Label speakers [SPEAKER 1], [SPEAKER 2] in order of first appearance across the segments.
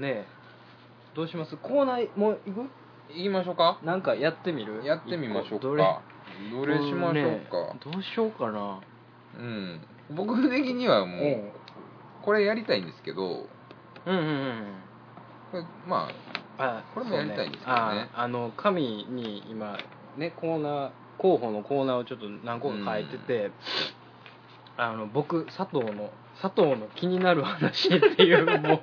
[SPEAKER 1] ねどうしますコーナーも行く
[SPEAKER 2] 行きましょうか
[SPEAKER 1] なんかやってみる
[SPEAKER 2] やってみましょう
[SPEAKER 1] 一個どれ
[SPEAKER 2] かどれしましょうか
[SPEAKER 1] どうしようかな
[SPEAKER 2] うん僕的には
[SPEAKER 1] う
[SPEAKER 2] もうんこれやりたいんですけど
[SPEAKER 1] うんうんうん
[SPEAKER 2] これま
[SPEAKER 1] あ
[SPEAKER 2] これも
[SPEAKER 1] そう
[SPEAKER 2] やりたいですよね
[SPEAKER 1] ああの紙に今ねコーナー候補のコーナーをちょっと何個か書いてて、あの僕佐藤の佐藤の気になる話っていう もう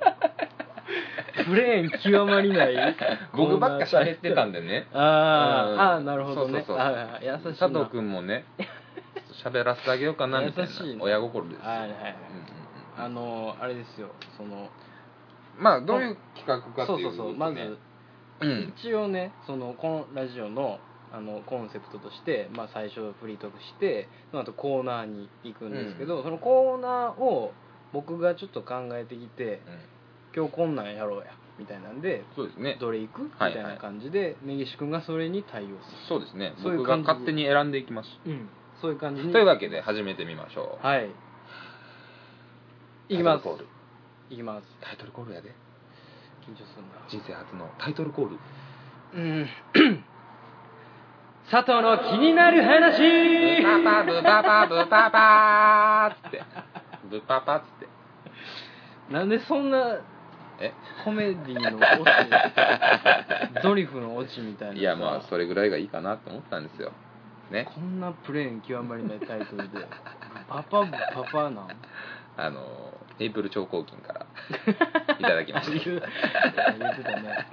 [SPEAKER 1] プレーン極まりない
[SPEAKER 2] あ僕ばっか喋ってたんでねうん
[SPEAKER 1] あー、あーなるほどね
[SPEAKER 2] そうそうそう
[SPEAKER 1] あー優しい
[SPEAKER 2] 佐
[SPEAKER 1] な
[SPEAKER 2] 藤君もねちょっと喋らせてあげようかなみたいな
[SPEAKER 1] 優しいな
[SPEAKER 2] 親心ですよ
[SPEAKER 1] はいはいはい
[SPEAKER 2] うんうん
[SPEAKER 1] あのあれですよその
[SPEAKER 2] うんまあどういう企画かって
[SPEAKER 1] そう
[SPEAKER 2] い
[SPEAKER 1] そうう
[SPEAKER 2] と
[SPEAKER 1] そう
[SPEAKER 2] ね
[SPEAKER 1] まず
[SPEAKER 2] うん
[SPEAKER 1] 一応ねそのこのラジオのあのコンセプトとして、まあ、最初フリートークしてその後コーナーに行くんですけど、そのコーナーを僕がちょっと考えてきて
[SPEAKER 2] うん
[SPEAKER 1] 今日こんなんやろうやみたいなんで
[SPEAKER 2] そうですね
[SPEAKER 1] どれ行くみた
[SPEAKER 2] はいいはい
[SPEAKER 1] な感じで根岸君がそれに対応
[SPEAKER 2] そうですね
[SPEAKER 1] そういう
[SPEAKER 2] 僕が
[SPEAKER 1] 感じ
[SPEAKER 2] 勝手に選んでいきます
[SPEAKER 1] する、うん、そういう感じに
[SPEAKER 2] というわけで始めてみましょう
[SPEAKER 1] はいいきます
[SPEAKER 2] タイトルコール
[SPEAKER 1] いきます
[SPEAKER 2] タイトルコールやで
[SPEAKER 1] 緊張するな
[SPEAKER 2] 人生初のタイトルコール
[SPEAKER 1] うん佐藤の気になる話
[SPEAKER 2] ブパパブパパブパパーっつってブパパっつって
[SPEAKER 1] なんでそんな
[SPEAKER 2] え
[SPEAKER 1] コメディのオチドリフのオチみたいなさ
[SPEAKER 2] いやまあそれぐらいがいいかなと思ったんですよね
[SPEAKER 1] こんなプレーン極まりないタイトルでパパパパなん
[SPEAKER 2] あのメイプル超合金からいただきまし
[SPEAKER 1] 言 う
[SPEAKER 2] たちょ
[SPEAKER 1] 言ってたね、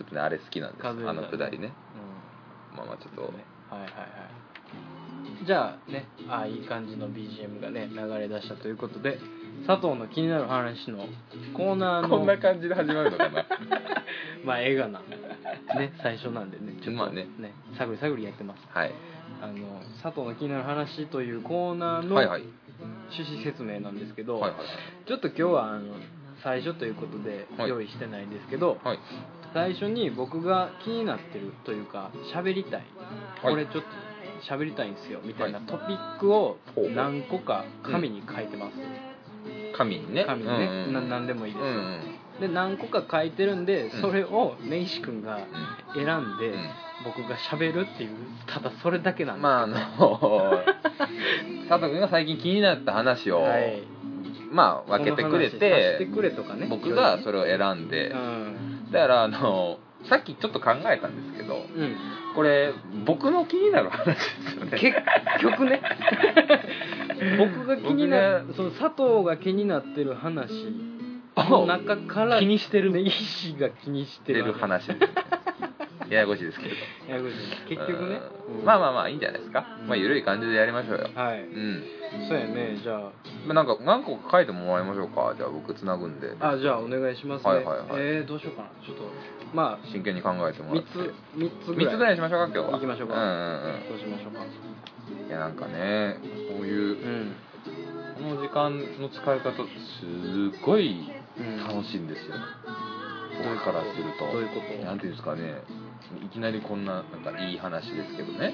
[SPEAKER 2] っとねあれ好きなんですあ
[SPEAKER 1] 数えたね
[SPEAKER 2] のくだりね
[SPEAKER 1] う
[SPEAKER 2] まあまあちょっ
[SPEAKER 1] ん、
[SPEAKER 2] と
[SPEAKER 1] はいはいはいじゃあねああいい感じの BGM がね流れ出したということで佐藤の気になる話のコーナー
[SPEAKER 2] こん
[SPEAKER 1] の
[SPEAKER 2] な感じで始まるの かな
[SPEAKER 1] まあ映画なんでね最初なんでねちょっと
[SPEAKER 2] まあね
[SPEAKER 1] ね探り探りやってます
[SPEAKER 2] はい
[SPEAKER 1] あの佐藤の気になる話というコーナーの
[SPEAKER 2] はいはい
[SPEAKER 1] 趣旨説明なんですけど、
[SPEAKER 2] はいはい
[SPEAKER 1] ちょっと今日はあの最初ということで
[SPEAKER 2] はい
[SPEAKER 1] 用意してないんですけど、
[SPEAKER 2] はい
[SPEAKER 1] 最初に僕が気になってるというか喋りたい、これちょっと喋りたいんですよみたいな
[SPEAKER 2] はい
[SPEAKER 1] トピックを
[SPEAKER 2] ほう
[SPEAKER 1] 何個か紙に書いてます、
[SPEAKER 2] 紙にね
[SPEAKER 1] 紙にね、
[SPEAKER 2] うん
[SPEAKER 1] な何でもいいで
[SPEAKER 2] うん
[SPEAKER 1] す、
[SPEAKER 2] う
[SPEAKER 1] で
[SPEAKER 2] ん
[SPEAKER 1] 何個か書いてるんで
[SPEAKER 2] うん
[SPEAKER 1] それを根岸君が選んで、
[SPEAKER 2] うんうん
[SPEAKER 1] 僕が喋るっていうただそれだけなんです、
[SPEAKER 2] まああの 佐藤君が最近気になった話を、
[SPEAKER 1] はい、
[SPEAKER 2] まあ分けてくれ
[SPEAKER 1] この話させ
[SPEAKER 2] て
[SPEAKER 1] てくれとかね
[SPEAKER 2] 僕がそ
[SPEAKER 1] れ
[SPEAKER 2] れを選んで、
[SPEAKER 1] うん、
[SPEAKER 2] だからあのさっきちょっと考えたんですけど
[SPEAKER 1] うん、
[SPEAKER 2] これ僕の気になる話ですよね
[SPEAKER 1] 結局ね 僕が気になる、その佐藤が気になってる話の中から
[SPEAKER 2] 気にしてる
[SPEAKER 1] 根岸が気にして
[SPEAKER 2] 出
[SPEAKER 1] る
[SPEAKER 2] る話です、ね、ややこしいですけれど
[SPEAKER 1] いやごめんなさい結局ね
[SPEAKER 2] うんまあまあまあいいんじゃないですか、
[SPEAKER 1] うん
[SPEAKER 2] まあ緩い感じでやりましょうよ
[SPEAKER 1] あはい
[SPEAKER 2] うん
[SPEAKER 1] そうやねじゃ
[SPEAKER 2] まあなんか何個か書いてもらいましょうかじゃあ僕つなぐんで
[SPEAKER 1] ああじゃあお願いしますね、
[SPEAKER 2] はいはいはい
[SPEAKER 1] えー、どうしようかなちょっとまあ
[SPEAKER 2] 真剣に考えても
[SPEAKER 1] 3
[SPEAKER 2] らって
[SPEAKER 1] つ三つぐ
[SPEAKER 2] 3
[SPEAKER 1] らい
[SPEAKER 2] つぐらいにしましょうか今日は
[SPEAKER 1] 行きましょうか
[SPEAKER 2] うんうん
[SPEAKER 1] どうしましょうか、
[SPEAKER 2] うんいやなんかねこういううんこの時間の使い方すごい
[SPEAKER 1] うん、
[SPEAKER 2] 楽しいんですよ僕からすると
[SPEAKER 1] どういうこと
[SPEAKER 2] なんていうんですかねいきなりこんななんかいい話ですけどね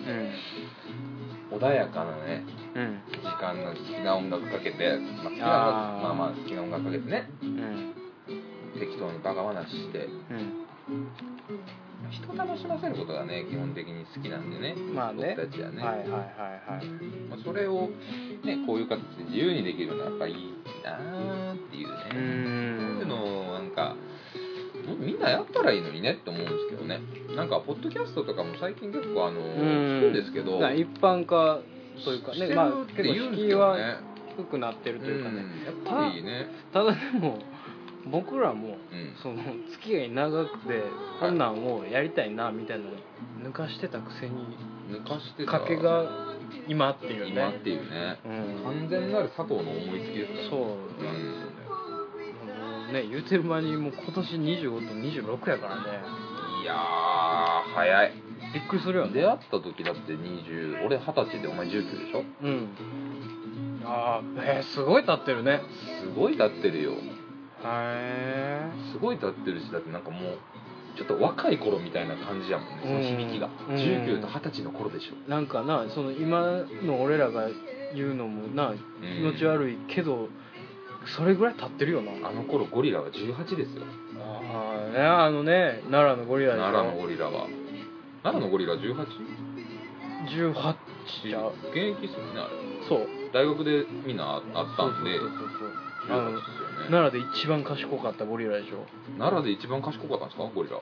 [SPEAKER 2] 穏やかなね
[SPEAKER 1] うん
[SPEAKER 2] 時間の好きな音楽かけて、まあ、好きな
[SPEAKER 1] あー
[SPEAKER 2] まあまあ好きな音楽かけてね
[SPEAKER 1] うんうん
[SPEAKER 2] 適当にバカ話して人を楽しませることがね基本的に好きなんでね
[SPEAKER 1] うんまあね
[SPEAKER 2] 僕たちはね、
[SPEAKER 1] はいはいはいはい
[SPEAKER 2] まあ、それを、ね、こういう形で自由にできるのはやっぱいいなーっていうね
[SPEAKER 1] うー
[SPEAKER 2] そういうんのをなんかもうみんなやったらいいのにねって思うんですけどねなんかポッドキャストとかも最近結構あの
[SPEAKER 1] うん
[SPEAKER 2] 聞くんですけど
[SPEAKER 1] な一般化というか
[SPEAKER 2] して
[SPEAKER 1] ね、
[SPEAKER 2] る
[SPEAKER 1] まあ、
[SPEAKER 2] って
[SPEAKER 1] 結構
[SPEAKER 2] 言うんです
[SPEAKER 1] 敷居
[SPEAKER 2] けどね
[SPEAKER 1] は低くなってるというかね、
[SPEAKER 2] うんやっぱりね、
[SPEAKER 1] ただでも僕らも
[SPEAKER 2] うん、
[SPEAKER 1] その付き合い長くてこんなんをやりたいなみたいなの抜かしてたくせに
[SPEAKER 2] 抜かしてた
[SPEAKER 1] 賭けが今っていう
[SPEAKER 2] 今っ
[SPEAKER 1] ね、
[SPEAKER 2] ていうね
[SPEAKER 1] うん、
[SPEAKER 2] 完全なる佐藤の思いつきですからね
[SPEAKER 1] そうなんですよね、もうね言うてる間にもう今年25と26やからね
[SPEAKER 2] いやー早い
[SPEAKER 1] びっくりするよね
[SPEAKER 2] 出会った時だって20俺二十歳でお前19でしょ
[SPEAKER 1] うんああえー、すごい経ってるね
[SPEAKER 2] すごい立ってるよ
[SPEAKER 1] へえ
[SPEAKER 2] すごい立ってるしだってなんかもうちょっと若い頃みたいな感じやもんねその響きが、
[SPEAKER 1] うん
[SPEAKER 2] 19と二十歳の頃でしょ
[SPEAKER 1] なんかなその今の俺らが言うのもな気持ち悪いけど、それぐらい経ってるよな
[SPEAKER 2] あの頃ゴリラは18ですよ
[SPEAKER 1] あーねあのね奈良のゴリラでしょ
[SPEAKER 2] 奈良のゴリラは奈良のゴリラ 18?
[SPEAKER 1] 18じゃう
[SPEAKER 2] 現役ですよねあれ
[SPEAKER 1] そう
[SPEAKER 2] 大学でみんなあったんで
[SPEAKER 1] そうそうそうそうあ
[SPEAKER 2] 18
[SPEAKER 1] の
[SPEAKER 2] ですよね
[SPEAKER 1] 奈良で一番賢かったゴリラでしょ
[SPEAKER 2] 奈良で一番賢かったんですかゴリラ
[SPEAKER 1] い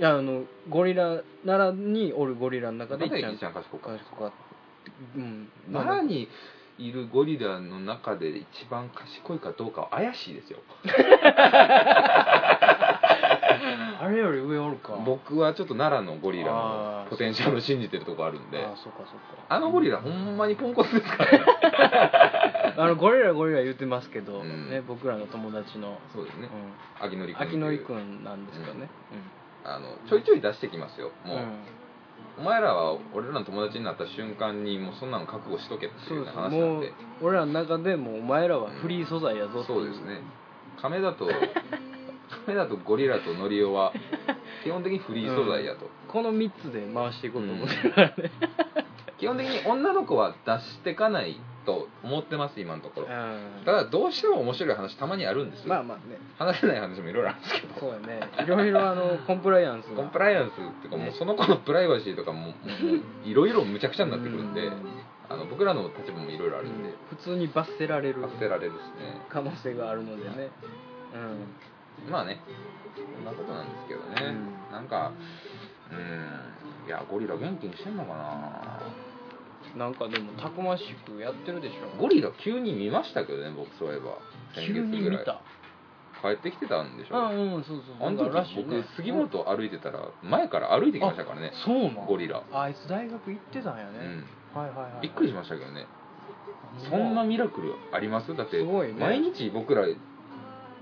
[SPEAKER 1] やあのゴリラ奈良におるゴリラの中で
[SPEAKER 2] 奈
[SPEAKER 1] 一
[SPEAKER 2] 良
[SPEAKER 1] 番
[SPEAKER 2] で一番賢かっ
[SPEAKER 1] 賢
[SPEAKER 2] た
[SPEAKER 1] かったうん
[SPEAKER 2] 奈良にいるゴリラの中で一番賢いかどうかは怪しいですよ
[SPEAKER 1] あれより上おるか
[SPEAKER 2] 僕はちょっと奈良のゴリラのポテンシャルを信じてるとこあるんで
[SPEAKER 1] ああそうかそうか
[SPEAKER 2] あのゴリラほんまにポンコツですからね
[SPEAKER 1] あのゴリラゴリラ言ってますけど、
[SPEAKER 2] うん
[SPEAKER 1] ね、僕らの友達の、
[SPEAKER 2] そうです
[SPEAKER 1] う
[SPEAKER 2] ね
[SPEAKER 1] ん、
[SPEAKER 2] 秋のり君
[SPEAKER 1] 秋のりくんなんですけどね、
[SPEAKER 2] あのちょいちょい出してきますよ
[SPEAKER 1] うん
[SPEAKER 2] もう、お前らは俺らの友達になった瞬間にもうそんなの覚悟しとけって
[SPEAKER 1] そ
[SPEAKER 2] いうう
[SPEAKER 1] で
[SPEAKER 2] よう
[SPEAKER 1] す
[SPEAKER 2] な話な
[SPEAKER 1] も
[SPEAKER 2] ん
[SPEAKER 1] う
[SPEAKER 2] で
[SPEAKER 1] 俺らの中でもうお前らはフリー素材やぞってい
[SPEAKER 2] そうですね亀田 と亀田とゴリラとノリオは基本的にフリー素材やと、
[SPEAKER 1] この3つで回していこうと思ってる、
[SPEAKER 2] 基本的に女の子は出してかないと思ってます今のところ
[SPEAKER 1] うん
[SPEAKER 2] ただどうしても面白い話たまにあるんですよ、
[SPEAKER 1] まあまあね
[SPEAKER 2] 話せない話もいろいろあるんですけど
[SPEAKER 1] そうやねいろいろあ のコンプライアンスが
[SPEAKER 2] コンプライアンスっていうかもうその子のプライバシーとかもも ういろいろむちゃくちゃになってくるんで、
[SPEAKER 1] うん
[SPEAKER 2] あの僕らの立場もいろいろあるんで、
[SPEAKER 1] 普通に罰せられる
[SPEAKER 2] 発せられるですね
[SPEAKER 1] 可能性があるのでね
[SPEAKER 2] まあね、こんなことなんですけどね、
[SPEAKER 1] うん
[SPEAKER 2] なんか、うん、いや、ゴリラ元気にしてんのかな、
[SPEAKER 1] うんなんかでもたくましくやってるでしょ
[SPEAKER 2] ゴリラ、急に見ましたけどね、僕、そういえば、
[SPEAKER 1] 急に見た
[SPEAKER 2] 帰ってきてたんでしょ、
[SPEAKER 1] あうんそうそうそう
[SPEAKER 2] あの
[SPEAKER 1] だからら
[SPEAKER 2] 時
[SPEAKER 1] しいね
[SPEAKER 2] 僕、杉本歩いてたら、前から歩いてきましたからね、
[SPEAKER 1] そうなん
[SPEAKER 2] ゴリラ。
[SPEAKER 1] あいつ大学行ってたんや
[SPEAKER 2] う
[SPEAKER 1] ね、
[SPEAKER 2] ん、
[SPEAKER 1] はいはいはい
[SPEAKER 2] びっくりしましたけどね、
[SPEAKER 1] た
[SPEAKER 2] そんなミラクルありますだって、
[SPEAKER 1] すごいね
[SPEAKER 2] 毎日僕ら、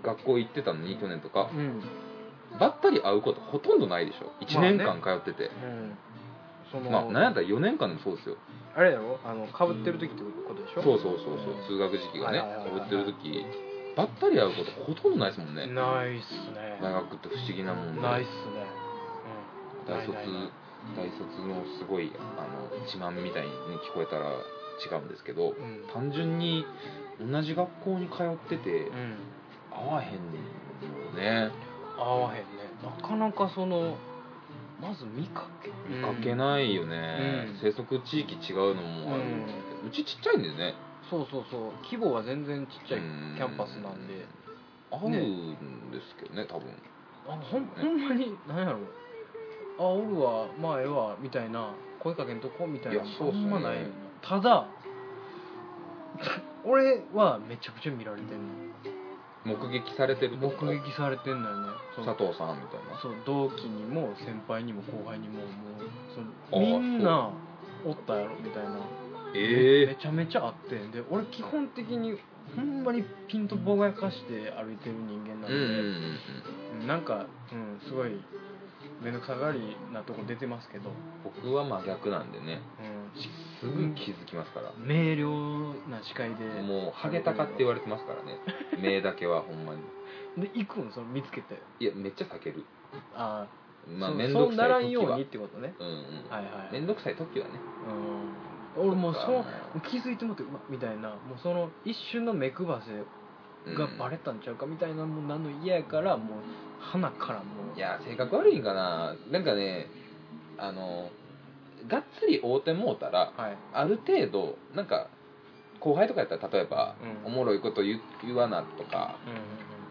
[SPEAKER 2] 学校行ってたのに、去年とか
[SPEAKER 1] う、ん
[SPEAKER 2] ばったり会うことほとんどないでしょ、1年間通ってて。
[SPEAKER 1] うんその、
[SPEAKER 2] まあ、なんやったら4年間でもそうですよ
[SPEAKER 1] あれやろあのかぶってる時ってことでしょ
[SPEAKER 2] そうそうそうそう通学時期がね
[SPEAKER 1] はいはいはいはい
[SPEAKER 2] かぶってる時ばったり会うことほとんどないですもんね
[SPEAKER 1] ないっすね
[SPEAKER 2] 大学って不思議なもんで
[SPEAKER 1] ないっすね、うん、
[SPEAKER 2] 大卒
[SPEAKER 1] ないないない
[SPEAKER 2] 大卒のすごいあの自慢みたいに聞こえたら違うんですけど
[SPEAKER 1] うん
[SPEAKER 2] 単純に同じ学校に通ってて
[SPEAKER 1] うん
[SPEAKER 2] 会わへんのよね
[SPEAKER 1] 合わへんねなかなかそのまず見かけ
[SPEAKER 2] 見かけないよね、
[SPEAKER 1] うん
[SPEAKER 2] 生息地域違うのもあるんですけど、うちちっちゃいんでね
[SPEAKER 1] そうそうそう規模は全然ちっちゃい
[SPEAKER 2] うん
[SPEAKER 1] キャンパスなんで
[SPEAKER 2] 合うんですけどね多分
[SPEAKER 1] あほんほんまに何やろあおるわまあええわみたいな声かけんとこみたいない
[SPEAKER 2] やそうっすね
[SPEAKER 1] ほんまないよなただ 俺はめちゃくちゃ見られてん
[SPEAKER 2] 目撃されてる
[SPEAKER 1] の
[SPEAKER 2] とか
[SPEAKER 1] 目撃されてんのよねそう
[SPEAKER 2] 佐藤さんみたいな
[SPEAKER 1] そう同期にも先輩にも後輩にももうそ
[SPEAKER 2] あ
[SPEAKER 1] の
[SPEAKER 2] ー
[SPEAKER 1] みんなおったやろみたいなめ
[SPEAKER 2] え
[SPEAKER 1] ちゃめちゃあってで俺基本的にほんまにピンと妨害化して歩いてる人間
[SPEAKER 2] え
[SPEAKER 1] なん
[SPEAKER 2] う
[SPEAKER 1] で、
[SPEAKER 2] んうんうん
[SPEAKER 1] うんなんか、うん、すごい面倒くさがりなとこ出てますけど、
[SPEAKER 2] 僕は真逆なんでね
[SPEAKER 1] う
[SPEAKER 2] すぐ気づきますから、
[SPEAKER 1] ん、明瞭な視界で
[SPEAKER 2] もうハゲタカって言われてますか らね目だけはほんまに
[SPEAKER 1] で行くんその見つけて
[SPEAKER 2] いやめっちゃ避ける
[SPEAKER 1] ああ、
[SPEAKER 2] まあ
[SPEAKER 1] そう
[SPEAKER 2] 面倒
[SPEAKER 1] そ
[SPEAKER 2] く
[SPEAKER 1] う
[SPEAKER 2] さ
[SPEAKER 1] ないらん
[SPEAKER 2] 時
[SPEAKER 1] よう
[SPEAKER 2] は
[SPEAKER 1] にってことね
[SPEAKER 2] うんうん
[SPEAKER 1] はいはい、
[SPEAKER 2] 面倒くさい時はね
[SPEAKER 1] うん、俺もう
[SPEAKER 2] とか
[SPEAKER 1] そう気づいてもってうわみたいなもうその一瞬の目くば
[SPEAKER 2] う
[SPEAKER 1] せ
[SPEAKER 2] ん
[SPEAKER 1] がバレたんちゃうかみたいなもうなんの嫌やからもう鼻からもう
[SPEAKER 2] いや性格悪いんかななんかねあのがっつり会うてもうたら
[SPEAKER 1] はい
[SPEAKER 2] ある程度なんか後輩とかやったら例えば、
[SPEAKER 1] うん
[SPEAKER 2] おもろいこと言言わなとか
[SPEAKER 1] うんうん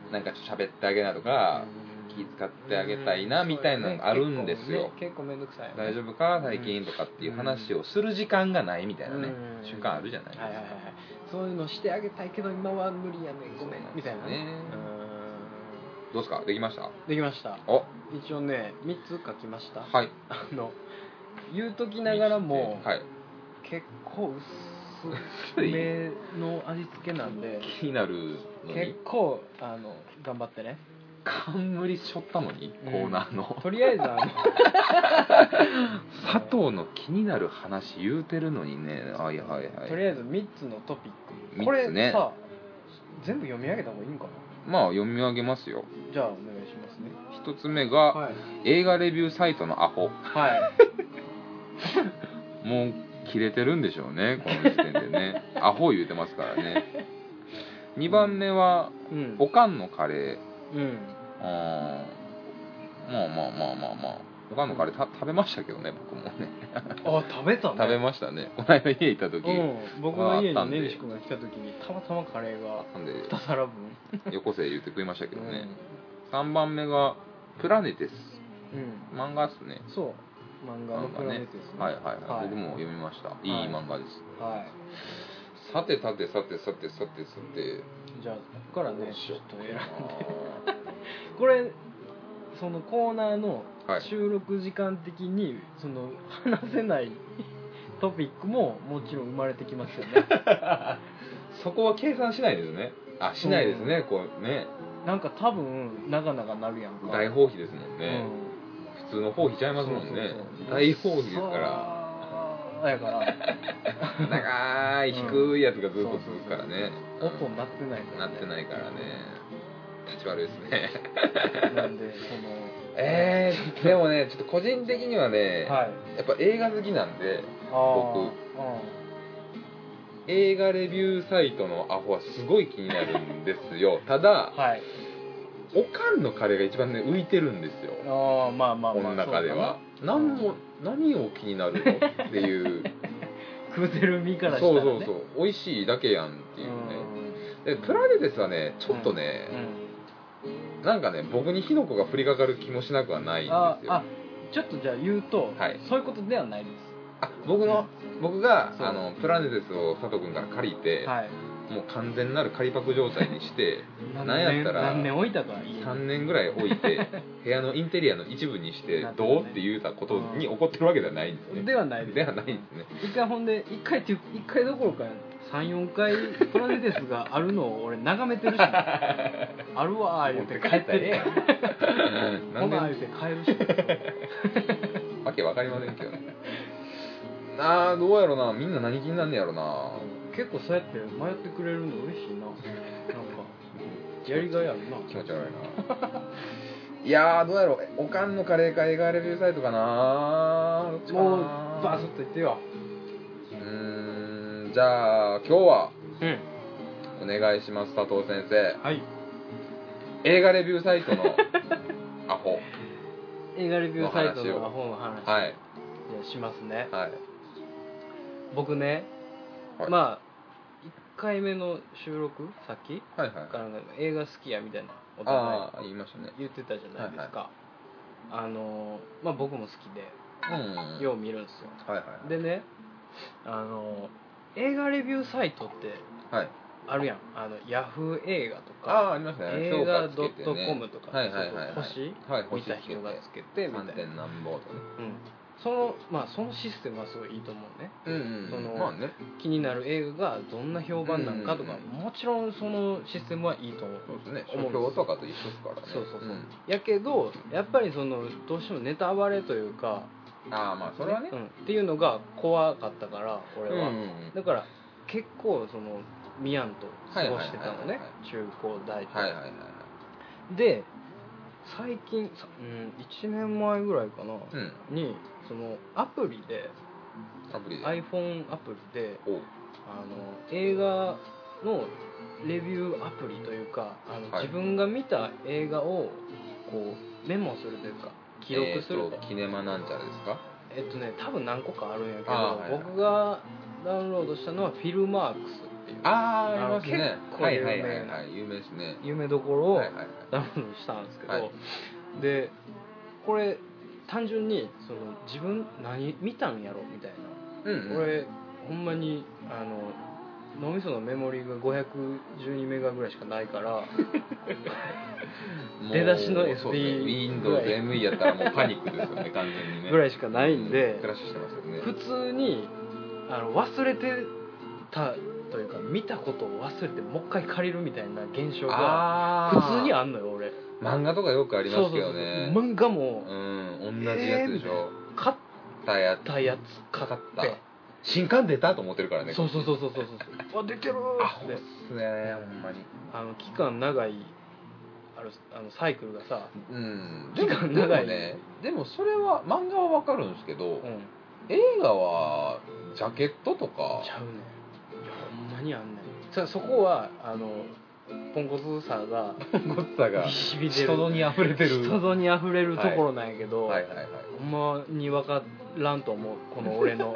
[SPEAKER 1] うん
[SPEAKER 2] なんかちょっと喋ってあげなとか、気遣ってあげたいなみたいなのがあるんですよ
[SPEAKER 1] 結構ね結構めんどくさいよね
[SPEAKER 2] 大丈夫か最近とかっていう話をする時間がないみたいなね
[SPEAKER 1] うん
[SPEAKER 2] 瞬間あるじゃないですか、
[SPEAKER 1] はいはいはいはいそういうのしてあげたいけど今は無理やねんごめんみたいな
[SPEAKER 2] ね
[SPEAKER 1] う
[SPEAKER 2] どうですかできました
[SPEAKER 1] ーんできました
[SPEAKER 2] お
[SPEAKER 1] 一応ね3つ書きました
[SPEAKER 2] はい
[SPEAKER 1] あの言うときながらも
[SPEAKER 2] はい、
[SPEAKER 1] 結構
[SPEAKER 2] 薄
[SPEAKER 1] 薄
[SPEAKER 2] い
[SPEAKER 1] めの味付けなんで
[SPEAKER 2] 気になるのに
[SPEAKER 1] 結構あの頑張ってね
[SPEAKER 2] 冠しょったのにコーナーの、
[SPEAKER 1] とりあえずあの
[SPEAKER 2] 佐藤の気になる話言うてるのにねはいはいはい
[SPEAKER 1] とりあえず3つのトピック、
[SPEAKER 2] 三つね
[SPEAKER 1] これさ全部読み上げた方がいいんかな
[SPEAKER 2] まあ読み上げますよ
[SPEAKER 1] じゃあお願いしますね
[SPEAKER 2] 一つ目が、
[SPEAKER 1] はい
[SPEAKER 2] 映画レビューサイトのアホ
[SPEAKER 1] はい
[SPEAKER 2] もう切れてるんでしょうねこの時点でねアホ言うてますからね2番目は
[SPEAKER 1] うん
[SPEAKER 2] おかんのカレー
[SPEAKER 1] うん
[SPEAKER 2] あーまあまあまあまあまあおかんのカレーた食べましたけどね僕もね
[SPEAKER 1] あ食べたね
[SPEAKER 2] 食べましたねこの間家行った時、
[SPEAKER 1] うん僕の家
[SPEAKER 2] あった
[SPEAKER 1] に
[SPEAKER 2] んで
[SPEAKER 1] 根岸君が来た時にたまたまカレーが
[SPEAKER 2] なんで
[SPEAKER 1] 2皿分
[SPEAKER 2] 横瀬言って食いましたけどね、3番目がプラネテス
[SPEAKER 1] うん、うん
[SPEAKER 2] 漫画っすね
[SPEAKER 1] そう漫画のプラネテスね
[SPEAKER 2] はいはいはい、
[SPEAKER 1] はい
[SPEAKER 2] 僕も読みましたいい
[SPEAKER 1] はい
[SPEAKER 2] 漫画です、
[SPEAKER 1] は
[SPEAKER 2] さてさてさてさてさてさて
[SPEAKER 1] いじゃあここからねちょっと選んで
[SPEAKER 2] あ
[SPEAKER 1] これそのコーナーの
[SPEAKER 2] ーはい
[SPEAKER 1] 収録時間的にその話せ ないトピックももちろん生まれてきますよ ね
[SPEAKER 2] そこは計算しないですねあしないですね、こうね
[SPEAKER 1] なんか多分長々なるやんか
[SPEAKER 2] 大放棄ですもん
[SPEAKER 1] う
[SPEAKER 2] ね、
[SPEAKER 1] ん
[SPEAKER 2] 普通の放棄ちゃいますもんね大放棄ですから
[SPEAKER 1] らやから
[SPEAKER 2] 長い低いやつがずっと続くからね
[SPEAKER 1] そうそうそう音鳴ってないから、
[SPEAKER 2] なってないからね立ち悪いですね
[SPEAKER 1] いなんでその
[SPEAKER 2] え ー、でもねちょっと個人的にはね、
[SPEAKER 1] はい
[SPEAKER 2] やっぱ映画好きなんで
[SPEAKER 1] あー
[SPEAKER 2] 僕映画レビューサイトのアホはすごい気になるんですよ ただ
[SPEAKER 1] うんはい
[SPEAKER 2] おかんのカレーが一番ね浮いてるんですよ
[SPEAKER 1] ああまあまあ
[SPEAKER 2] こ
[SPEAKER 1] まあ
[SPEAKER 2] の中では
[SPEAKER 1] だな
[SPEAKER 2] 何も何を気になるのっていう、
[SPEAKER 1] そうだな食うてる身からした
[SPEAKER 2] そ
[SPEAKER 1] ら、
[SPEAKER 2] う
[SPEAKER 1] ね、
[SPEAKER 2] そうそう美味しいだけやんっていうね、でプラネテスはねちょっとね、
[SPEAKER 1] うん、
[SPEAKER 2] なんかね僕に火の粉が降りかかる気もしなくはないん
[SPEAKER 1] あ
[SPEAKER 2] ですよ
[SPEAKER 1] あ
[SPEAKER 2] あ
[SPEAKER 1] ちょっとじゃあ言うと、
[SPEAKER 2] はい
[SPEAKER 1] そういうことではないで
[SPEAKER 2] 僕の僕が
[SPEAKER 1] そう
[SPEAKER 2] あのプラネテスを佐藤君から借りて、
[SPEAKER 1] すはい
[SPEAKER 2] もう完全なる仮パク状態にしてなん
[SPEAKER 1] 何
[SPEAKER 2] やっ
[SPEAKER 1] 年
[SPEAKER 2] たら
[SPEAKER 1] 何年置いたかいい
[SPEAKER 2] 3年ぐらい置 いて部屋のインテリアの一部にして
[SPEAKER 1] なってるね
[SPEAKER 2] どうって言うたことに怒ってるわけではないんですね
[SPEAKER 1] ではないです
[SPEAKER 2] ではないですね
[SPEAKER 1] 一回ほんで一回っていう一回どころか34回プラネテスがあるのを俺眺めて るし、あるわー言うて帰ってね
[SPEAKER 2] な
[SPEAKER 1] ほ
[SPEAKER 2] んで
[SPEAKER 1] な言うて帰るし
[SPEAKER 2] わけわかりませんけどねあーどうやろなみんな何気になんねやろな
[SPEAKER 1] 結構そうやって迷ってくれるの嬉しいななんかやりがいあるな
[SPEAKER 2] 気 持ち悪いないやーどうやろおかんのカレーか映画レビューサイトかなどっちかな
[SPEAKER 1] もうバスッと言ってよ
[SPEAKER 2] うーんじゃあ今日は
[SPEAKER 1] うん
[SPEAKER 2] お願いします佐藤先生
[SPEAKER 1] はい
[SPEAKER 2] 映画レビューサ イトのアホ
[SPEAKER 1] 映画レビューサイトの本の話じゃ
[SPEAKER 2] はい
[SPEAKER 1] あしますね
[SPEAKER 2] はい
[SPEAKER 1] 僕ね、
[SPEAKER 2] はい
[SPEAKER 1] まあ1回目の収録さっき
[SPEAKER 2] はいはい
[SPEAKER 1] からの映画好きやみたいなお互い
[SPEAKER 2] ああ言いましたね
[SPEAKER 1] 言ってたじゃないですか、あのーまあ僕も好きで
[SPEAKER 2] うん
[SPEAKER 1] よう見るんですよ
[SPEAKER 2] はいはい
[SPEAKER 1] でねあのー映画レビューサイトって
[SPEAKER 2] はい
[SPEAKER 1] あるやんあのヤフー映画と
[SPEAKER 2] あ
[SPEAKER 1] か
[SPEAKER 2] あありましたね
[SPEAKER 1] 映画
[SPEAKER 2] 評価つけてね
[SPEAKER 1] .com とか
[SPEAKER 2] はいはいはいはい
[SPEAKER 1] そうそう
[SPEAKER 2] はい
[SPEAKER 1] 見
[SPEAKER 2] 星
[SPEAKER 1] た
[SPEAKER 2] つけ
[SPEAKER 1] 人
[SPEAKER 2] て
[SPEAKER 1] がつけてみたい
[SPEAKER 2] 3
[SPEAKER 1] な、
[SPEAKER 2] 点何本とかね
[SPEAKER 1] うん、そのまあそのシステムはすごいいいと思うね
[SPEAKER 2] うん
[SPEAKER 1] その
[SPEAKER 2] まあね
[SPEAKER 1] 気になる映画がどんな評判なのかとか、
[SPEAKER 2] うん
[SPEAKER 1] もちろんそのシステムはいいと思う
[SPEAKER 2] そうですね
[SPEAKER 1] 思う
[SPEAKER 2] 書
[SPEAKER 1] んです
[SPEAKER 2] 評とかと一緒ですからね
[SPEAKER 1] そうそうそう、
[SPEAKER 2] ん
[SPEAKER 1] やけどやっぱりそのどうしてもネタバレというか
[SPEAKER 2] ああまあそれはね
[SPEAKER 1] うん、っていうのが怖かったから
[SPEAKER 2] う
[SPEAKER 1] 俺
[SPEAKER 2] んうん
[SPEAKER 1] は、
[SPEAKER 2] うん
[SPEAKER 1] だから結構そのミヤンと過ごしてたの
[SPEAKER 2] はいはいはい
[SPEAKER 1] ね
[SPEAKER 2] はい
[SPEAKER 1] 中高大と、
[SPEAKER 2] はいはいはいはい
[SPEAKER 1] で最近、さうん、1年前ぐらいかな、
[SPEAKER 2] うん
[SPEAKER 1] にそのアプリで
[SPEAKER 2] アプリで
[SPEAKER 1] iPhone アプリで
[SPEAKER 2] おう
[SPEAKER 1] あの映画のレビューアプリというかあの、
[SPEAKER 2] はい
[SPEAKER 1] 自分が見た映画をこうメモするというか記録する
[SPEAKER 2] えーとキネマなんちゃらですか
[SPEAKER 1] えっとね多分何個かあるんやけど、
[SPEAKER 2] あーはいはい
[SPEAKER 1] 僕がダウンロードしたのはフィルマークスっていう
[SPEAKER 2] あーあ
[SPEAKER 1] あ
[SPEAKER 2] り
[SPEAKER 1] の
[SPEAKER 2] ますね
[SPEAKER 1] 結構
[SPEAKER 2] はい
[SPEAKER 1] 有名な
[SPEAKER 2] はいはいはい有名ですね
[SPEAKER 1] 夢どころを
[SPEAKER 2] はいはいはい
[SPEAKER 1] ダウンロードしたんですけど、
[SPEAKER 2] はい
[SPEAKER 1] でこれ単純にその自分何見たんやろみたい
[SPEAKER 2] うん
[SPEAKER 1] な、
[SPEAKER 2] うん
[SPEAKER 1] 俺ほんまにあの脳みそのメモリが512メガぐらいしかないから
[SPEAKER 2] もう
[SPEAKER 1] 出だしの SD
[SPEAKER 2] そうですね Windows ME やったらもうパニックですよ ね完全にね
[SPEAKER 1] ぐらいしかないんで、
[SPEAKER 2] うクラッシュしてますよね
[SPEAKER 1] 普通にあの忘れてたというか見たことを忘れてもう一回借りるみたいな現象が
[SPEAKER 2] あー
[SPEAKER 1] 普通にあんのよ俺
[SPEAKER 2] 漫画とかよくありますけど
[SPEAKER 1] そうそ
[SPEAKER 2] ね
[SPEAKER 1] うそう漫画も
[SPEAKER 2] うん同じやつでしょ
[SPEAKER 1] 買っ
[SPEAKER 2] 買ったやつ
[SPEAKER 1] たやつ買
[SPEAKER 2] 買
[SPEAKER 1] っ
[SPEAKER 2] った
[SPEAKER 1] て
[SPEAKER 2] 新刊出たと思ってるからね
[SPEAKER 1] そうそうそううそうそうそうあ出てる
[SPEAKER 2] ア
[SPEAKER 1] ーっ
[SPEAKER 2] ホっ
[SPEAKER 1] て
[SPEAKER 2] すねほんまに
[SPEAKER 1] あの期間長いあるあのサイクルがさ、
[SPEAKER 2] うん
[SPEAKER 1] 期間長い
[SPEAKER 2] でもねでもそれは漫画はわかるんですけど、
[SPEAKER 1] うん、
[SPEAKER 2] 映画はジャケットとか
[SPEAKER 1] ちゃうねんいやほんまにあんねんそそこはあのポンコツさが
[SPEAKER 2] ごっさ が
[SPEAKER 1] ビシビシ出
[SPEAKER 3] 人
[SPEAKER 1] る
[SPEAKER 3] のに溢れてる
[SPEAKER 1] 人ぞにあふれるところなんやけど、
[SPEAKER 2] はいはいはい
[SPEAKER 1] ほんまに分からんと思うこの俺 の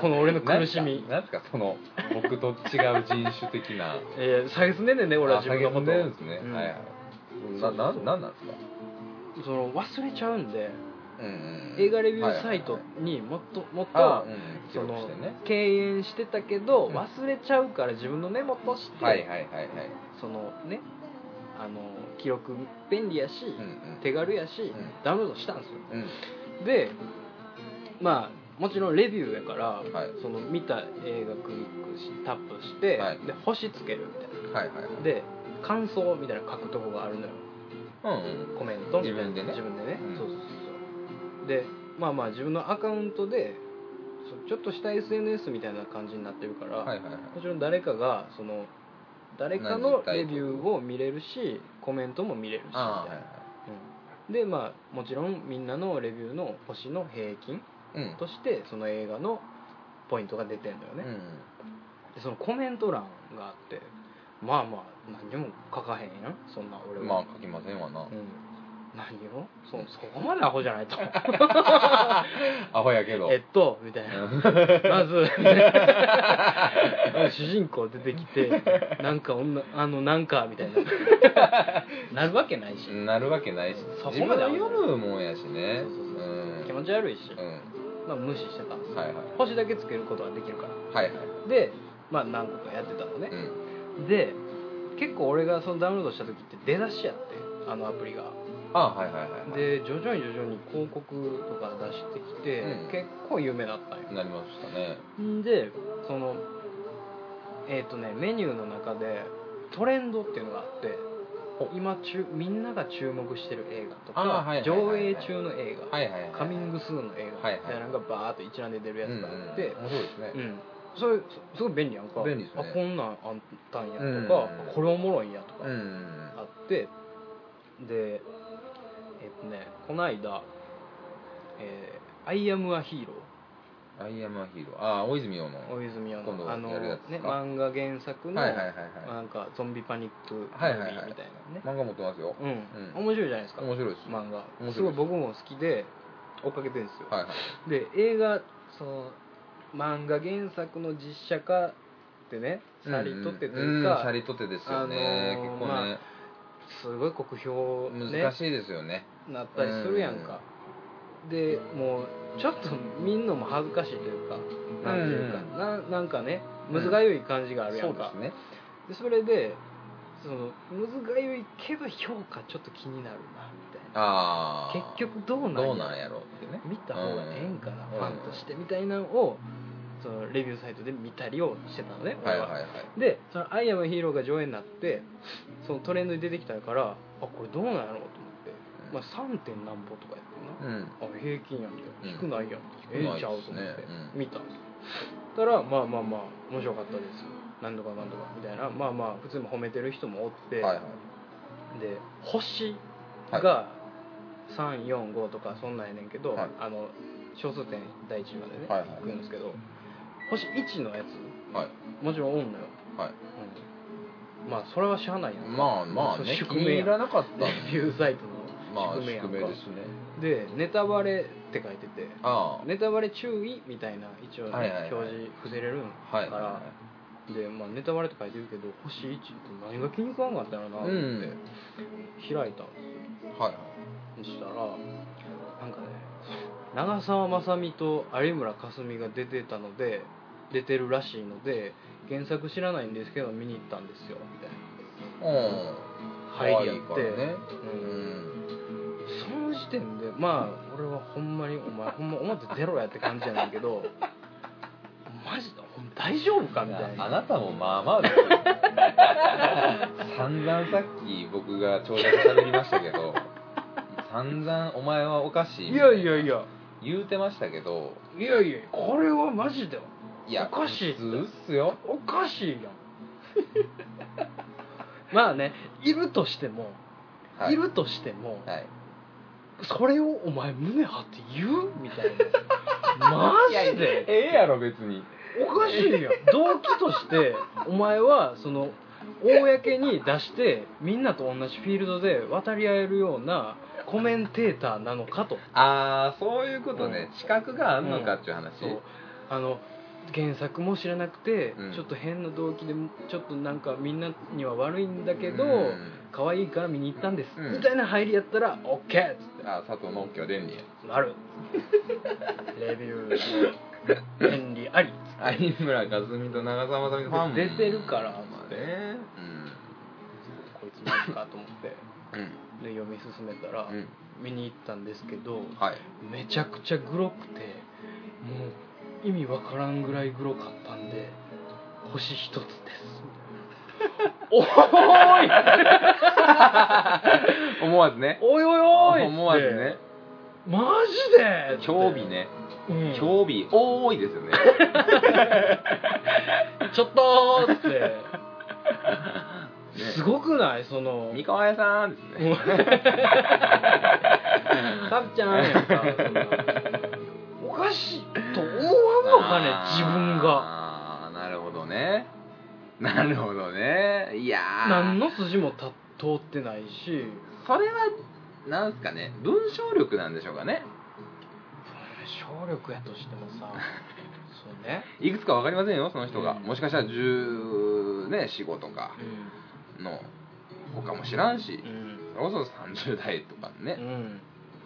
[SPEAKER 1] この俺の苦しみ
[SPEAKER 2] なんすかなんすかその僕と違う人種的な
[SPEAKER 1] えー、下げすねんねんね俺は
[SPEAKER 2] あ
[SPEAKER 1] 自分のこ
[SPEAKER 2] 下げるんで
[SPEAKER 1] と
[SPEAKER 2] すね、
[SPEAKER 1] うん
[SPEAKER 2] はいはいなななんなんですか
[SPEAKER 1] その忘れちゃうんで
[SPEAKER 2] うんうん
[SPEAKER 1] 映画レビューサイトにもっともっと、
[SPEAKER 2] はいはいはいあうん記
[SPEAKER 1] そ
[SPEAKER 2] 録
[SPEAKER 1] の
[SPEAKER 2] してね
[SPEAKER 1] 敬遠してたけど
[SPEAKER 2] うん
[SPEAKER 1] 忘れちゃうから自分のメモとして、
[SPEAKER 2] はいはいはいはい
[SPEAKER 1] そのねあの記録便利やし、
[SPEAKER 2] うんうん
[SPEAKER 1] 手軽やし、
[SPEAKER 2] ん
[SPEAKER 1] ダウンロードしたんですよ
[SPEAKER 2] うん
[SPEAKER 1] でまあもちろんレビューやから、
[SPEAKER 2] はい
[SPEAKER 1] その見た映画クリックしタップして、
[SPEAKER 2] はい
[SPEAKER 1] で星つけるみたいな
[SPEAKER 2] はいはいはい
[SPEAKER 1] で感想みたいな書くとこがあるのよ
[SPEAKER 2] うんうん
[SPEAKER 1] コメントみたいな
[SPEAKER 2] 自分でね
[SPEAKER 1] 自分でね、
[SPEAKER 2] うん
[SPEAKER 1] そうそうそうそうでまあまあ自分のアカウントでそうちょっとした SNS みたいな感じになってるから、
[SPEAKER 2] はいはいはい
[SPEAKER 1] もちろん誰かがその誰かのレビューを見れるしコメントも見れるしみたい
[SPEAKER 2] ああはい
[SPEAKER 1] な、うん、でまあもちろんみんなのレビューの星の平均
[SPEAKER 2] はいうん
[SPEAKER 1] としてその映画のポイントが出てんだよね、
[SPEAKER 2] うん
[SPEAKER 1] でそのコメント欄があってまあまあ何も書かへんやんそんな俺は
[SPEAKER 2] まあ書きませんわな
[SPEAKER 1] うん、何をそそこまでアホじゃない と
[SPEAKER 2] アホやけど
[SPEAKER 1] えっとみたいな まず 主人公出てきてなんか女あのなんかみたい ななるわけないし
[SPEAKER 2] なるわけないし
[SPEAKER 1] そこ
[SPEAKER 2] 自
[SPEAKER 1] ま
[SPEAKER 2] 分
[SPEAKER 1] で
[SPEAKER 2] で
[SPEAKER 1] は
[SPEAKER 2] 読むもんやしね
[SPEAKER 1] そうそうそう
[SPEAKER 2] うん
[SPEAKER 1] 気持ち悪いし、
[SPEAKER 2] うん
[SPEAKER 1] まあ、無視してたんですよ、
[SPEAKER 2] はいはい
[SPEAKER 1] 星だけつけることができるから
[SPEAKER 2] はいはい
[SPEAKER 1] でまあ何個かやってたのね
[SPEAKER 2] う、ん
[SPEAKER 1] で結構俺がそのダウンロードした時って出だしやってあのアプリが
[SPEAKER 2] あはいはいはいはい
[SPEAKER 1] で徐々に徐々に広告とか出してきて、
[SPEAKER 2] うん
[SPEAKER 1] 結構有名だったんよ
[SPEAKER 2] なりましたね
[SPEAKER 1] んでそのえっ、とねメニューの中でトレンドっていうのがあって今中みんなが注目してる映画とか、
[SPEAKER 2] あーはいはいはい
[SPEAKER 1] 上
[SPEAKER 2] はい
[SPEAKER 1] 映中の映画、
[SPEAKER 2] はいはいはい
[SPEAKER 1] カミングスーンの映画
[SPEAKER 2] はいはい
[SPEAKER 1] みたいなのがバーっと一覧で出るやつがあって、
[SPEAKER 2] うんうん面白いですね
[SPEAKER 1] うんそれすすごい便利やんか
[SPEAKER 2] 便利ですね
[SPEAKER 1] あこんなんあったんやとか、
[SPEAKER 2] うん
[SPEAKER 1] これおもろいんやとか、
[SPEAKER 2] うん
[SPEAKER 1] あってでえっとねこの間「えー、アイ・アム・ア・ヒーロー」
[SPEAKER 2] アイアムアヒーローああ大泉洋の
[SPEAKER 1] 大泉洋
[SPEAKER 2] 今度
[SPEAKER 1] のあの、
[SPEAKER 2] やるや
[SPEAKER 1] ね
[SPEAKER 2] つ、か
[SPEAKER 1] 漫画原作の、
[SPEAKER 2] はいはいはい
[SPEAKER 1] な
[SPEAKER 2] は
[SPEAKER 1] んかゾンビパニックムービ
[SPEAKER 2] はいはいはい
[SPEAKER 1] ーみたいなね
[SPEAKER 2] い、漫画持ってますよ
[SPEAKER 1] うん
[SPEAKER 2] うん
[SPEAKER 1] 面白いじゃないですか
[SPEAKER 2] 面白いです
[SPEAKER 1] 漫画
[SPEAKER 2] 面白いです
[SPEAKER 1] すごい僕も好きで追っかけてるんですよ、
[SPEAKER 2] はいはい
[SPEAKER 1] で映画その漫画原作の実写化ってねさりとってという
[SPEAKER 2] うんうんシ
[SPEAKER 1] か、
[SPEAKER 2] ャリ取ってですよ
[SPEAKER 1] あ
[SPEAKER 2] ね、
[SPEAKER 1] のー
[SPEAKER 2] 結構ね、
[SPEAKER 1] すごい酷評、ね、
[SPEAKER 2] 難しいですよね
[SPEAKER 1] なったりするやんか、でもうちょっと見んのも恥ずかしいというかなんていうか、
[SPEAKER 2] うん
[SPEAKER 1] ななんかねむずがゆい感じがあ
[SPEAKER 2] そう
[SPEAKER 1] る
[SPEAKER 2] で
[SPEAKER 1] やんか、
[SPEAKER 2] すね
[SPEAKER 1] でそれでそのむずがゆいけど評価ちょっと気になるなみたい
[SPEAKER 2] ああ
[SPEAKER 1] な結局どうなんや
[SPEAKER 2] どうなんやろうってね
[SPEAKER 1] 見た方がええんかな、
[SPEAKER 2] うん
[SPEAKER 1] ファンとしてみたいなのをそのレビューサイトで見たりをしてたのね、
[SPEAKER 2] は
[SPEAKER 1] 俺
[SPEAKER 2] いはいはい
[SPEAKER 1] でその「アイアムヒーロー」が上映になってそのトレンドに出てきたからあこれどうなんやろうと思って、まあ、3. 点何歩とかやってるな、
[SPEAKER 2] うん
[SPEAKER 1] あ平均やんけ
[SPEAKER 2] うん
[SPEAKER 1] 低ないやんけ、
[SPEAKER 2] 低
[SPEAKER 1] え
[SPEAKER 2] ない
[SPEAKER 1] えちゃうと思っ
[SPEAKER 2] で
[SPEAKER 1] て
[SPEAKER 2] すねうん
[SPEAKER 1] 見たんですよたらまあまあまあ面白かったです何度か何度かみたいなまあまあ普通に褒めてる人もおって、
[SPEAKER 2] はいはい
[SPEAKER 1] で星
[SPEAKER 2] はい
[SPEAKER 1] が345とかそんなんやねんけど、
[SPEAKER 2] はい
[SPEAKER 1] あの小数点第1までね、
[SPEAKER 2] はいはい
[SPEAKER 1] くんですけど星1のや
[SPEAKER 2] はい
[SPEAKER 1] つもちろんおんのよ、
[SPEAKER 2] はい
[SPEAKER 1] うん、まあそれはしゃあないやん
[SPEAKER 2] まあまあ
[SPEAKER 1] そう
[SPEAKER 2] ね
[SPEAKER 1] 宿
[SPEAKER 2] 気
[SPEAKER 1] 命やん
[SPEAKER 2] に入らなかった
[SPEAKER 1] レビューサイトの
[SPEAKER 2] まあ
[SPEAKER 1] 宿命やん
[SPEAKER 2] 宿
[SPEAKER 1] か
[SPEAKER 2] 命ですね
[SPEAKER 1] でネタバレって書いてて
[SPEAKER 2] あ
[SPEAKER 1] ネタバレ注意みたいな一応ね、
[SPEAKER 2] はいはいはい
[SPEAKER 1] 表示伏せれるん
[SPEAKER 2] あはい
[SPEAKER 1] だから、で、まあ、ネタバレって書いてるけど星1って何が気に食わんかったのなと思って、
[SPEAKER 2] うん
[SPEAKER 1] 開いたんで
[SPEAKER 2] はい
[SPEAKER 1] すよそしたらなんかね長澤まさみと有村架純が出てたので出てるらしいので原作知らないんですけど見に行ったんですよみたい
[SPEAKER 2] うん
[SPEAKER 1] な
[SPEAKER 2] 可愛
[SPEAKER 1] 入り
[SPEAKER 2] い
[SPEAKER 1] やっ
[SPEAKER 2] か
[SPEAKER 1] て、
[SPEAKER 2] らねう
[SPEAKER 1] うん
[SPEAKER 2] ん
[SPEAKER 1] その時点でまあ俺はほんまにお前ほんま思ってゼロやって感じやねんけど マジでほんま大丈夫かみたいな
[SPEAKER 2] あなたもまあまあですよ散々さっき僕が長尺喋りました けど散々お前はおかしい
[SPEAKER 1] い
[SPEAKER 2] みた
[SPEAKER 1] や
[SPEAKER 2] ない
[SPEAKER 1] やいや
[SPEAKER 2] 言うてましたけど
[SPEAKER 1] いやいやこれはマジで
[SPEAKER 2] いや
[SPEAKER 1] おかしいって
[SPEAKER 2] 普通っすよ
[SPEAKER 1] おかしい やんまあねいるとしても、、
[SPEAKER 2] はい
[SPEAKER 1] るとしても、
[SPEAKER 2] はい
[SPEAKER 1] それをお前胸張って言うみたいなマジで
[SPEAKER 2] ええやろ別に
[SPEAKER 1] おかしいやん動機としてお前はその公に出してみんなと同じフィールドで渡り合えるようなコメンテーターなのかと
[SPEAKER 2] ああそういうことね、
[SPEAKER 1] うん
[SPEAKER 2] 資格があんのかっていう話、
[SPEAKER 1] そうあの原作も知らなくて、
[SPEAKER 2] うん
[SPEAKER 1] ちょっと変な動機でちょっとなんかみんなには悪いんだけど、
[SPEAKER 2] うん
[SPEAKER 1] 可愛いから見に行ったんです、
[SPEAKER 2] うん
[SPEAKER 1] みたいな入りやったら OK っつって
[SPEAKER 2] あー佐藤の OK は出んねや
[SPEAKER 1] なるレビュー便利あり
[SPEAKER 2] 有村架純と長澤まさみのファンも
[SPEAKER 1] 出てるから
[SPEAKER 2] まあね
[SPEAKER 1] こいつマジかと思って
[SPEAKER 2] うん
[SPEAKER 1] で読み進めたら、
[SPEAKER 2] うん
[SPEAKER 1] 見に行ったんですけど
[SPEAKER 2] はい
[SPEAKER 1] めちゃくちゃグロくてもう意味わからんぐらいグロかったんで星一つですおーい
[SPEAKER 2] 思わずね
[SPEAKER 1] おいおいおいって
[SPEAKER 2] 思わずね
[SPEAKER 1] マジでって
[SPEAKER 2] 興味、ね
[SPEAKER 1] うん
[SPEAKER 2] 興味多いです よね
[SPEAKER 1] ちょっとーって
[SPEAKER 2] ね
[SPEAKER 1] すごくないその
[SPEAKER 2] 三河屋さんですね
[SPEAKER 1] サブちゃんやんかそんなおかしいと思わんのかね自分が
[SPEAKER 2] あーなるほどねなるほどねいやー
[SPEAKER 1] 何の筋もた通ってないし
[SPEAKER 2] それはなんすかね文章力なんでしょうかね
[SPEAKER 1] 小力やとしてもさそうね、
[SPEAKER 2] いくつか分かりませんよその人が
[SPEAKER 1] うん
[SPEAKER 2] もしかしたら10ね4 5とか
[SPEAKER 1] う
[SPEAKER 2] の子かも知らんし
[SPEAKER 1] ん
[SPEAKER 2] それこそ30代とか
[SPEAKER 1] う
[SPEAKER 2] ね
[SPEAKER 1] ん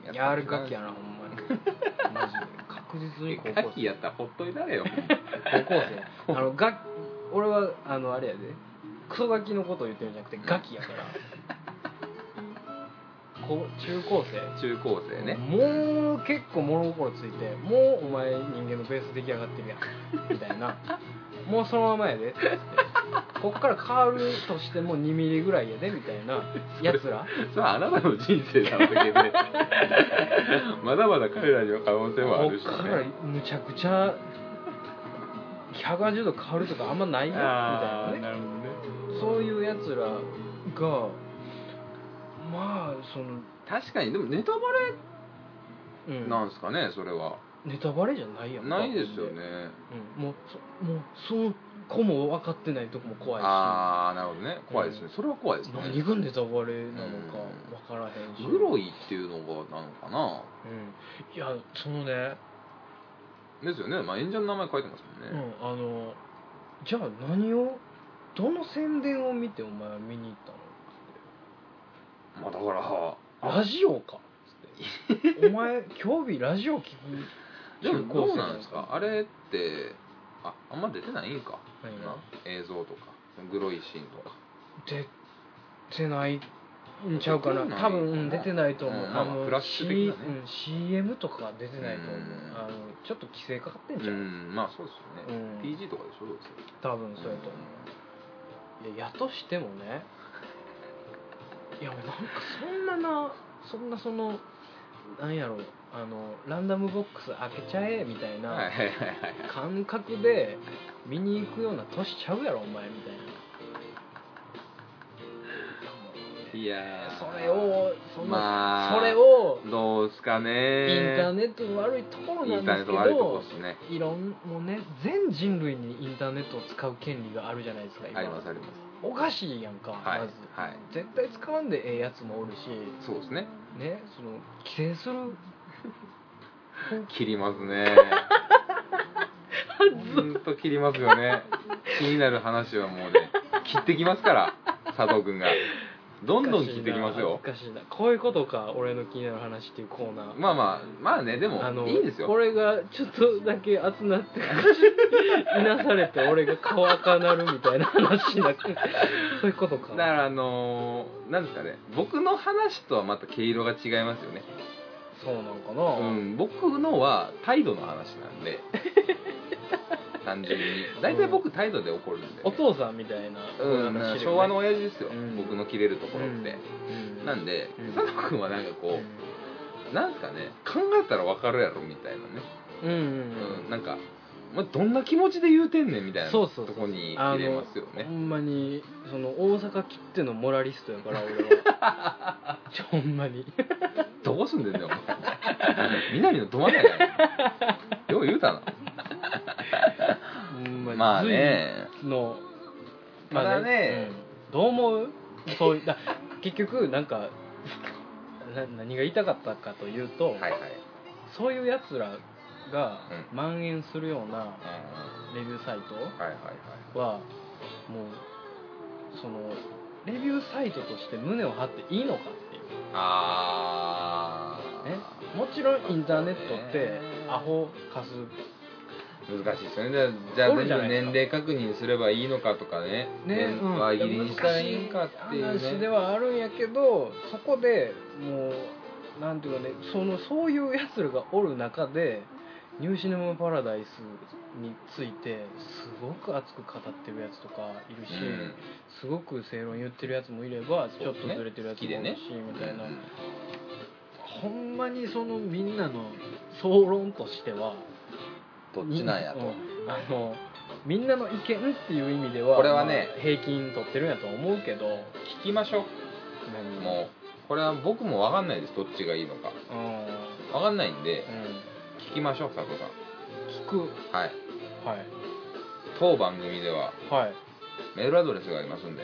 [SPEAKER 2] や
[SPEAKER 1] い
[SPEAKER 2] った
[SPEAKER 1] やあ
[SPEAKER 2] ら
[SPEAKER 1] れ
[SPEAKER 2] 知ら
[SPEAKER 1] ガ
[SPEAKER 2] んし
[SPEAKER 1] キやなほんまにマジで確実に高
[SPEAKER 2] ガ
[SPEAKER 1] 校
[SPEAKER 2] キ
[SPEAKER 1] 生
[SPEAKER 2] やったらほっといたれよ
[SPEAKER 1] 高校生あのガキ俺はあのあれやでクソガキのことを言ってるんじゃなくてガキやからこう中高生
[SPEAKER 2] 中高生ね
[SPEAKER 1] もう結構物心ついてもうお前人間のベース出来上がってるやんみたいなもうそのままやでって言ってこっから変わるとしても2ミリぐらいやでみたいなやつら
[SPEAKER 2] それはあなたの人生なわけ でまだまだ彼らには可能性はあ
[SPEAKER 1] こ
[SPEAKER 2] るし
[SPEAKER 1] っから
[SPEAKER 2] ね
[SPEAKER 1] むちゃくちゃ180度変わるとかあんまないよみたいな
[SPEAKER 2] あー
[SPEAKER 1] ね
[SPEAKER 2] なるほどね
[SPEAKER 1] そういうやつらがまあその、
[SPEAKER 2] 確かにでもネタバ
[SPEAKER 1] う
[SPEAKER 2] レ
[SPEAKER 1] ん
[SPEAKER 2] なんすかねそれは
[SPEAKER 1] ネタバレじゃないやんか
[SPEAKER 2] ないですよ、ね
[SPEAKER 1] うん、もうそもうその子も分かってないとこも怖いし
[SPEAKER 2] ああなるほどね怖いですね、
[SPEAKER 1] うん
[SPEAKER 2] それは怖いですね
[SPEAKER 1] 何がネタバレなのか分からへんし、
[SPEAKER 2] グロいっていうのがなのかな
[SPEAKER 1] うん、いやそのね、
[SPEAKER 2] ですよねまあ演者の名前書いてますも
[SPEAKER 1] う
[SPEAKER 2] んね、
[SPEAKER 1] ん、あのじゃあ何をどの宣伝を見てお前は見に行っ
[SPEAKER 2] まあだから
[SPEAKER 1] たのラジオ かつってお前今日日ラジオ聞く
[SPEAKER 2] でもどう
[SPEAKER 1] じゃ
[SPEAKER 2] なんですかあれってああんま出てないんか
[SPEAKER 1] 何が
[SPEAKER 2] な映像とかグロいシーンとか
[SPEAKER 1] 出てないんちゃうかな
[SPEAKER 2] 出てない
[SPEAKER 1] 多分うん出てないと思う、
[SPEAKER 2] うんまあまあフラッシュ的な
[SPEAKER 1] C うん、CM とか出てないと思う、
[SPEAKER 2] うん
[SPEAKER 1] あのちょっと規制かかってん
[SPEAKER 2] う
[SPEAKER 1] じゃん、
[SPEAKER 2] んまあそうですよね、
[SPEAKER 1] うん
[SPEAKER 2] PG とかでしょどうです
[SPEAKER 1] 多分そうやと思う、いややとしてもねいやもうなんかそんななそんなそのなんやろあのランダムボックス開けちゃえみたい
[SPEAKER 2] はいはい
[SPEAKER 1] な
[SPEAKER 2] はいはい
[SPEAKER 1] 感覚で見に行くような年ちゃうやろお前みたい
[SPEAKER 2] いや
[SPEAKER 1] な
[SPEAKER 2] ー
[SPEAKER 1] それをそんな、
[SPEAKER 2] まあ
[SPEAKER 1] それを
[SPEAKER 2] どうすかね
[SPEAKER 1] インター
[SPEAKER 2] ネ
[SPEAKER 1] ネットの悪いところ
[SPEAKER 2] イ
[SPEAKER 1] な
[SPEAKER 2] ン
[SPEAKER 1] ん
[SPEAKER 2] タ
[SPEAKER 1] で
[SPEAKER 2] ーネ
[SPEAKER 1] すけ
[SPEAKER 2] ット悪いとこ
[SPEAKER 1] ど
[SPEAKER 2] ですね
[SPEAKER 1] いろんもうね全人類にインターネットを使う権利があるじゃないですか今
[SPEAKER 2] ありますあります
[SPEAKER 1] おかしいやんか、
[SPEAKER 2] はい
[SPEAKER 1] まず
[SPEAKER 2] はい
[SPEAKER 1] 絶対使わんでええやつもおるし
[SPEAKER 2] そうですね
[SPEAKER 1] ねその規制する
[SPEAKER 2] 切りますね
[SPEAKER 1] は
[SPEAKER 2] ずっと切りますよね気になる話はもうね切ってきますから佐藤君がどんどん切ってきますよ
[SPEAKER 1] おかしいなこういうことか俺の気になる話っていうコーナー
[SPEAKER 2] まあまあまあねでも
[SPEAKER 1] あの
[SPEAKER 2] いいんですよ
[SPEAKER 1] これがちょっとだけ熱なっていなされて俺が顔赤なるみたいな話になって そういうことか
[SPEAKER 2] だからあのーなんですかね僕の話とはまた毛色が違いますよね、
[SPEAKER 1] そうなのか
[SPEAKER 2] う
[SPEAKER 1] な、
[SPEAKER 2] ん、僕のは態度の話な んで単純に大体僕態度で怒るんでね、
[SPEAKER 1] お父さんみたいな、
[SPEAKER 2] うん、なんか昭和の親父ですよ、
[SPEAKER 1] うん
[SPEAKER 2] 僕の切れるところって、
[SPEAKER 1] うん
[SPEAKER 2] なんで
[SPEAKER 1] うん
[SPEAKER 2] 佐藤君はなんかこう、なんですかね考えたら分かるやろみたいなね、
[SPEAKER 1] うんうん
[SPEAKER 2] うん
[SPEAKER 1] うん
[SPEAKER 2] なんか、まあ、どんな気持ちで言うてんねんみたいな
[SPEAKER 1] そうそうそう
[SPEAKER 2] とこに入れますよ
[SPEAKER 1] ほ
[SPEAKER 2] ね
[SPEAKER 1] んまにその大阪きってのモラリストやから俺は ちょほんまに
[SPEAKER 2] どこ住んでんねんお前 南のど真ん中やろよう言うたな
[SPEAKER 1] うんま
[SPEAKER 2] まあね
[SPEAKER 1] 随の
[SPEAKER 2] ただね、
[SPEAKER 1] うんどう思うそういだ結局なんかな何が言いたかったかというと、
[SPEAKER 2] はいはい、
[SPEAKER 1] そういうやつらが
[SPEAKER 2] う
[SPEAKER 1] 蔓延するような
[SPEAKER 2] うんは
[SPEAKER 1] レビューサイ
[SPEAKER 2] いはいはい
[SPEAKER 1] トはもうそのレビューサイトとして胸を張っていいのかっていう
[SPEAKER 2] ああ
[SPEAKER 1] ね、もちろんインターネットってアホかす
[SPEAKER 2] 難しいですよねじゃあじゃあ
[SPEAKER 1] おる
[SPEAKER 2] 全
[SPEAKER 1] じゃな
[SPEAKER 2] 部
[SPEAKER 1] いです
[SPEAKER 2] 年
[SPEAKER 1] か
[SPEAKER 2] 齢確認すればいいのかとかね
[SPEAKER 1] ね、うん、
[SPEAKER 2] 輪切りにしたらいいんかっていう、
[SPEAKER 1] 難しい話で
[SPEAKER 2] ね、
[SPEAKER 1] はあるんやけどそこでもうなんていうかねそのそういうやつらがおる中で「ニューシネマ・パラダイス」についてすごく熱く語ってるやつとかいるし、
[SPEAKER 2] うん
[SPEAKER 1] すごく正論言ってるやつもいればちょっとずれてるやつもいるし、
[SPEAKER 2] ね好きでね
[SPEAKER 1] みたいな、
[SPEAKER 2] うん
[SPEAKER 1] ほんまにそのみんなの総論としては
[SPEAKER 2] どっちなんやと、
[SPEAKER 1] うあのみんなの意見っていう意味では
[SPEAKER 2] これはね
[SPEAKER 1] まあ平均取ってるんやと思うけど
[SPEAKER 2] 聞きましょう
[SPEAKER 1] 何
[SPEAKER 2] もうこれは僕も分かんないですどっちがいいのか
[SPEAKER 1] うん、うん、
[SPEAKER 2] 分かんないんで聞きましょう佐藤さ
[SPEAKER 1] 聞く
[SPEAKER 2] んはい
[SPEAKER 1] はい
[SPEAKER 2] 当番組では
[SPEAKER 1] は
[SPEAKER 2] メールアドレスがありますんで、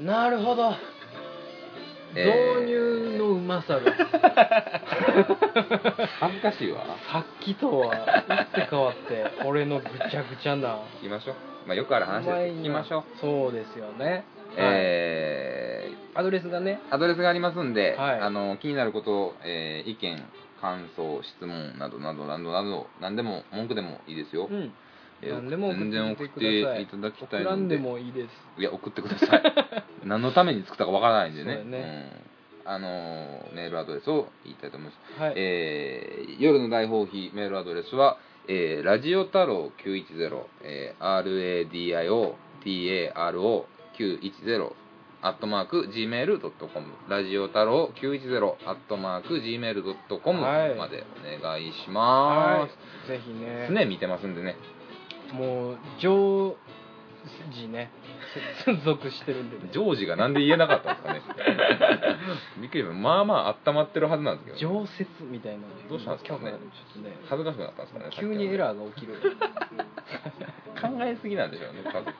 [SPEAKER 1] いなるほど、
[SPEAKER 2] えー
[SPEAKER 1] 導入のうまさが
[SPEAKER 2] 恥ずかしいわ
[SPEAKER 1] さっきとは打って変わ って俺のぐちゃぐちゃな
[SPEAKER 2] 聞きましょう、まあ、よくある話ですけど聞きましょう
[SPEAKER 1] そうですよね、はい
[SPEAKER 2] え
[SPEAKER 1] アドレスがね
[SPEAKER 2] ーアドレスがありますんで、
[SPEAKER 1] はい
[SPEAKER 2] あの気になること、えー意見感想質問などなどなどなど何でも文句でもいいですよ、
[SPEAKER 1] うん
[SPEAKER 2] えー
[SPEAKER 1] 何でも送
[SPEAKER 2] 全然
[SPEAKER 1] って
[SPEAKER 2] 送っ
[SPEAKER 1] きてくださ
[SPEAKER 2] て
[SPEAKER 1] い
[SPEAKER 2] いただきたい
[SPEAKER 1] 送らん
[SPEAKER 2] ので
[SPEAKER 1] でもいいです
[SPEAKER 2] いや送ってください 何のために作ったかわからないんでね
[SPEAKER 1] そうだね
[SPEAKER 2] うんあのーメールアドレスを言いたいと思います
[SPEAKER 1] はい、
[SPEAKER 2] えー夜の大放棄メールアドレスは、えーラジオ太郎910、えー RADIOTARO910 アットマーク Gmail.com ラジオ太郎910アットマーク Gmail.com
[SPEAKER 1] はい
[SPEAKER 2] までお願いしま
[SPEAKER 1] は
[SPEAKER 2] す、
[SPEAKER 1] いぜひね
[SPEAKER 2] 常見てますんでね
[SPEAKER 1] もう常時ね接続してるんでね
[SPEAKER 2] ジョージがなんで言えなかったんです かねびっくりしましたまあまあ温まってるはずなんですけどね、
[SPEAKER 1] 常設みたいなの
[SPEAKER 2] どうしたんですかね
[SPEAKER 1] 今日からちょっとね
[SPEAKER 2] 恥ずかしくなったんですかね
[SPEAKER 1] 急にエ
[SPEAKER 2] ー
[SPEAKER 1] ラーが起きる
[SPEAKER 2] 考えすぎなんでしょうね家族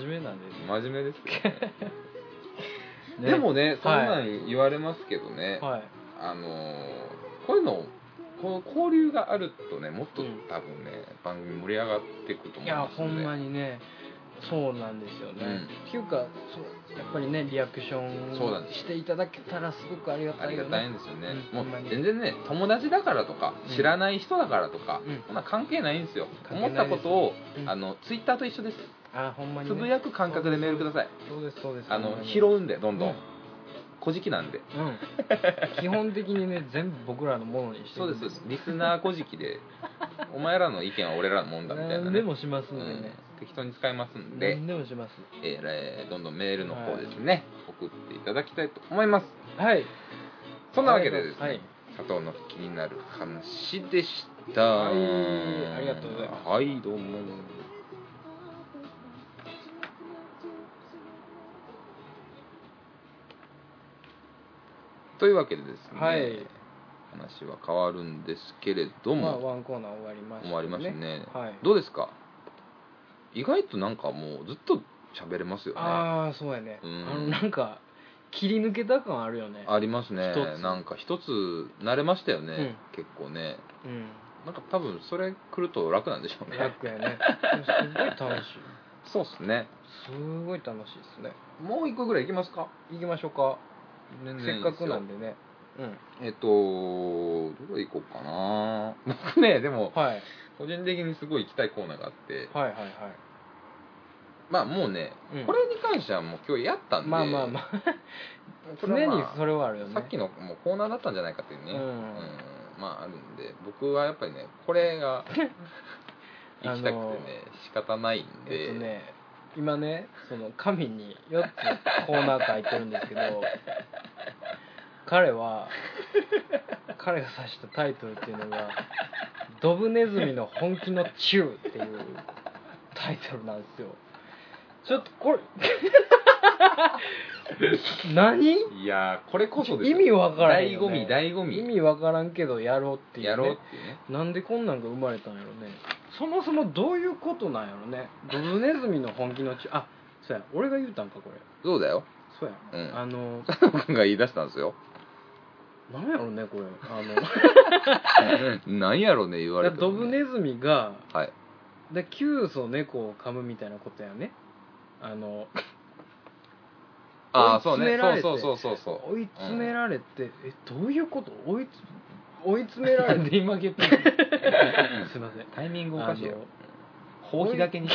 [SPEAKER 1] 真面目なんで、
[SPEAKER 2] 真面目ですけどね
[SPEAKER 1] ね
[SPEAKER 2] でもね、そんな
[SPEAKER 1] は
[SPEAKER 2] ん言われますけどね、
[SPEAKER 1] はい
[SPEAKER 2] あのーこういうの、こう交流があるとね、もっと
[SPEAKER 1] うん
[SPEAKER 2] 多分ね、番組盛り上がっていくと思うん
[SPEAKER 1] い
[SPEAKER 2] ですよ
[SPEAKER 1] や
[SPEAKER 2] ね。
[SPEAKER 1] ほんまにねそうなんですよね、
[SPEAKER 2] うん
[SPEAKER 1] っていうかそうやっぱりねリアクショ
[SPEAKER 2] そうなん
[SPEAKER 1] ン
[SPEAKER 2] です
[SPEAKER 1] していただけたらすごくありが
[SPEAKER 2] あ
[SPEAKER 1] た
[SPEAKER 2] り
[SPEAKER 1] い
[SPEAKER 2] が
[SPEAKER 1] よ
[SPEAKER 2] たいん
[SPEAKER 1] ね
[SPEAKER 2] ですよね、
[SPEAKER 1] うんほん
[SPEAKER 2] も
[SPEAKER 1] ま
[SPEAKER 2] う
[SPEAKER 1] に
[SPEAKER 2] 全然ね友達だからとか
[SPEAKER 1] うん
[SPEAKER 2] 知らない人だからとか、
[SPEAKER 1] うん
[SPEAKER 2] そんな関係ないんですよ、
[SPEAKER 1] 関
[SPEAKER 2] 思
[SPEAKER 1] 係
[SPEAKER 2] っ
[SPEAKER 1] な
[SPEAKER 2] た
[SPEAKER 1] いです
[SPEAKER 2] ことを、
[SPEAKER 1] うん
[SPEAKER 2] あのツイッターと一緒です
[SPEAKER 1] あほんまに、
[SPEAKER 2] つ
[SPEAKER 1] ね、
[SPEAKER 2] ぶやく感覚でメールください、
[SPEAKER 1] そうですそうです
[SPEAKER 2] あ
[SPEAKER 1] ほんま
[SPEAKER 2] の
[SPEAKER 1] に
[SPEAKER 2] 拾うんでどんどん、
[SPEAKER 1] うん
[SPEAKER 2] 小じきなんで
[SPEAKER 1] うん基本的にね全部僕らのものにして
[SPEAKER 2] そう
[SPEAKER 1] る
[SPEAKER 2] ですそうですリスナー小じき でお前らの意見は俺らのもんだみたいな、ね、
[SPEAKER 1] 何でもします
[SPEAKER 2] うん
[SPEAKER 1] でね、
[SPEAKER 2] ん適当に使いますんで
[SPEAKER 1] 何、でもします
[SPEAKER 2] えーえーどんどんメールの方ですね、送っていただきたいと思います
[SPEAKER 1] はい
[SPEAKER 2] そんなわけでですね、
[SPEAKER 1] はい
[SPEAKER 2] 佐藤の気になる話でした
[SPEAKER 1] はいありがとうございます
[SPEAKER 2] はいどうもというわけでですね、
[SPEAKER 1] はい
[SPEAKER 2] 話は変わるんですけれど
[SPEAKER 1] まあ
[SPEAKER 2] も、
[SPEAKER 1] ワンコーナー終わりました
[SPEAKER 2] 終わりましたね、
[SPEAKER 1] はい
[SPEAKER 2] どうですか意外となんかもうずっと喋れますよねあ
[SPEAKER 1] ああそうやね、
[SPEAKER 2] うん
[SPEAKER 1] あのなんか切り抜けた感あるよね
[SPEAKER 2] りますね
[SPEAKER 1] 一つ
[SPEAKER 2] なんか一つ慣れましたよね、結構ね
[SPEAKER 1] うん
[SPEAKER 2] なんか多分それ来ると楽なんでしょうね
[SPEAKER 1] 楽やねすごい楽しい
[SPEAKER 2] そうっすね
[SPEAKER 1] すごい楽しいですね
[SPEAKER 2] もう一個ぐらいいきますか
[SPEAKER 1] 行きましょうか
[SPEAKER 2] 全
[SPEAKER 1] せっかくなん
[SPEAKER 2] で
[SPEAKER 1] でねうん
[SPEAKER 2] えっとどこ行こうかな僕ねでも
[SPEAKER 1] はい、
[SPEAKER 2] 個人的にすごい行きたいコーナーがあって
[SPEAKER 1] はいはいはい
[SPEAKER 2] まあもうね、
[SPEAKER 1] うん
[SPEAKER 2] これに関してはもう今日やったんで
[SPEAKER 1] まあまあまあ
[SPEAKER 2] こ
[SPEAKER 1] 常
[SPEAKER 2] れはま
[SPEAKER 1] に
[SPEAKER 2] あ
[SPEAKER 1] それはあるよね
[SPEAKER 2] さっきのもうコーナーだったんじゃないかっていうね、
[SPEAKER 1] うん
[SPEAKER 2] うんまああるんで僕はやっぱりねこ れが行きたくてね仕方ないんで、
[SPEAKER 1] えっとね今ねその紙に4つコーナー書いてるんですけ ど彼は彼が指したタイトルっていうのが「ドブネズミの本気のチュー」っていうタイトルなんですよちょっと これ何
[SPEAKER 2] いやーこれこそです
[SPEAKER 1] 意
[SPEAKER 2] よ
[SPEAKER 1] 味わからん
[SPEAKER 2] 醍
[SPEAKER 1] よ
[SPEAKER 2] 醐
[SPEAKER 1] ね
[SPEAKER 2] 味醍醐味
[SPEAKER 1] 意味わからんけどやろうっていう、ね、
[SPEAKER 2] やろうっていうね
[SPEAKER 1] なんでこんなんが生まれたんやろねそもそもどういうことなんやろねドブネズミの本気のちあそうや俺が言うたんかこれ
[SPEAKER 2] そうだよ
[SPEAKER 1] そうや、
[SPEAKER 2] うん
[SPEAKER 1] あの
[SPEAKER 2] 佐藤君が言い出したんですよ
[SPEAKER 1] なんやろねこれあの
[SPEAKER 2] なんやろうね言われて
[SPEAKER 1] ド
[SPEAKER 2] も
[SPEAKER 1] ブ
[SPEAKER 2] ね
[SPEAKER 1] ネズミが
[SPEAKER 2] はい
[SPEAKER 1] で急須猫を噛むみたいなことやねあの
[SPEAKER 2] ああ
[SPEAKER 1] 追い
[SPEAKER 2] そう
[SPEAKER 1] 詰
[SPEAKER 2] ね
[SPEAKER 1] められて
[SPEAKER 2] そうそうそうそう
[SPEAKER 1] 追い詰められて、えどういうこと追いつ追い詰めら れて
[SPEAKER 3] で今ゲット
[SPEAKER 1] すいません
[SPEAKER 3] タイミングおかしいよ
[SPEAKER 1] あ
[SPEAKER 3] 放
[SPEAKER 1] の
[SPEAKER 3] 棄だけに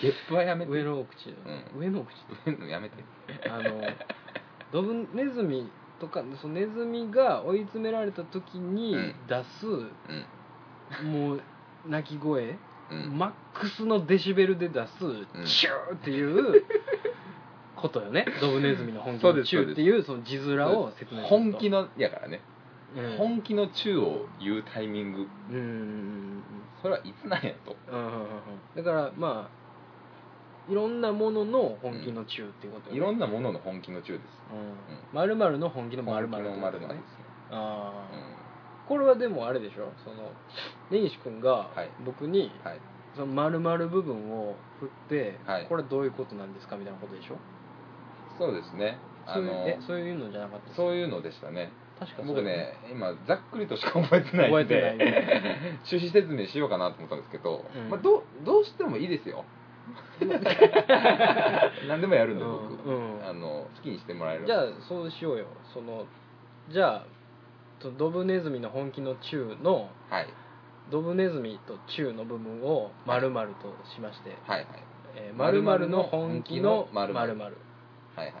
[SPEAKER 3] ゲップはやめ て
[SPEAKER 1] 上のお口の、
[SPEAKER 2] う
[SPEAKER 1] 上のお口
[SPEAKER 2] うんやめて
[SPEAKER 1] あのドブネズミとかそのネズミが追い詰められた時に
[SPEAKER 2] うん
[SPEAKER 1] 出す、
[SPEAKER 2] うん
[SPEAKER 1] もう鳴き声、
[SPEAKER 2] うん
[SPEAKER 1] マックスのデシベルで出す
[SPEAKER 2] ん
[SPEAKER 1] 「チュー」っていうことよねドブネズミの本気
[SPEAKER 2] そう
[SPEAKER 1] の「
[SPEAKER 2] です
[SPEAKER 1] チュー」っていうその字面を説明すると
[SPEAKER 2] 本気のやからね、
[SPEAKER 1] うん
[SPEAKER 2] 本気の中を言うタイミング
[SPEAKER 1] うんうんうん
[SPEAKER 2] それはいつなんやと
[SPEAKER 1] うんうんうんうんだからまあいろんなものの本気の「チュー」っていうことよね
[SPEAKER 2] いろんなものの本気の中です
[SPEAKER 1] まるまるの本気のま
[SPEAKER 2] 本
[SPEAKER 1] る
[SPEAKER 2] 気
[SPEAKER 1] ま
[SPEAKER 2] の
[SPEAKER 1] る
[SPEAKER 2] 丸々ですね、
[SPEAKER 1] あ
[SPEAKER 2] う
[SPEAKER 1] あ、
[SPEAKER 2] ん
[SPEAKER 1] これはでもあれでしょその根岸君が
[SPEAKER 2] はい
[SPEAKER 1] 僕に
[SPEAKER 2] はい、
[SPEAKER 1] その丸々部分を振って、
[SPEAKER 2] はい
[SPEAKER 1] これはどういうことなんですかみたいなことでしょ
[SPEAKER 2] そうですねあ
[SPEAKER 1] そういう
[SPEAKER 2] の
[SPEAKER 1] えそういうのじゃなかったです
[SPEAKER 2] そういうのでしたね
[SPEAKER 1] 確かそう
[SPEAKER 2] 僕ね今ざっくりとしか覚えてないん
[SPEAKER 1] 覚
[SPEAKER 2] で
[SPEAKER 1] えてないね
[SPEAKER 2] 趣旨説明しようかなと思ったんですけど、
[SPEAKER 1] うん
[SPEAKER 2] まあ、どうどうしてもいいです よ何でもやるんで僕、
[SPEAKER 1] うんうん
[SPEAKER 2] あの好きにしてもらえる
[SPEAKER 1] じゃあそうしようよそのじゃあそのドブネズミの本気の中の
[SPEAKER 2] はい
[SPEAKER 1] ドブネズミと中の部分を丸々としまして、
[SPEAKER 2] はいはい
[SPEAKER 1] えー、丸々の本気の丸々
[SPEAKER 2] 丸々はいはい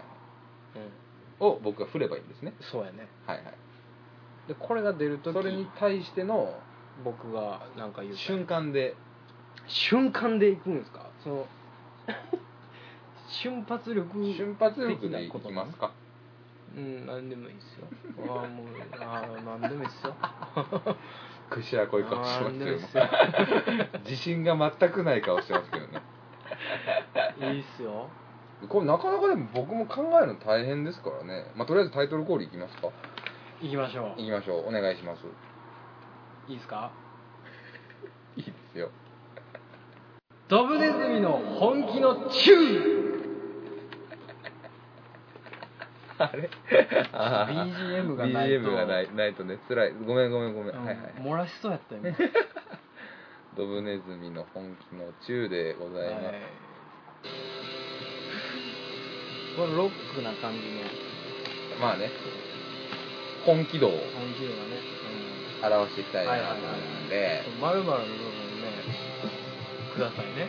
[SPEAKER 1] うん
[SPEAKER 2] を僕が振ればいいんですね
[SPEAKER 1] そうやね
[SPEAKER 2] はいはい
[SPEAKER 1] でこれが出るとき
[SPEAKER 2] それに対しての
[SPEAKER 1] 僕がなんか言うた
[SPEAKER 2] 瞬間で
[SPEAKER 1] 瞬間で行くんですかその瞬発力
[SPEAKER 2] 瞬発力でいきますか
[SPEAKER 1] うん何でもいいですよああもうああ何でもいいですよ
[SPEAKER 2] 串はこういう顔し
[SPEAKER 1] あ
[SPEAKER 2] てま
[SPEAKER 1] ー何
[SPEAKER 2] す
[SPEAKER 1] でもい
[SPEAKER 2] よ
[SPEAKER 1] いですよ
[SPEAKER 2] 自信が全くない顔してますけどね
[SPEAKER 1] いいっすよ
[SPEAKER 2] これなかなかでも僕も考えるの大変ですからね、まあ、とりあえずタイトルコールいきますか
[SPEAKER 1] 行きましょ
[SPEAKER 2] いきましょうお願いします
[SPEAKER 1] ういいですか
[SPEAKER 2] いいですよ
[SPEAKER 1] ドブネズミの本気のチュー
[SPEAKER 2] あれ
[SPEAKER 1] BGM がないと
[SPEAKER 2] BGM がないないとね辛いごめんごめんごめん、はいはいはい
[SPEAKER 1] 漏らしそうやったよ今
[SPEAKER 2] ドブネズミの本気の中でございます、
[SPEAKER 1] これロックな感じの
[SPEAKER 2] まあね本気度を
[SPEAKER 1] 本気度がね、
[SPEAKER 2] 表していきたいなと思うんで
[SPEAKER 1] うん、まるまるの部分ねくださいね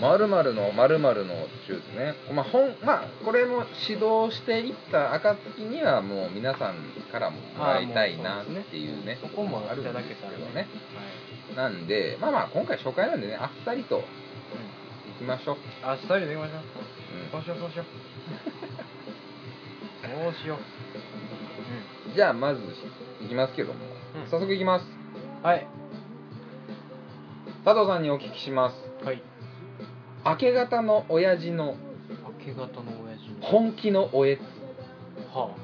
[SPEAKER 2] 〇〇の〇〇の中ですね、まあ本まあ、これも指導していった暁にはもう皆さんからももらいたいなっていうね
[SPEAKER 1] そこも
[SPEAKER 2] ある
[SPEAKER 1] い
[SPEAKER 2] ん
[SPEAKER 1] ただ
[SPEAKER 2] で
[SPEAKER 1] け
[SPEAKER 2] す
[SPEAKER 1] た
[SPEAKER 2] け
[SPEAKER 1] ら
[SPEAKER 2] ど
[SPEAKER 1] ね
[SPEAKER 2] ねなんでまあまあ今回初回なんでねあっさりといきましょう、
[SPEAKER 1] はい、あっさりできましょう
[SPEAKER 2] う
[SPEAKER 1] そうしようそうしようそうしよ
[SPEAKER 2] んじゃあまずいきますけども、
[SPEAKER 1] うん
[SPEAKER 2] 早速いきます
[SPEAKER 1] う、うん、はい
[SPEAKER 2] 佐藤さんにお聞きします
[SPEAKER 1] はい
[SPEAKER 2] 明け方の親父の
[SPEAKER 1] 明け方の親父の
[SPEAKER 2] 本気のおえつ
[SPEAKER 1] は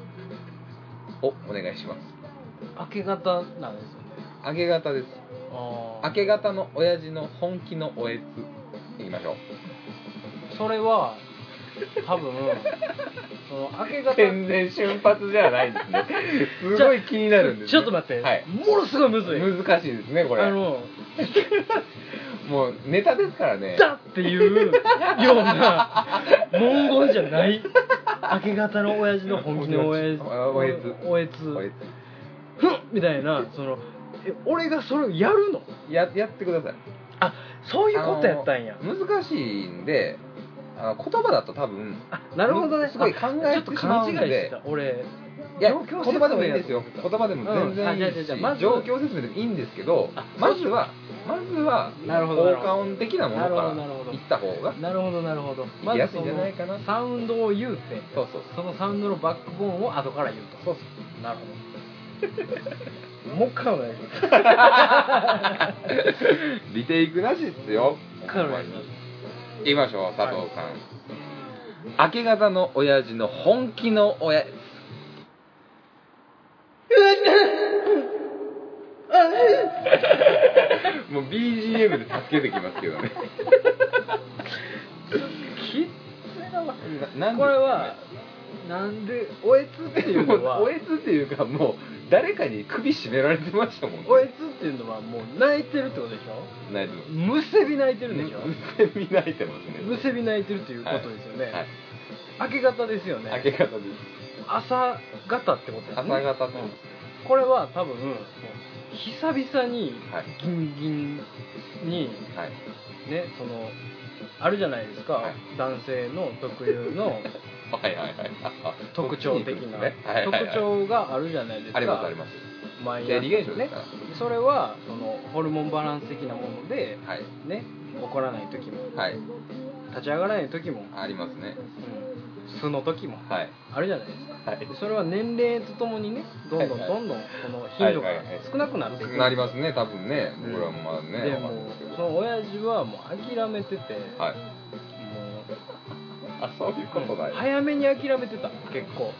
[SPEAKER 2] をお願いします
[SPEAKER 1] あ明け方なんですよね
[SPEAKER 2] 明け方です
[SPEAKER 1] ああ
[SPEAKER 2] 明け方の親父の本気のおえついきましょう
[SPEAKER 1] それは多分その明け方
[SPEAKER 2] 全然瞬発じゃないんで すねすごい気になるんです、ね、
[SPEAKER 1] ちょっと待って、
[SPEAKER 2] はい
[SPEAKER 1] ものすごいむずい
[SPEAKER 2] 難しいですねこれ
[SPEAKER 1] あの
[SPEAKER 2] もうネタですからね
[SPEAKER 1] だっていうような文言じゃない明け方の親父の本気の親父
[SPEAKER 2] おえつ
[SPEAKER 1] おえつ
[SPEAKER 2] こい
[SPEAKER 1] ふんみたいなそのえ俺がそれをやるの
[SPEAKER 2] つややってください
[SPEAKER 1] あそういうことやったんや
[SPEAKER 2] あの難しいんであの言葉だと多分
[SPEAKER 1] あなるほどね
[SPEAKER 2] すごい考え
[SPEAKER 1] あちょ
[SPEAKER 2] て
[SPEAKER 1] っと
[SPEAKER 2] しま
[SPEAKER 1] 勘
[SPEAKER 2] う
[SPEAKER 1] 違
[SPEAKER 2] ん
[SPEAKER 1] い
[SPEAKER 2] で
[SPEAKER 1] してた俺
[SPEAKER 2] いや
[SPEAKER 1] 状況説明
[SPEAKER 2] 言葉でもいいですよ言葉でも全然いい
[SPEAKER 1] うんあじゃあ
[SPEAKER 2] し、
[SPEAKER 1] じゃあじゃあまず
[SPEAKER 2] 状況説明でもいいんですけど
[SPEAKER 1] あ
[SPEAKER 2] まずはまずは
[SPEAKER 1] なるほどなる
[SPEAKER 2] 効
[SPEAKER 1] ほど
[SPEAKER 2] 果音的なものから
[SPEAKER 1] なるほどなるほど
[SPEAKER 2] いった方が
[SPEAKER 1] なるほどなるほど
[SPEAKER 2] いやついいんじゃないかな
[SPEAKER 1] サウンドを言うて
[SPEAKER 2] そうそう
[SPEAKER 1] そのサウンドのバックボーンを後から言うと
[SPEAKER 2] そうそう
[SPEAKER 1] なるほど もう一回お願いします
[SPEAKER 2] リテイクなしっすよ
[SPEAKER 1] もう一回お願いします
[SPEAKER 2] 行きましょう佐藤さん、明け方の親父の本気 の親父もう BGM で助けてきますけどね
[SPEAKER 1] きっ
[SPEAKER 2] ななんで
[SPEAKER 1] これはなんでおえつっていう のは
[SPEAKER 2] もうおえつっていうかもう誰かに首絞められてましたもんね
[SPEAKER 1] おえつっていうのはもう泣いてるってことでしょ
[SPEAKER 2] 泣いてます
[SPEAKER 1] むせび泣いてるんでしょ
[SPEAKER 2] 見泣いてますね
[SPEAKER 1] むせび泣いてるということですよね、
[SPEAKER 2] はい
[SPEAKER 1] 明け方ですよね
[SPEAKER 2] 明け方です
[SPEAKER 1] 朝方ってことですね
[SPEAKER 2] 朝方ってことです
[SPEAKER 1] これは多分もう久々に
[SPEAKER 2] はい
[SPEAKER 1] ギンギンに
[SPEAKER 2] はい
[SPEAKER 1] ねそのあるじゃないですか、
[SPEAKER 2] はい
[SPEAKER 1] 男性の特有の
[SPEAKER 2] はいはいはいあ
[SPEAKER 1] 特徴的な、
[SPEAKER 2] ね はいはいはい
[SPEAKER 1] 特徴があるじゃないですか
[SPEAKER 2] ありますあります
[SPEAKER 1] 毎
[SPEAKER 2] 生
[SPEAKER 1] 朝
[SPEAKER 2] 理現象ですから
[SPEAKER 1] それはそのホルモンバランス的なもので、
[SPEAKER 2] はい
[SPEAKER 1] ね怒らない時も
[SPEAKER 2] はい
[SPEAKER 1] 立ち上がらない時も、
[SPEAKER 2] ありますね
[SPEAKER 1] うん、素の時も
[SPEAKER 2] はい
[SPEAKER 1] あるじゃないですか
[SPEAKER 2] はい
[SPEAKER 1] それは年齢とともにねどんどん
[SPEAKER 2] はいはい
[SPEAKER 1] どんどんこの頻度が
[SPEAKER 2] はいはいはい
[SPEAKER 1] 少なくなっていく
[SPEAKER 2] なりますね多分ね僕らもまだね
[SPEAKER 1] で
[SPEAKER 2] わかんない
[SPEAKER 1] も
[SPEAKER 2] ですけど
[SPEAKER 1] その親父はもう諦めてて、
[SPEAKER 2] はい
[SPEAKER 1] もう
[SPEAKER 2] あそういうことだよ
[SPEAKER 1] 早めに諦めてた結構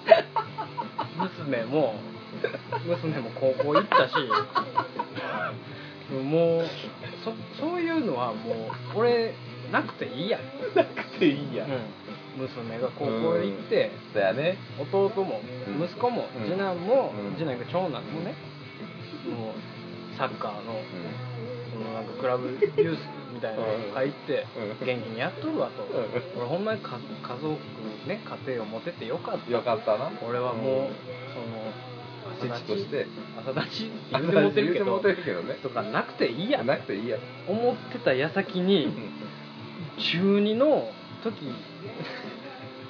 [SPEAKER 1] 娘も娘も高校行ったしもうそそういうのはもう俺なくていいや、
[SPEAKER 2] なくていいや
[SPEAKER 1] うん、娘が高校行って
[SPEAKER 2] だよね
[SPEAKER 1] 弟も
[SPEAKER 2] うん
[SPEAKER 1] 息子も
[SPEAKER 2] うん
[SPEAKER 1] 次男も
[SPEAKER 2] うん
[SPEAKER 1] 次男が長男もねもうサッカーの
[SPEAKER 2] う
[SPEAKER 1] そのなんかクラブユースみたいなの入って
[SPEAKER 2] うん
[SPEAKER 1] 元気にやっとるわと
[SPEAKER 2] うん
[SPEAKER 1] 俺ほんまにか家族ね家庭を持ててよかっ
[SPEAKER 2] ん
[SPEAKER 1] た
[SPEAKER 2] よかったな
[SPEAKER 1] 俺はもう、その
[SPEAKER 2] 父として
[SPEAKER 1] 朝立ち言う てもてるけ
[SPEAKER 2] 言う
[SPEAKER 1] ど
[SPEAKER 2] てもうてるけどね
[SPEAKER 1] とかなくていいや
[SPEAKER 2] なくていいや
[SPEAKER 1] 思ってた矢先に中二の時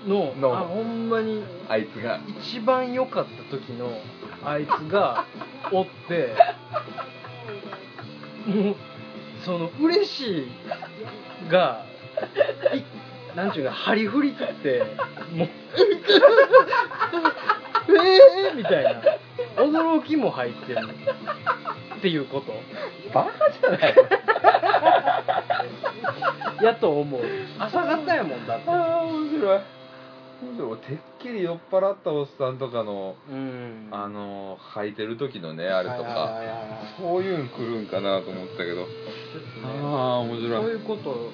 [SPEAKER 1] の
[SPEAKER 2] の
[SPEAKER 1] あほんまに
[SPEAKER 2] あいつが
[SPEAKER 1] 一番良かった時のあいつがおってもうその嬉しいがいなんちゅうか張り振り切ってもう 「ええー!」みたいな驚きも入ってるっていうこと
[SPEAKER 2] バカじゃない
[SPEAKER 1] やと思う朝方やもんだって
[SPEAKER 2] ああ面白い面白いてっきり酔っ払ったおっさんとかの
[SPEAKER 1] うん
[SPEAKER 2] あの履いてる時のねあれと
[SPEAKER 1] はいは
[SPEAKER 2] か
[SPEAKER 1] いはいはい
[SPEAKER 2] そういうん来るんかなと思ったけど
[SPEAKER 1] ちょっ
[SPEAKER 2] あ
[SPEAKER 1] とね
[SPEAKER 2] あ面
[SPEAKER 1] そう
[SPEAKER 2] 白
[SPEAKER 1] い
[SPEAKER 2] いう
[SPEAKER 1] こと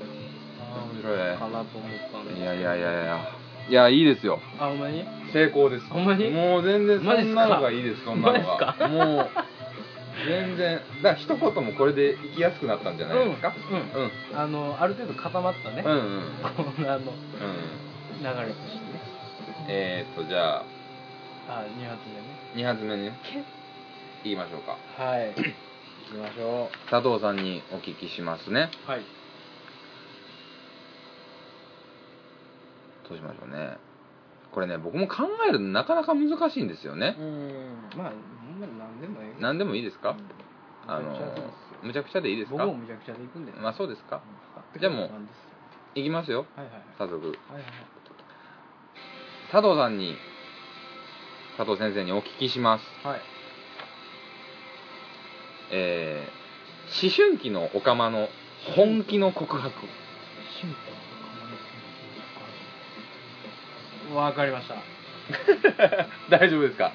[SPEAKER 2] あー面
[SPEAKER 1] か
[SPEAKER 2] 白
[SPEAKER 1] なと思ったんで
[SPEAKER 2] いいやいやいやいやいやいいですよ
[SPEAKER 1] あほんまに
[SPEAKER 2] 成功です
[SPEAKER 1] ほんまに
[SPEAKER 2] もう全然そ
[SPEAKER 1] マジっ
[SPEAKER 2] ん
[SPEAKER 1] す
[SPEAKER 2] な
[SPEAKER 1] か
[SPEAKER 2] のがいいですそんなの
[SPEAKER 1] マジっす
[SPEAKER 2] がもう全然だから一言もこれで生きやすくなったんじゃないですか
[SPEAKER 1] うん
[SPEAKER 2] うん
[SPEAKER 1] あのある程度固まったね、
[SPEAKER 2] うんうんうん
[SPEAKER 1] コーナーの流れとしてね
[SPEAKER 2] えーっとじゃあ
[SPEAKER 1] あ2発目ね
[SPEAKER 2] 2発目に言いましょうか
[SPEAKER 1] はい行きましょ
[SPEAKER 2] 佐藤さんにお聞きしますね
[SPEAKER 1] うはい
[SPEAKER 2] どうしましょうねこれね僕も考えるのなかなか難しいんですよね
[SPEAKER 1] うんまあほんまに何でもええ
[SPEAKER 2] 何でもいいですか
[SPEAKER 1] うん
[SPEAKER 2] あ
[SPEAKER 1] むちゃく
[SPEAKER 2] の
[SPEAKER 1] ちゃですよ
[SPEAKER 2] むちゃくちゃでいいです
[SPEAKER 1] 僕
[SPEAKER 2] か
[SPEAKER 1] もむちゃくちゃで行くんで、
[SPEAKER 2] まあそうですか
[SPEAKER 1] うん
[SPEAKER 2] じゃあもう
[SPEAKER 1] なんですよ
[SPEAKER 2] いきますよ
[SPEAKER 1] はいはいはい
[SPEAKER 2] 早速
[SPEAKER 1] はいはい
[SPEAKER 2] 佐藤さんに佐藤先生にお聞きします
[SPEAKER 1] はいはい
[SPEAKER 2] えー思春期のオカマの本気の告白
[SPEAKER 1] シンプルわかりました
[SPEAKER 2] 大丈夫ですか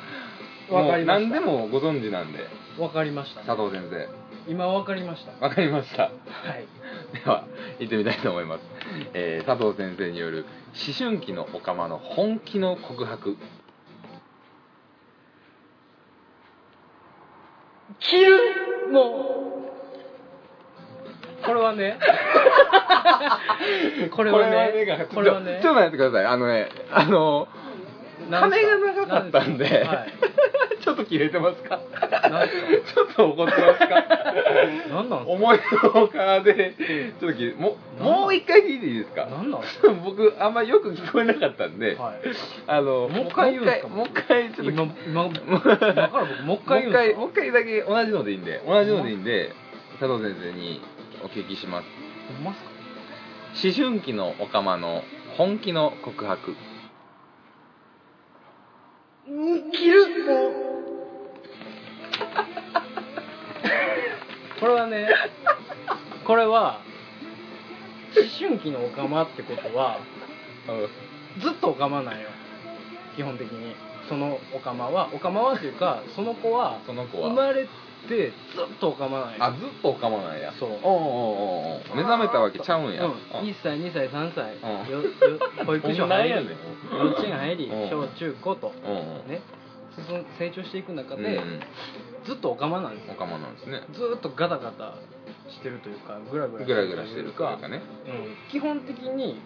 [SPEAKER 1] わかりました
[SPEAKER 2] もう何でもご存知なんで
[SPEAKER 1] わかりました、
[SPEAKER 2] 佐藤先生
[SPEAKER 1] 今わかりました
[SPEAKER 2] わかりました
[SPEAKER 1] は い
[SPEAKER 2] では行ってみたいと思います、えー佐藤先生による思春期のオカマの本気の告白
[SPEAKER 1] 着るのこれは ねこれはね
[SPEAKER 2] これはねちょちょっと
[SPEAKER 1] ね
[SPEAKER 2] 待ってくださいあのねあの
[SPEAKER 1] なんで
[SPEAKER 2] 亀
[SPEAKER 1] す
[SPEAKER 2] が長かったんで
[SPEAKER 1] なですかはい
[SPEAKER 2] ちょっと切れてますか
[SPEAKER 1] なんです
[SPEAKER 2] ちょっと怒ってますか
[SPEAKER 1] 何なんす
[SPEAKER 2] 思いのほかでちょっと切れもうもう一回聞いていいです
[SPEAKER 1] か
[SPEAKER 2] か
[SPEAKER 1] 何なんす
[SPEAKER 2] 僕あんまよく聞こえなかったんで、
[SPEAKER 1] かはい
[SPEAKER 2] あの
[SPEAKER 1] もう一回言うんですか
[SPEAKER 2] もう一回もう一回ちょっと
[SPEAKER 1] 今今今から僕もう一回言 うんですか
[SPEAKER 2] もう一回もう一回だけ同じのでいいんで同じのでいいんで佐藤先生にお聞きします
[SPEAKER 1] ほんまっすか
[SPEAKER 2] 思春期のオカマの本気の告白
[SPEAKER 1] 着るの これはねこれは思春期のオカマってことはずっとオカマなんよ基本的にそのオカマはオカマはというかその子は
[SPEAKER 2] その子
[SPEAKER 1] 生
[SPEAKER 2] は
[SPEAKER 1] まれでずっと噛まない
[SPEAKER 2] あずっとおかまなんや
[SPEAKER 1] そう
[SPEAKER 2] おうおうおうおう目覚めたわけちゃうんや、
[SPEAKER 1] うん、1歳2歳3歳
[SPEAKER 2] うん
[SPEAKER 1] よよ保育所入り幼稚園入り
[SPEAKER 2] うん
[SPEAKER 1] 小中高と
[SPEAKER 2] うんうん
[SPEAKER 1] ね進む成長していく中
[SPEAKER 2] うん
[SPEAKER 1] でずっとおかまなんです
[SPEAKER 2] お
[SPEAKER 1] よ
[SPEAKER 2] かまなんですね
[SPEAKER 1] ずーっとガタガタしてるというかグラグラ
[SPEAKER 2] グラグラしてるというかね
[SPEAKER 1] うん、基本的に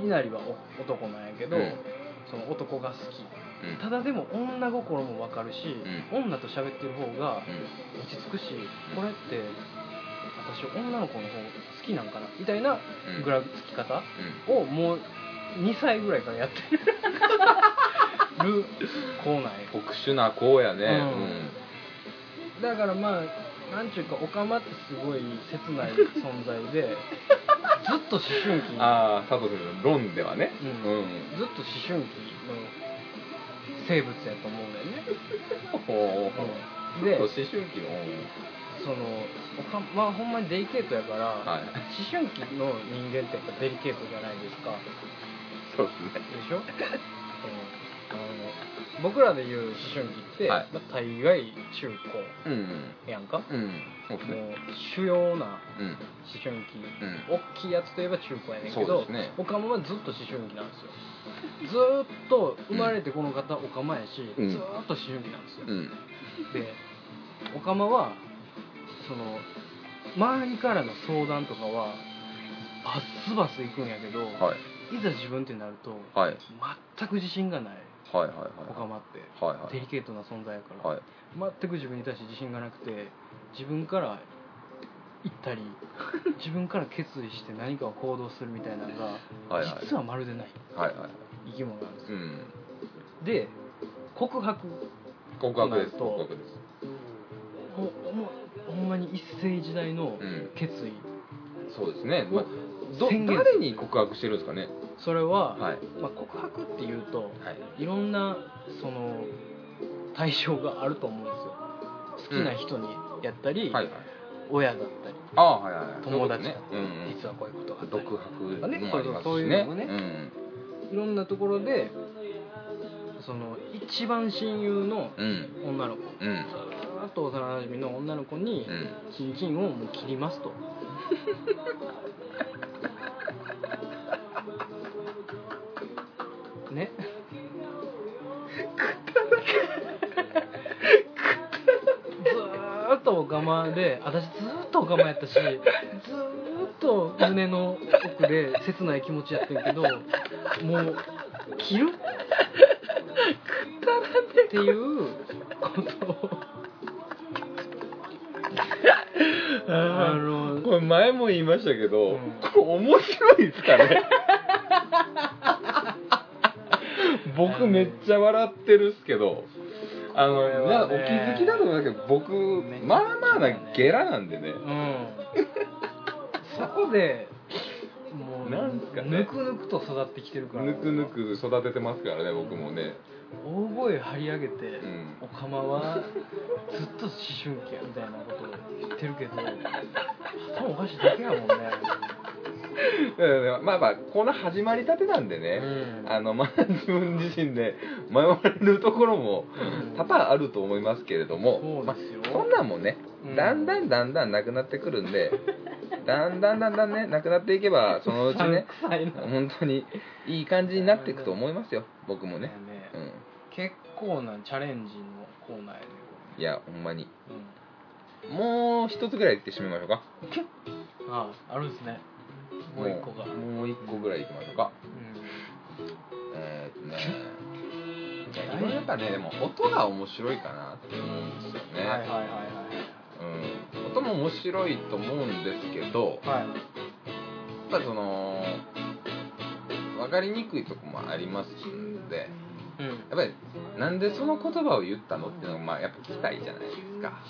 [SPEAKER 1] みなりはお男なんやけど、
[SPEAKER 2] うん
[SPEAKER 1] その男が好き
[SPEAKER 2] うん
[SPEAKER 1] ただでも女心も分かるし、女と喋ってる方が
[SPEAKER 2] うん
[SPEAKER 1] 落ち着くし、これって私女の子の方好きなんかなみたいな
[SPEAKER 2] うん
[SPEAKER 1] グラつき方
[SPEAKER 2] う
[SPEAKER 1] をもう2歳ぐらいからやってる子なんや
[SPEAKER 2] ん特殊な子やね
[SPEAKER 1] う
[SPEAKER 2] うんん
[SPEAKER 1] だからまあなんちゅうかオカマってすごい切ない存在でずっと思春期
[SPEAKER 2] ああ佐藤先生の論ではね
[SPEAKER 1] う
[SPEAKER 2] うんん
[SPEAKER 1] ずっと思春期の生物やと思うんだよね、
[SPEAKER 2] ほうほ
[SPEAKER 1] う
[SPEAKER 2] う
[SPEAKER 1] んで
[SPEAKER 2] 思春期の
[SPEAKER 1] そのおかまあほんまにデリケートやから、
[SPEAKER 2] はい
[SPEAKER 1] 思春期の人間ってやっぱデリケートじゃないですか
[SPEAKER 2] そうですね
[SPEAKER 1] でしょ、うん、あの僕らで言う思春期って、
[SPEAKER 2] はい
[SPEAKER 1] まあ、大概中
[SPEAKER 2] うん
[SPEAKER 1] 高やんか、も
[SPEAKER 2] うんそうですね
[SPEAKER 1] う主要な
[SPEAKER 2] うん
[SPEAKER 1] 思春期、
[SPEAKER 2] うん
[SPEAKER 1] 大きいやつといえば中高やねんけ
[SPEAKER 2] そう
[SPEAKER 1] ど
[SPEAKER 2] ですね
[SPEAKER 1] オカマはずっと思春期なんですよずーっと生まれてこの方オカマやし、
[SPEAKER 2] うん
[SPEAKER 1] ずーっと思春期なんですよ、
[SPEAKER 2] うん
[SPEAKER 1] でオカマはその周りからの相談とかはバスバス行くんやけど、
[SPEAKER 2] はい
[SPEAKER 1] い、ざ自分ってなると
[SPEAKER 2] はい
[SPEAKER 1] 全く自信がない
[SPEAKER 2] はいはいはい
[SPEAKER 1] オカマって
[SPEAKER 2] はいは
[SPEAKER 1] デ
[SPEAKER 2] い
[SPEAKER 1] リケートな存在やから、
[SPEAKER 2] はい
[SPEAKER 1] 全く自分に対して自信がなくて自分から行った り自分から決意して何かを行動するみたいなのが、
[SPEAKER 2] はいはい
[SPEAKER 1] 実はまるでない
[SPEAKER 2] はいはい
[SPEAKER 1] 生き物なんです
[SPEAKER 2] う
[SPEAKER 1] よ、
[SPEAKER 2] ん
[SPEAKER 1] で告白
[SPEAKER 2] 告白です
[SPEAKER 1] となると
[SPEAKER 2] 告白です
[SPEAKER 1] ほほほんまに一世一代の
[SPEAKER 2] うん
[SPEAKER 1] 決意、
[SPEAKER 2] そうですねまあど
[SPEAKER 1] 宣言
[SPEAKER 2] 誰に告白してるんですかね
[SPEAKER 1] それは、
[SPEAKER 2] はい
[SPEAKER 1] まあ、告白っていうと
[SPEAKER 2] はい
[SPEAKER 1] いろんなその対象があると思うんですよ好きな人にやったり、
[SPEAKER 2] はいはい
[SPEAKER 1] 親だったり
[SPEAKER 2] ああはいはい
[SPEAKER 1] 友達だっ
[SPEAKER 2] ねう
[SPEAKER 1] た
[SPEAKER 2] ん
[SPEAKER 1] り、
[SPEAKER 2] うん
[SPEAKER 1] 実はこういうことがあったり
[SPEAKER 2] 独白もあ
[SPEAKER 1] あね
[SPEAKER 2] ります
[SPEAKER 1] そうそうそうい
[SPEAKER 2] し
[SPEAKER 1] うの
[SPEAKER 2] ね
[SPEAKER 1] もね
[SPEAKER 2] う
[SPEAKER 1] い
[SPEAKER 2] ん
[SPEAKER 1] ろんなところでその一番親友の
[SPEAKER 2] うん
[SPEAKER 1] 女の子
[SPEAKER 2] うん
[SPEAKER 1] ずーっと幼馴染の女の子に
[SPEAKER 2] うん
[SPEAKER 1] チンチンをもう切りますとねずーっとおかまで私ずーっとおかまやったしずーっと胸の奥で切ない気持ちやってるけどもう切るっていうことをあの
[SPEAKER 2] これ前も言いましたけ
[SPEAKER 1] う
[SPEAKER 2] ど、
[SPEAKER 1] ん
[SPEAKER 2] これ面白いですか ね僕めっちゃ笑ってるっすけどあ
[SPEAKER 1] これ
[SPEAKER 2] の、
[SPEAKER 1] は
[SPEAKER 2] なお気
[SPEAKER 1] ね
[SPEAKER 2] づきだと思うんだけど僕
[SPEAKER 1] めっちゃ
[SPEAKER 2] まあまあなゲラなんでね
[SPEAKER 1] うんそこでもう
[SPEAKER 2] なんすかね
[SPEAKER 1] ぬくぬくと育ってきてるから
[SPEAKER 2] ぬくぬく育ててますからね僕もね
[SPEAKER 1] 大声張り上げて、
[SPEAKER 2] ん
[SPEAKER 1] おかまはずっと思春期やみたいなことを言ってるけど頭おかしいだけやもんね
[SPEAKER 2] うんまあまあこの始まりたてなんでね、
[SPEAKER 1] うん
[SPEAKER 2] あのまあ自分自身で迷われるところも
[SPEAKER 1] うん
[SPEAKER 2] 多々あると思いますけれども、
[SPEAKER 1] そうですよ、
[SPEAKER 2] そんなんもね、
[SPEAKER 1] うん
[SPEAKER 2] だんだんだんだんなくなってくる んで、だんだんだんだんね、なくなっていけば、そのう ちね、
[SPEAKER 1] 臭いな、
[SPEAKER 2] 本当にいい感じになっていくと思いますよ、僕もね。
[SPEAKER 1] ね
[SPEAKER 2] うん。
[SPEAKER 1] 結構なチャレンジのコーナーやね、
[SPEAKER 2] いや、ほんまに。
[SPEAKER 1] う
[SPEAKER 2] もう一つぐらい行ってしまいましょうか。
[SPEAKER 1] ん、あああるんですねもう一個が
[SPEAKER 2] もうもう一個ぐらい行きましょ うか。
[SPEAKER 1] う
[SPEAKER 2] えーっとね。いや、今やっぱね、でも音が面白いかなって思うんですよ
[SPEAKER 1] ん、はいはい
[SPEAKER 2] ね。
[SPEAKER 1] はい
[SPEAKER 2] うん。音も面白いと思うんですけど、
[SPEAKER 1] はいはい
[SPEAKER 2] やっぱその分かりにくいとこもありますんで
[SPEAKER 1] うん
[SPEAKER 2] やっぱりなんでその言葉を言ったのっていうのがまあやっぱ聞きたいじゃないですか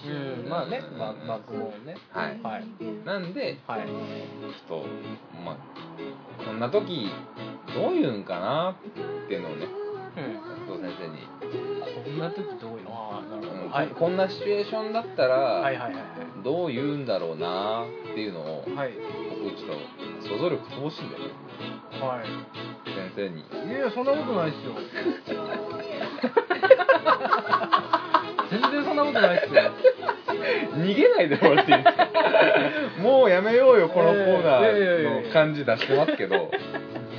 [SPEAKER 1] うん、まあね
[SPEAKER 2] う、ん
[SPEAKER 1] ババックボーンね。
[SPEAKER 2] はい
[SPEAKER 1] はい。
[SPEAKER 2] なんで
[SPEAKER 1] はい。
[SPEAKER 2] ちょっとまあこんな時どういうんかなっていうのをね
[SPEAKER 1] うん。
[SPEAKER 2] 佐藤先生に、
[SPEAKER 1] こんな時どういう。ああ、なるほ
[SPEAKER 2] う
[SPEAKER 1] ど。
[SPEAKER 2] ん
[SPEAKER 1] はい。
[SPEAKER 2] こんなシチュエーションだった
[SPEAKER 1] はい
[SPEAKER 2] ら
[SPEAKER 1] はいは
[SPEAKER 2] どう言うんだろうなっていうのを
[SPEAKER 1] いはい。はい。
[SPEAKER 2] 僕ちょっと想像力乏しいんだよね
[SPEAKER 1] は
[SPEAKER 2] 先生に
[SPEAKER 1] い。いやいや、そんなことない ですよ。全然そんなことないですよ。
[SPEAKER 2] 逃げないでほしいんです よもうやめようよこのコーナ
[SPEAKER 1] いやいやいやい
[SPEAKER 2] ー
[SPEAKER 1] や
[SPEAKER 2] の感じ出してますけど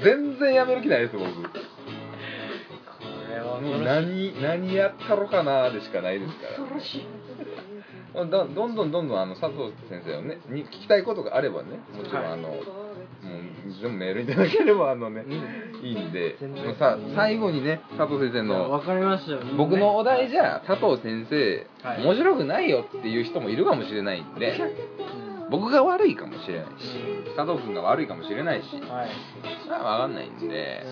[SPEAKER 2] 全然やめる気ないです僕
[SPEAKER 1] れは
[SPEAKER 2] も
[SPEAKER 1] 恐
[SPEAKER 2] う
[SPEAKER 1] ろしい
[SPEAKER 2] 何何やったろかなーでしかないですから
[SPEAKER 1] しい
[SPEAKER 2] どどんどんどんどんあの佐藤先生をねに聞きたいことがあればねもちろんあの、もう全部メールいただければあのねいいんで
[SPEAKER 1] 全然
[SPEAKER 2] もうさ最後にね佐藤先生の
[SPEAKER 1] わかりましたよ
[SPEAKER 2] 僕のお題じ
[SPEAKER 1] ゃ
[SPEAKER 2] ゃ佐藤先生、
[SPEAKER 1] はい
[SPEAKER 2] 面白くないよっていう人もいるかもしれないんで僕が悪いかもしれないし佐藤君が悪いかもしれないし
[SPEAKER 1] はい
[SPEAKER 2] それは分かんないんで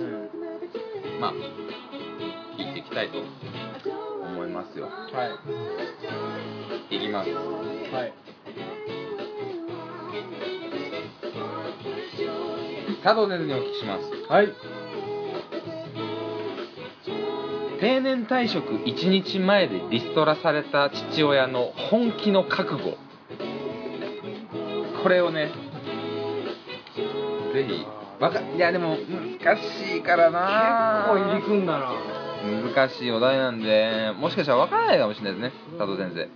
[SPEAKER 2] まあ聞いていきたいと思いますよ
[SPEAKER 1] はい
[SPEAKER 2] いきます
[SPEAKER 1] はい
[SPEAKER 2] 佐藤先生にお聞きします
[SPEAKER 1] はい
[SPEAKER 2] 定年退職1日前でリストラされた父親の本気の覚悟これをねぜひわかいやでも難しいからな
[SPEAKER 1] 結構入り組んだな
[SPEAKER 2] 難しいお題なんでもしかしたら分からないかもしれないですね佐藤先生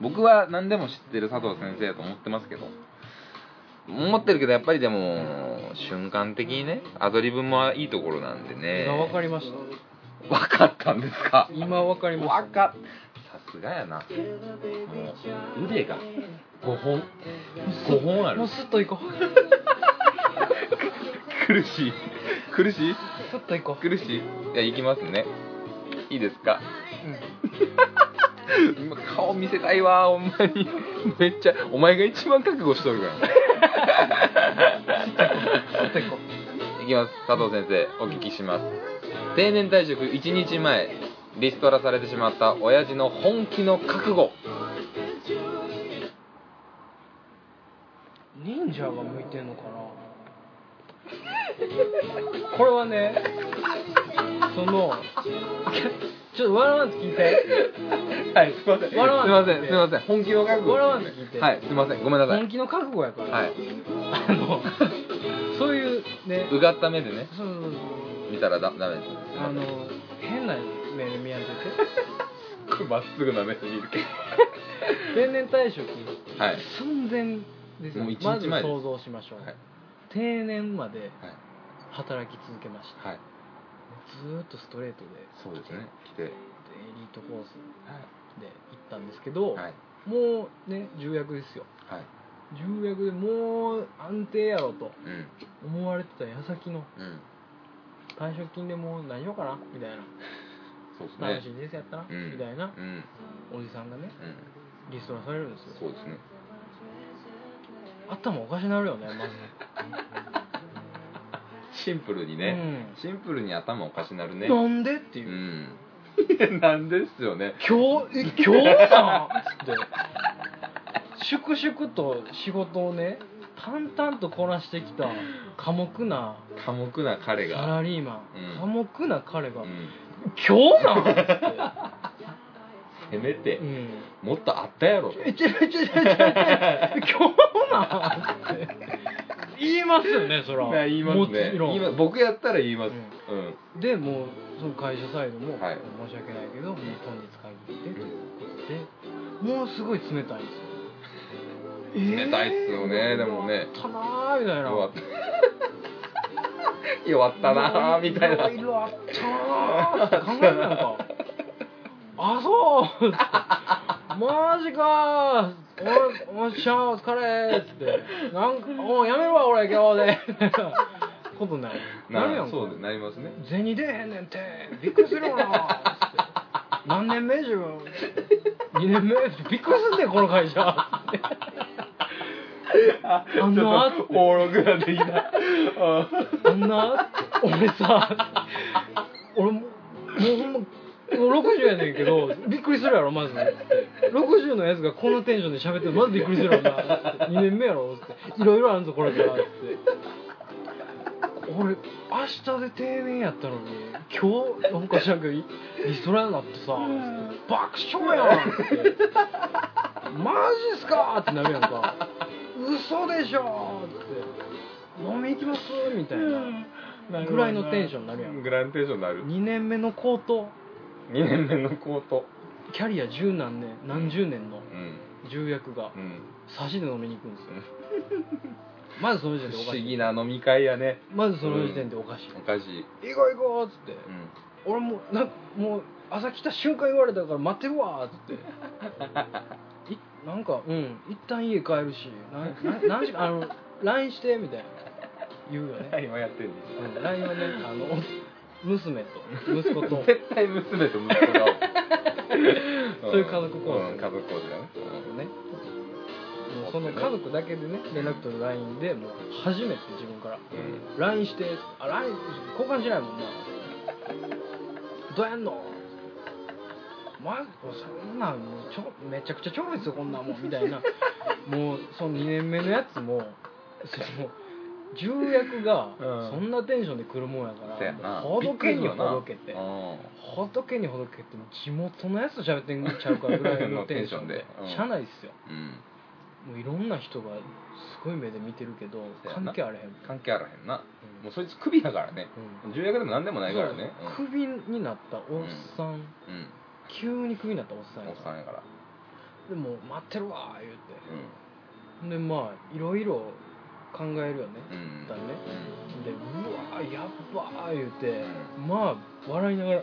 [SPEAKER 2] 僕は何でも知ってる佐藤先生だと思ってますけど思ってるけどやっぱりでも瞬間的にねアドリブもいいところなんでね
[SPEAKER 1] 今わかりました
[SPEAKER 2] わかったんですか
[SPEAKER 1] 今わかりました
[SPEAKER 2] わかさすがやなもう腕が5本5本あ
[SPEAKER 1] もう
[SPEAKER 2] る
[SPEAKER 1] スッと行こう
[SPEAKER 2] 苦しい苦しい
[SPEAKER 1] スッと行こう
[SPEAKER 2] 苦しいいや行きますねいいですか今顔見せたいわほんまにめっちゃお前が一番覚悟しとるから
[SPEAKER 1] スッと行こ
[SPEAKER 2] いきます佐藤先生お聞きします定年退職1日前リストラされてしまった親父の本気の覚悟
[SPEAKER 1] う忍者が向いてんのかなこれはねそのちょっと笑わんと聞いて
[SPEAKER 2] はいすいませんすい
[SPEAKER 1] 笑わ
[SPEAKER 2] ま
[SPEAKER 1] な
[SPEAKER 2] せ
[SPEAKER 1] く
[SPEAKER 2] ん
[SPEAKER 1] て
[SPEAKER 2] すいません本気の覚悟
[SPEAKER 1] 笑わなくて聞いて
[SPEAKER 2] はいすいませんごめんなさい
[SPEAKER 1] 本気の覚悟やから、
[SPEAKER 2] はい
[SPEAKER 1] あのそういうね
[SPEAKER 2] うがった目でね
[SPEAKER 1] そうそうそう
[SPEAKER 2] 見たらだダメですすい
[SPEAKER 1] あ
[SPEAKER 2] ません
[SPEAKER 1] の変な目で見やんとい
[SPEAKER 2] これまっすぐな目で見るけ
[SPEAKER 1] て
[SPEAKER 2] ど
[SPEAKER 1] 定年退職
[SPEAKER 2] はい
[SPEAKER 1] 寸前ですよ
[SPEAKER 2] もう一日
[SPEAKER 1] まず
[SPEAKER 2] 前です
[SPEAKER 1] 想像しましょう、
[SPEAKER 2] はい
[SPEAKER 1] 定年まで
[SPEAKER 2] はい
[SPEAKER 1] 働き続けました
[SPEAKER 2] はい
[SPEAKER 1] ずーっとストレートで
[SPEAKER 2] そうですね来て
[SPEAKER 1] エリートコース
[SPEAKER 2] は
[SPEAKER 1] で行ったんですけど、
[SPEAKER 2] いはい
[SPEAKER 1] もうね重役ですよ
[SPEAKER 2] はい
[SPEAKER 1] 重役でもう安定やろと
[SPEAKER 2] うん
[SPEAKER 1] 思われてた矢先の
[SPEAKER 2] うん
[SPEAKER 1] 退職金でもう何しようかなみたいな
[SPEAKER 2] そうです
[SPEAKER 1] 楽し
[SPEAKER 2] ね
[SPEAKER 1] い人生やったな、
[SPEAKER 2] うん
[SPEAKER 1] みたいな
[SPEAKER 2] うんうん
[SPEAKER 1] おじさんがねリストラされるんですよ
[SPEAKER 2] そうですね
[SPEAKER 1] 頭おかしなるよねまず
[SPEAKER 2] シンプルにねシンプルに頭おかしなる
[SPEAKER 1] う
[SPEAKER 2] ね
[SPEAKER 1] ん、なんでって
[SPEAKER 2] う
[SPEAKER 1] いう、
[SPEAKER 2] ん なんでっすよね
[SPEAKER 1] 今日え今日さんつって粛々と仕事をね淡々とこなしてきた寡黙な
[SPEAKER 2] 寡黙な彼
[SPEAKER 1] サ
[SPEAKER 2] が
[SPEAKER 1] ラリーマン、
[SPEAKER 2] うん
[SPEAKER 1] 寡黙な彼が、
[SPEAKER 2] うん
[SPEAKER 1] 今日なんつ っ
[SPEAKER 2] せ
[SPEAKER 1] て、
[SPEAKER 2] めて
[SPEAKER 1] うん、
[SPEAKER 2] もっとあったやろと
[SPEAKER 1] えちょちょちょちょちょ今日なんつって言いますよねそら
[SPEAKER 2] いや言います
[SPEAKER 1] も
[SPEAKER 2] ね
[SPEAKER 1] ちろん
[SPEAKER 2] 言います僕やったら言いますうん
[SPEAKER 1] でもうその会社サイドも、
[SPEAKER 2] はい
[SPEAKER 1] 申し訳ないけどもう本日会議でということでもうすごい冷たいんですよ
[SPEAKER 2] 冷たいっすよねでもね
[SPEAKER 1] たなーみたいな
[SPEAKER 2] 弱った 弱ったなーみたいな
[SPEAKER 1] ろいろあったなーって考えなんかあそうマジかーおおっしゃーお疲れーっつってなんかもうやめるわ俺今日で みたいなことになるなるやんか
[SPEAKER 2] そうなりますね
[SPEAKER 1] 銭出えへんねんてびっくりするよな何年目自分2年目びっくりすんねんこの会社
[SPEAKER 2] あ
[SPEAKER 1] あんな
[SPEAKER 2] ちょっとおもろくなってき たうん
[SPEAKER 1] あんな俺さ俺ももうほんまもう60やねんけどびっくりするやろまず60のやつがこんなテンションで喋ってるのまずびっくりするやろな2年目やろっていろいろあるぞこれからって俺明日で定年やったのに今日なんか知らんけどリストラになってさ爆笑やんってマジっすかってなるやんか嘘でしょって飲み行きますみたいなぐらいのテンションになるやん
[SPEAKER 2] グランテーションになる
[SPEAKER 1] 2年目の高騰
[SPEAKER 2] 2年目のコート
[SPEAKER 1] キャリア十何年何十年の
[SPEAKER 2] うん
[SPEAKER 1] 重役が
[SPEAKER 2] うん
[SPEAKER 1] 差しで飲みに行くんです よまずその時点
[SPEAKER 2] 不
[SPEAKER 1] でお
[SPEAKER 2] 思
[SPEAKER 1] かしい
[SPEAKER 2] 議な飲み会やね
[SPEAKER 1] まずその時点でおかしい、
[SPEAKER 2] おかしい、
[SPEAKER 1] 行こう行こうっつって、
[SPEAKER 2] うん、
[SPEAKER 1] 俺もうなんかもう朝来た瞬間言われたから待ってるわーっつっていなんかうん一旦家帰るしなな何時間あの LINE してみたいな言うよね、
[SPEAKER 2] 今やってるんで
[SPEAKER 1] うん、LINE はねあの娘と息 子と
[SPEAKER 2] 絶対娘と息子だわ
[SPEAKER 1] そういう家族構成
[SPEAKER 2] うん家族構成だね
[SPEAKER 1] ねもうその家族だけでね連絡取る LINE でもう初めて自分から
[SPEAKER 2] うん
[SPEAKER 1] 「LINE して」あ LINE 交換しないもんなどうやんのまあそんなんもうちょめちゃくちゃちょろいですよこんなもんみたい なもうその2年目のやつもその重役が
[SPEAKER 2] うん
[SPEAKER 1] そんなテンションで来るもんやから、
[SPEAKER 2] そうやな
[SPEAKER 1] ほどけにほどけ
[SPEAKER 2] びっく
[SPEAKER 1] て
[SPEAKER 2] りよなうん
[SPEAKER 1] ほどけにほどけてもう地元のやつと喋ってんちゃうかぐらいのテンションで
[SPEAKER 2] のテンションでうん
[SPEAKER 1] 社内っすよ
[SPEAKER 2] うん
[SPEAKER 1] もういろんな人がすごい目で見てるけど
[SPEAKER 2] そうやな
[SPEAKER 1] 関係あれへんもん
[SPEAKER 2] 関係あらへんな
[SPEAKER 1] うん
[SPEAKER 2] もうそいつクビだからね
[SPEAKER 1] うん
[SPEAKER 2] 重役でも何でもないからね
[SPEAKER 1] そうクビになったおっさん、
[SPEAKER 2] うん、うん
[SPEAKER 1] 急にクビになったおっさん
[SPEAKER 2] お
[SPEAKER 1] や
[SPEAKER 2] っ
[SPEAKER 1] か
[SPEAKER 2] さ
[SPEAKER 1] ら
[SPEAKER 2] んやから
[SPEAKER 1] でもう待ってるわー言う
[SPEAKER 2] う
[SPEAKER 1] てでまあいろいろ考えるよね、
[SPEAKER 2] んうん
[SPEAKER 1] だね
[SPEAKER 2] うん
[SPEAKER 1] でうわーやっばー言うて、まあ笑いながら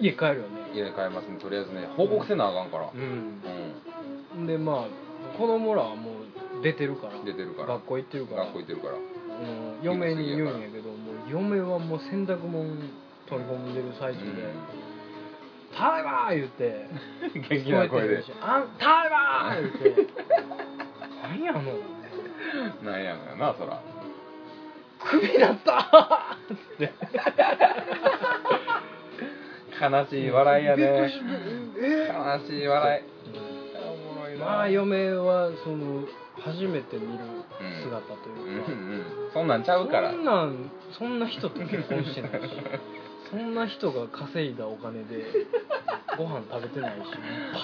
[SPEAKER 1] 家帰るよね
[SPEAKER 2] 家で買いますねとりあえずね報告せなあかんから
[SPEAKER 1] う
[SPEAKER 2] うん
[SPEAKER 1] でまあ子供らはもう出てるから
[SPEAKER 2] ん出てるから
[SPEAKER 1] 学校行ってるから
[SPEAKER 2] 学校行ってるから
[SPEAKER 1] うん嫁に言うんやけどもう嫁はもう洗濯物取り込んでる最中で「ただいま!」言うて
[SPEAKER 2] うん
[SPEAKER 1] 聞こえて
[SPEAKER 2] 元気な声
[SPEAKER 1] る
[SPEAKER 2] で
[SPEAKER 1] しあんタイマー!」言って「何やの
[SPEAKER 2] なんやのやなそら
[SPEAKER 1] クビだった!」って
[SPEAKER 2] 悲しい笑いや
[SPEAKER 1] びっくり
[SPEAKER 2] ね
[SPEAKER 1] したえ
[SPEAKER 2] 悲しい笑い
[SPEAKER 1] ー
[SPEAKER 2] おもろい
[SPEAKER 1] まあ嫁はその初めて見る姿と
[SPEAKER 2] うん
[SPEAKER 1] いううか、
[SPEAKER 2] んそんなんちゃうから
[SPEAKER 1] そんなんそんな人と結婚してないしそんな人が稼いだお金でご飯食べてないし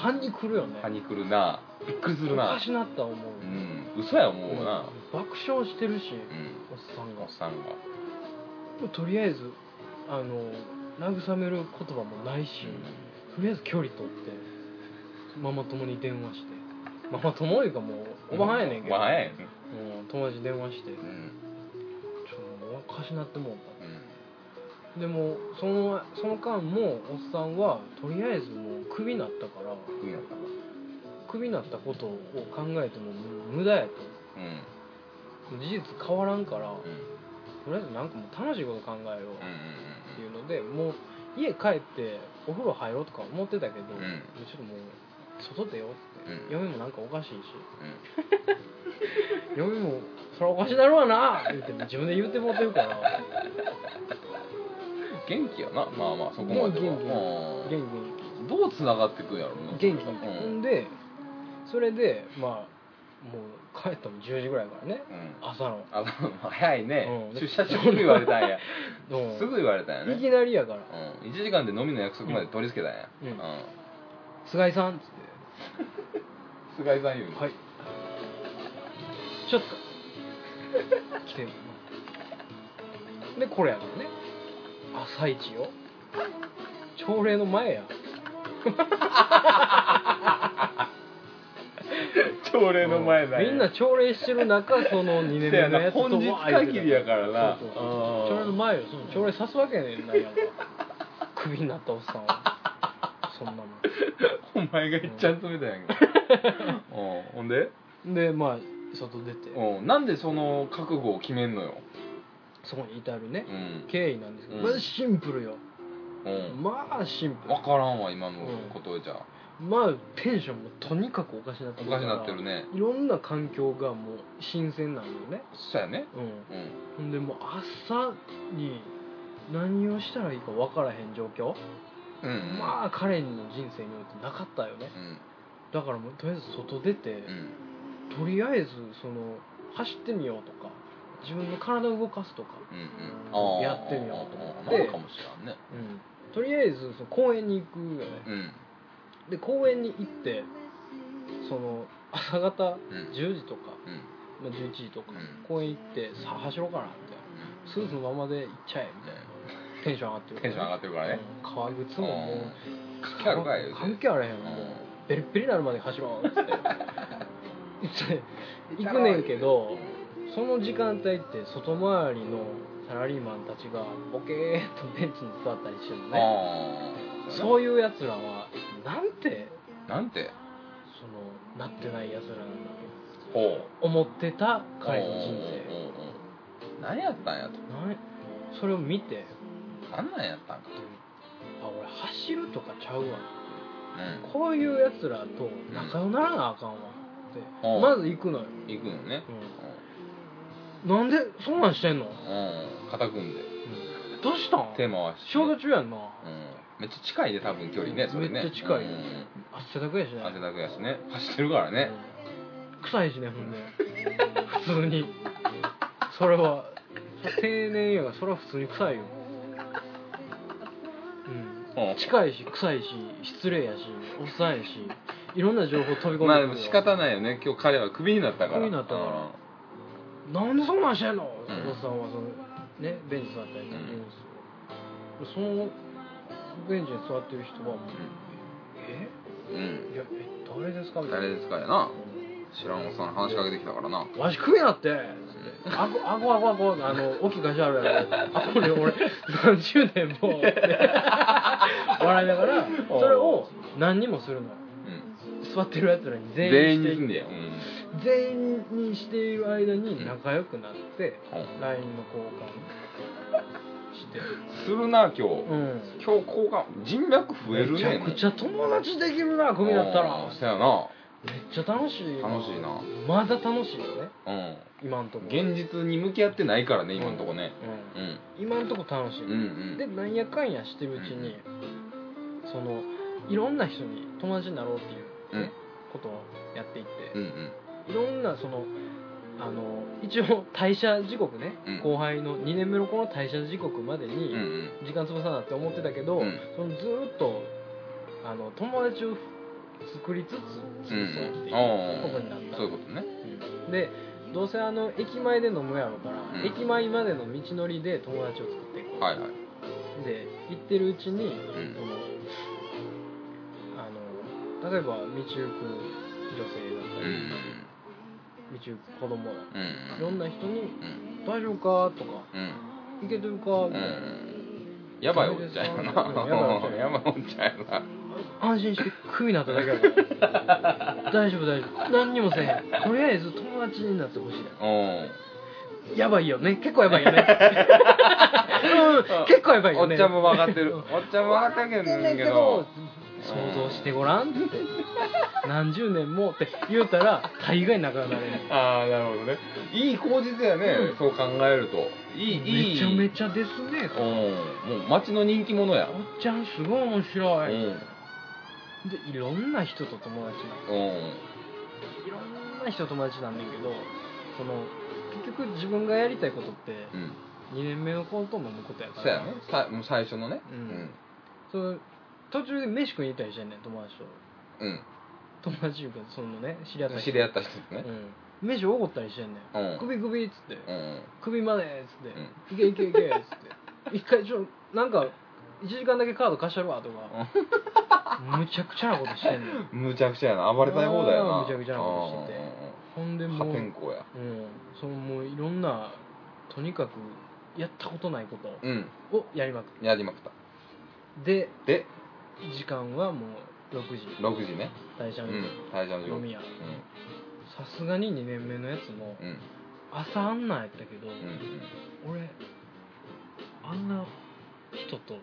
[SPEAKER 1] パンに来るよね
[SPEAKER 2] 歯にくるなびっくりする
[SPEAKER 1] お
[SPEAKER 2] な
[SPEAKER 1] かしなった思う、
[SPEAKER 2] うん嘘や思うな
[SPEAKER 1] 爆笑してるし、
[SPEAKER 2] うん
[SPEAKER 1] おっさん
[SPEAKER 2] お
[SPEAKER 1] が
[SPEAKER 2] っさんが
[SPEAKER 1] もうとりあえずあの慰める言葉もないし、とりあえず距離取ってママ友に電話してママ友いうかもうおばはんやねんけど、
[SPEAKER 2] おばはんやね
[SPEAKER 1] う
[SPEAKER 2] ん
[SPEAKER 1] ん友達に電話してちょ
[SPEAKER 2] う
[SPEAKER 1] っ
[SPEAKER 2] ん
[SPEAKER 1] ともうおかしなってもう
[SPEAKER 2] うん
[SPEAKER 1] たでもそのその間もおっさんはとりあえずもうクビになったから
[SPEAKER 2] クビやったな
[SPEAKER 1] クビになったことを考えても無駄やと
[SPEAKER 2] うん
[SPEAKER 1] 事実変わらんから
[SPEAKER 2] うんうん
[SPEAKER 1] とりあえずなんかもう楽しいこと考えよう、っ
[SPEAKER 2] う
[SPEAKER 1] て
[SPEAKER 2] ん
[SPEAKER 1] いうのでもう家帰ってお風呂入ろうとか思ってたけど、
[SPEAKER 2] うん
[SPEAKER 1] ちょっともう外出ようって、
[SPEAKER 2] うん
[SPEAKER 1] 嫁もなんかおかしいし
[SPEAKER 2] うん
[SPEAKER 1] 嫁も「それおかしなるわな」言って自分で言ってもうてるから
[SPEAKER 2] 元気やなまあまあそこまでは
[SPEAKER 1] 元気
[SPEAKER 2] うん
[SPEAKER 1] 元
[SPEAKER 2] どうつながっていくんやろな
[SPEAKER 1] 気元気
[SPEAKER 2] う
[SPEAKER 1] にほ
[SPEAKER 2] ん
[SPEAKER 1] んでそれでまあもう帰ったの10時ぐらいからね
[SPEAKER 2] うん
[SPEAKER 1] 朝の、
[SPEAKER 2] あの早いね
[SPEAKER 1] うん
[SPEAKER 2] 出社中すぐ言われた んや
[SPEAKER 1] うん
[SPEAKER 2] すぐ言われたんや
[SPEAKER 1] いき
[SPEAKER 2] ね
[SPEAKER 1] なりやから
[SPEAKER 2] 1時間で飲みの約束まで取り付けたんや
[SPEAKER 1] うん
[SPEAKER 2] うん
[SPEAKER 1] 「菅井さん」っつって
[SPEAKER 2] 菅井さん言
[SPEAKER 1] 「
[SPEAKER 2] うの
[SPEAKER 1] はいちょっと来てもらってでこれやからね朝一よ朝礼の前や
[SPEAKER 2] 朝礼の前だ
[SPEAKER 1] みんな朝礼してる中その2年
[SPEAKER 2] せ
[SPEAKER 1] 目
[SPEAKER 2] や
[SPEAKER 1] のや
[SPEAKER 2] な
[SPEAKER 1] つと
[SPEAKER 2] 本日
[SPEAKER 1] わー
[SPEAKER 2] 限りやからな
[SPEAKER 1] そうそう朝礼の前よその朝礼さすわけねえんないやんか クビになったおっさんはそんなも
[SPEAKER 2] うんお前がいっちゃん詰めたやんかうんほんで
[SPEAKER 1] んでまあ外出て
[SPEAKER 2] うんなんでその覚悟を決めんのよ
[SPEAKER 1] そこに至るね
[SPEAKER 2] うん
[SPEAKER 1] 経緯なんですけど、
[SPEAKER 2] うん
[SPEAKER 1] まずシンプルよ
[SPEAKER 2] うん
[SPEAKER 1] まあシンプル
[SPEAKER 2] 分からんわ今のことじゃ
[SPEAKER 1] まあテンションもとにかくおかしなって
[SPEAKER 2] お
[SPEAKER 1] るか
[SPEAKER 2] からしなってるね
[SPEAKER 1] いろんな環境がもう新鮮なんよね
[SPEAKER 2] そうやね
[SPEAKER 1] うん
[SPEAKER 2] うん
[SPEAKER 1] ほんでもう朝に何をしたらいいか分からへん状況、
[SPEAKER 2] うん
[SPEAKER 1] まあ彼の人生においてなかったよね
[SPEAKER 2] うん
[SPEAKER 1] だからもうとりあえず外出て、
[SPEAKER 2] うん
[SPEAKER 1] とりあえずその走ってみようとか自分の体を動かすとか、
[SPEAKER 2] うんうんあー
[SPEAKER 1] やってみようと思って
[SPEAKER 2] あーなんかもしらんね
[SPEAKER 1] とりあえずその公園に行くよね
[SPEAKER 2] うん
[SPEAKER 1] で公園に行ってその朝方
[SPEAKER 2] うん
[SPEAKER 1] 10時とか、
[SPEAKER 2] うん
[SPEAKER 1] まあ、11時とか、
[SPEAKER 2] うん
[SPEAKER 1] 公園行ってさあ走ろうかなみたいなスーツのままで行っちゃえみたいなテンション上がってる
[SPEAKER 2] テンション上が
[SPEAKER 1] っ
[SPEAKER 2] ってるからね
[SPEAKER 1] て革靴ももう
[SPEAKER 2] 関係あるかい言うて
[SPEAKER 1] 関係あれへん
[SPEAKER 2] う
[SPEAKER 1] もうペリッペリになるまで走ろうっつって行くねんけどその時間帯って外回りのサラリーマンたちがボケーっとベンチに座ったりしてるのね
[SPEAKER 2] ああ
[SPEAKER 1] そういうやつらはなんて
[SPEAKER 2] なんて
[SPEAKER 1] そのなってないやつらなんだと
[SPEAKER 2] ほう
[SPEAKER 1] 思ってた彼の人
[SPEAKER 2] うん
[SPEAKER 1] 生
[SPEAKER 2] うんうん何やったんやと
[SPEAKER 1] なんそれを見て
[SPEAKER 2] あんなんやったんか
[SPEAKER 1] あ俺走るとかちゃうわ
[SPEAKER 2] うん
[SPEAKER 1] こういうやつらと仲良くならなあかんわって、
[SPEAKER 2] うん
[SPEAKER 1] まず行くのよ、
[SPEAKER 2] 行くのね
[SPEAKER 1] うんなんでそんなんしてんの、
[SPEAKER 2] うんうん肩組んで
[SPEAKER 1] どうしたん
[SPEAKER 2] 手回して
[SPEAKER 1] 仕事中やんな
[SPEAKER 2] うんめっちゃ近いで多分距離ねそれね
[SPEAKER 1] めっちゃ近いよ
[SPEAKER 2] うん
[SPEAKER 1] 汗だくやしね
[SPEAKER 2] 汗だくやしね走ってるからね、
[SPEAKER 1] うん臭いしねほんで普通にそれは青年やがそれは普通に臭いよ
[SPEAKER 2] う
[SPEAKER 1] うん
[SPEAKER 2] ん
[SPEAKER 1] 近いし臭いし失礼やしおっさんやしいろんな情報飛び込んでくるよ
[SPEAKER 2] まあでも仕方ないよね今日彼はクビになったから
[SPEAKER 1] クビになったからなんでそんなんしてんの、
[SPEAKER 2] うん
[SPEAKER 1] おっさんはそのねベンチ座ったりとか
[SPEAKER 2] うん
[SPEAKER 1] 言うんですよ、そのベンチに座ってる人はもうえ
[SPEAKER 2] うん、うん
[SPEAKER 1] いやえ誰ですかみたいな
[SPEAKER 2] 誰ですかやな知らんおっさんに話しかけてきたからな
[SPEAKER 1] わし食えなってあごあごあごあごあの大きい会社あるや ろあこれ俺何十年もって笑いながらそれを何にもするのよ
[SPEAKER 2] うん
[SPEAKER 1] 座ってるやつらに全
[SPEAKER 2] 全
[SPEAKER 1] 員
[SPEAKER 2] 員
[SPEAKER 1] して
[SPEAKER 2] でよ、うん
[SPEAKER 1] 全員にしている間に仲良くなって、LINE の交換して
[SPEAKER 2] するな今日、
[SPEAKER 1] うん
[SPEAKER 2] 今日交換人脈増えるね
[SPEAKER 1] めちゃくちゃ友達できるな組だったら
[SPEAKER 2] うんそやな
[SPEAKER 1] めっちゃ楽しい
[SPEAKER 2] 楽しいな
[SPEAKER 1] まだ楽しいよね
[SPEAKER 2] うん
[SPEAKER 1] 今んとこ
[SPEAKER 2] 現実に向き合ってないからね今のとこね、
[SPEAKER 1] うん
[SPEAKER 2] うん、
[SPEAKER 1] 今んとこ楽しい、
[SPEAKER 2] うんうん
[SPEAKER 1] でなんやかんやしてるうちに、そのいろんな人に友達になろうっていう
[SPEAKER 2] うん
[SPEAKER 1] ことをやっていって、
[SPEAKER 2] うんうん
[SPEAKER 1] いろんなそのあの一応退社時刻ね、
[SPEAKER 2] うん
[SPEAKER 1] 後輩の2年目の子の退社時刻まで
[SPEAKER 2] う
[SPEAKER 1] に
[SPEAKER 2] んうん
[SPEAKER 1] 時間潰さなって思ってたけど、
[SPEAKER 2] うん
[SPEAKER 1] そのずーっとあの友達を作りつつ
[SPEAKER 2] うん
[SPEAKER 1] 潰そうっていう
[SPEAKER 2] うん
[SPEAKER 1] ことになった、
[SPEAKER 2] そういうことね
[SPEAKER 1] うんでどうせあの駅前で飲むやろから、
[SPEAKER 2] うん
[SPEAKER 1] 駅前までの道のりで友達を作っていこう、
[SPEAKER 2] はいはい
[SPEAKER 1] で行ってるうちに、
[SPEAKER 2] ん
[SPEAKER 1] そのあの例えば道行く女性だった
[SPEAKER 2] う
[SPEAKER 1] り、
[SPEAKER 2] ん
[SPEAKER 1] 道行く子供だったり、
[SPEAKER 2] うん
[SPEAKER 1] いろんな人に
[SPEAKER 2] うん
[SPEAKER 1] 「大丈夫か?」とか
[SPEAKER 2] うん
[SPEAKER 1] 「いけてるか?」みた
[SPEAKER 2] う
[SPEAKER 1] いな、
[SPEAKER 2] んやばいおっちゃんやな
[SPEAKER 1] うん
[SPEAKER 2] や
[SPEAKER 1] や
[SPEAKER 2] ばいおっちゃんやな
[SPEAKER 1] 安心してクビになっただけや から「大丈夫大丈夫何にもせえへんとりあえず友達になってほしい」
[SPEAKER 2] うん
[SPEAKER 1] やばいよね結構やばい よねうん結構やばいよね
[SPEAKER 2] おっちゃんも分かってる
[SPEAKER 1] う
[SPEAKER 2] お
[SPEAKER 1] ん
[SPEAKER 2] っちゃんも分かってる
[SPEAKER 1] ねん
[SPEAKER 2] け
[SPEAKER 1] け
[SPEAKER 2] ど
[SPEAKER 1] ど想像してごらんって何十年もって言うたら大概仲良くなれる
[SPEAKER 2] ああなるほどねいい口実やね
[SPEAKER 1] うん
[SPEAKER 2] そう考えるといいいい
[SPEAKER 1] めちゃめちゃですね
[SPEAKER 2] うんもう街の人気者や
[SPEAKER 1] おっちゃんすごい面
[SPEAKER 2] う
[SPEAKER 1] 白い
[SPEAKER 2] ん
[SPEAKER 1] でいろんな人と友達になる
[SPEAKER 2] うん
[SPEAKER 1] いろんな人と友達なんだけどその結局自分がやりたいことって
[SPEAKER 2] うん
[SPEAKER 1] 2年目の子と飲むことやか
[SPEAKER 2] そうや
[SPEAKER 1] ら
[SPEAKER 2] ねさもう最初のね
[SPEAKER 1] うんその途中で飯食いに行ったりしてんねん友達と
[SPEAKER 2] うん
[SPEAKER 1] 友達いうかそのね知り合った人
[SPEAKER 2] 知り合った人とね
[SPEAKER 1] うん、飯おごったりしてんねん、
[SPEAKER 2] うん
[SPEAKER 1] 首首っつって、
[SPEAKER 2] うん
[SPEAKER 1] 首までっつって、
[SPEAKER 2] う
[SPEAKER 1] いけいけいけっつって一回ちょなんか1時間だけカード貸したるわとかむちゃくちゃなことしてんねん
[SPEAKER 2] むちゃくちゃやな暴れたい方だよな
[SPEAKER 1] むちゃくちゃなことしててほんで
[SPEAKER 2] うんうんうん
[SPEAKER 1] もう,、
[SPEAKER 2] 破
[SPEAKER 1] う
[SPEAKER 2] 天
[SPEAKER 1] ん、
[SPEAKER 2] 荒や
[SPEAKER 1] そのもういろんなとにかくやったことないこ
[SPEAKER 2] うん
[SPEAKER 1] とをやりまくっ
[SPEAKER 2] やりまくった
[SPEAKER 1] てで
[SPEAKER 2] で
[SPEAKER 1] 時間はもう6時
[SPEAKER 2] 6時ね
[SPEAKER 1] 大社
[SPEAKER 2] う
[SPEAKER 1] の
[SPEAKER 2] ん大社の
[SPEAKER 1] 飲み
[SPEAKER 2] 時
[SPEAKER 1] 屋
[SPEAKER 2] うん
[SPEAKER 1] さすがに2年目のやつも
[SPEAKER 2] うん
[SPEAKER 1] 朝あんなんやったけど、
[SPEAKER 2] うんうん
[SPEAKER 1] 俺あんな人と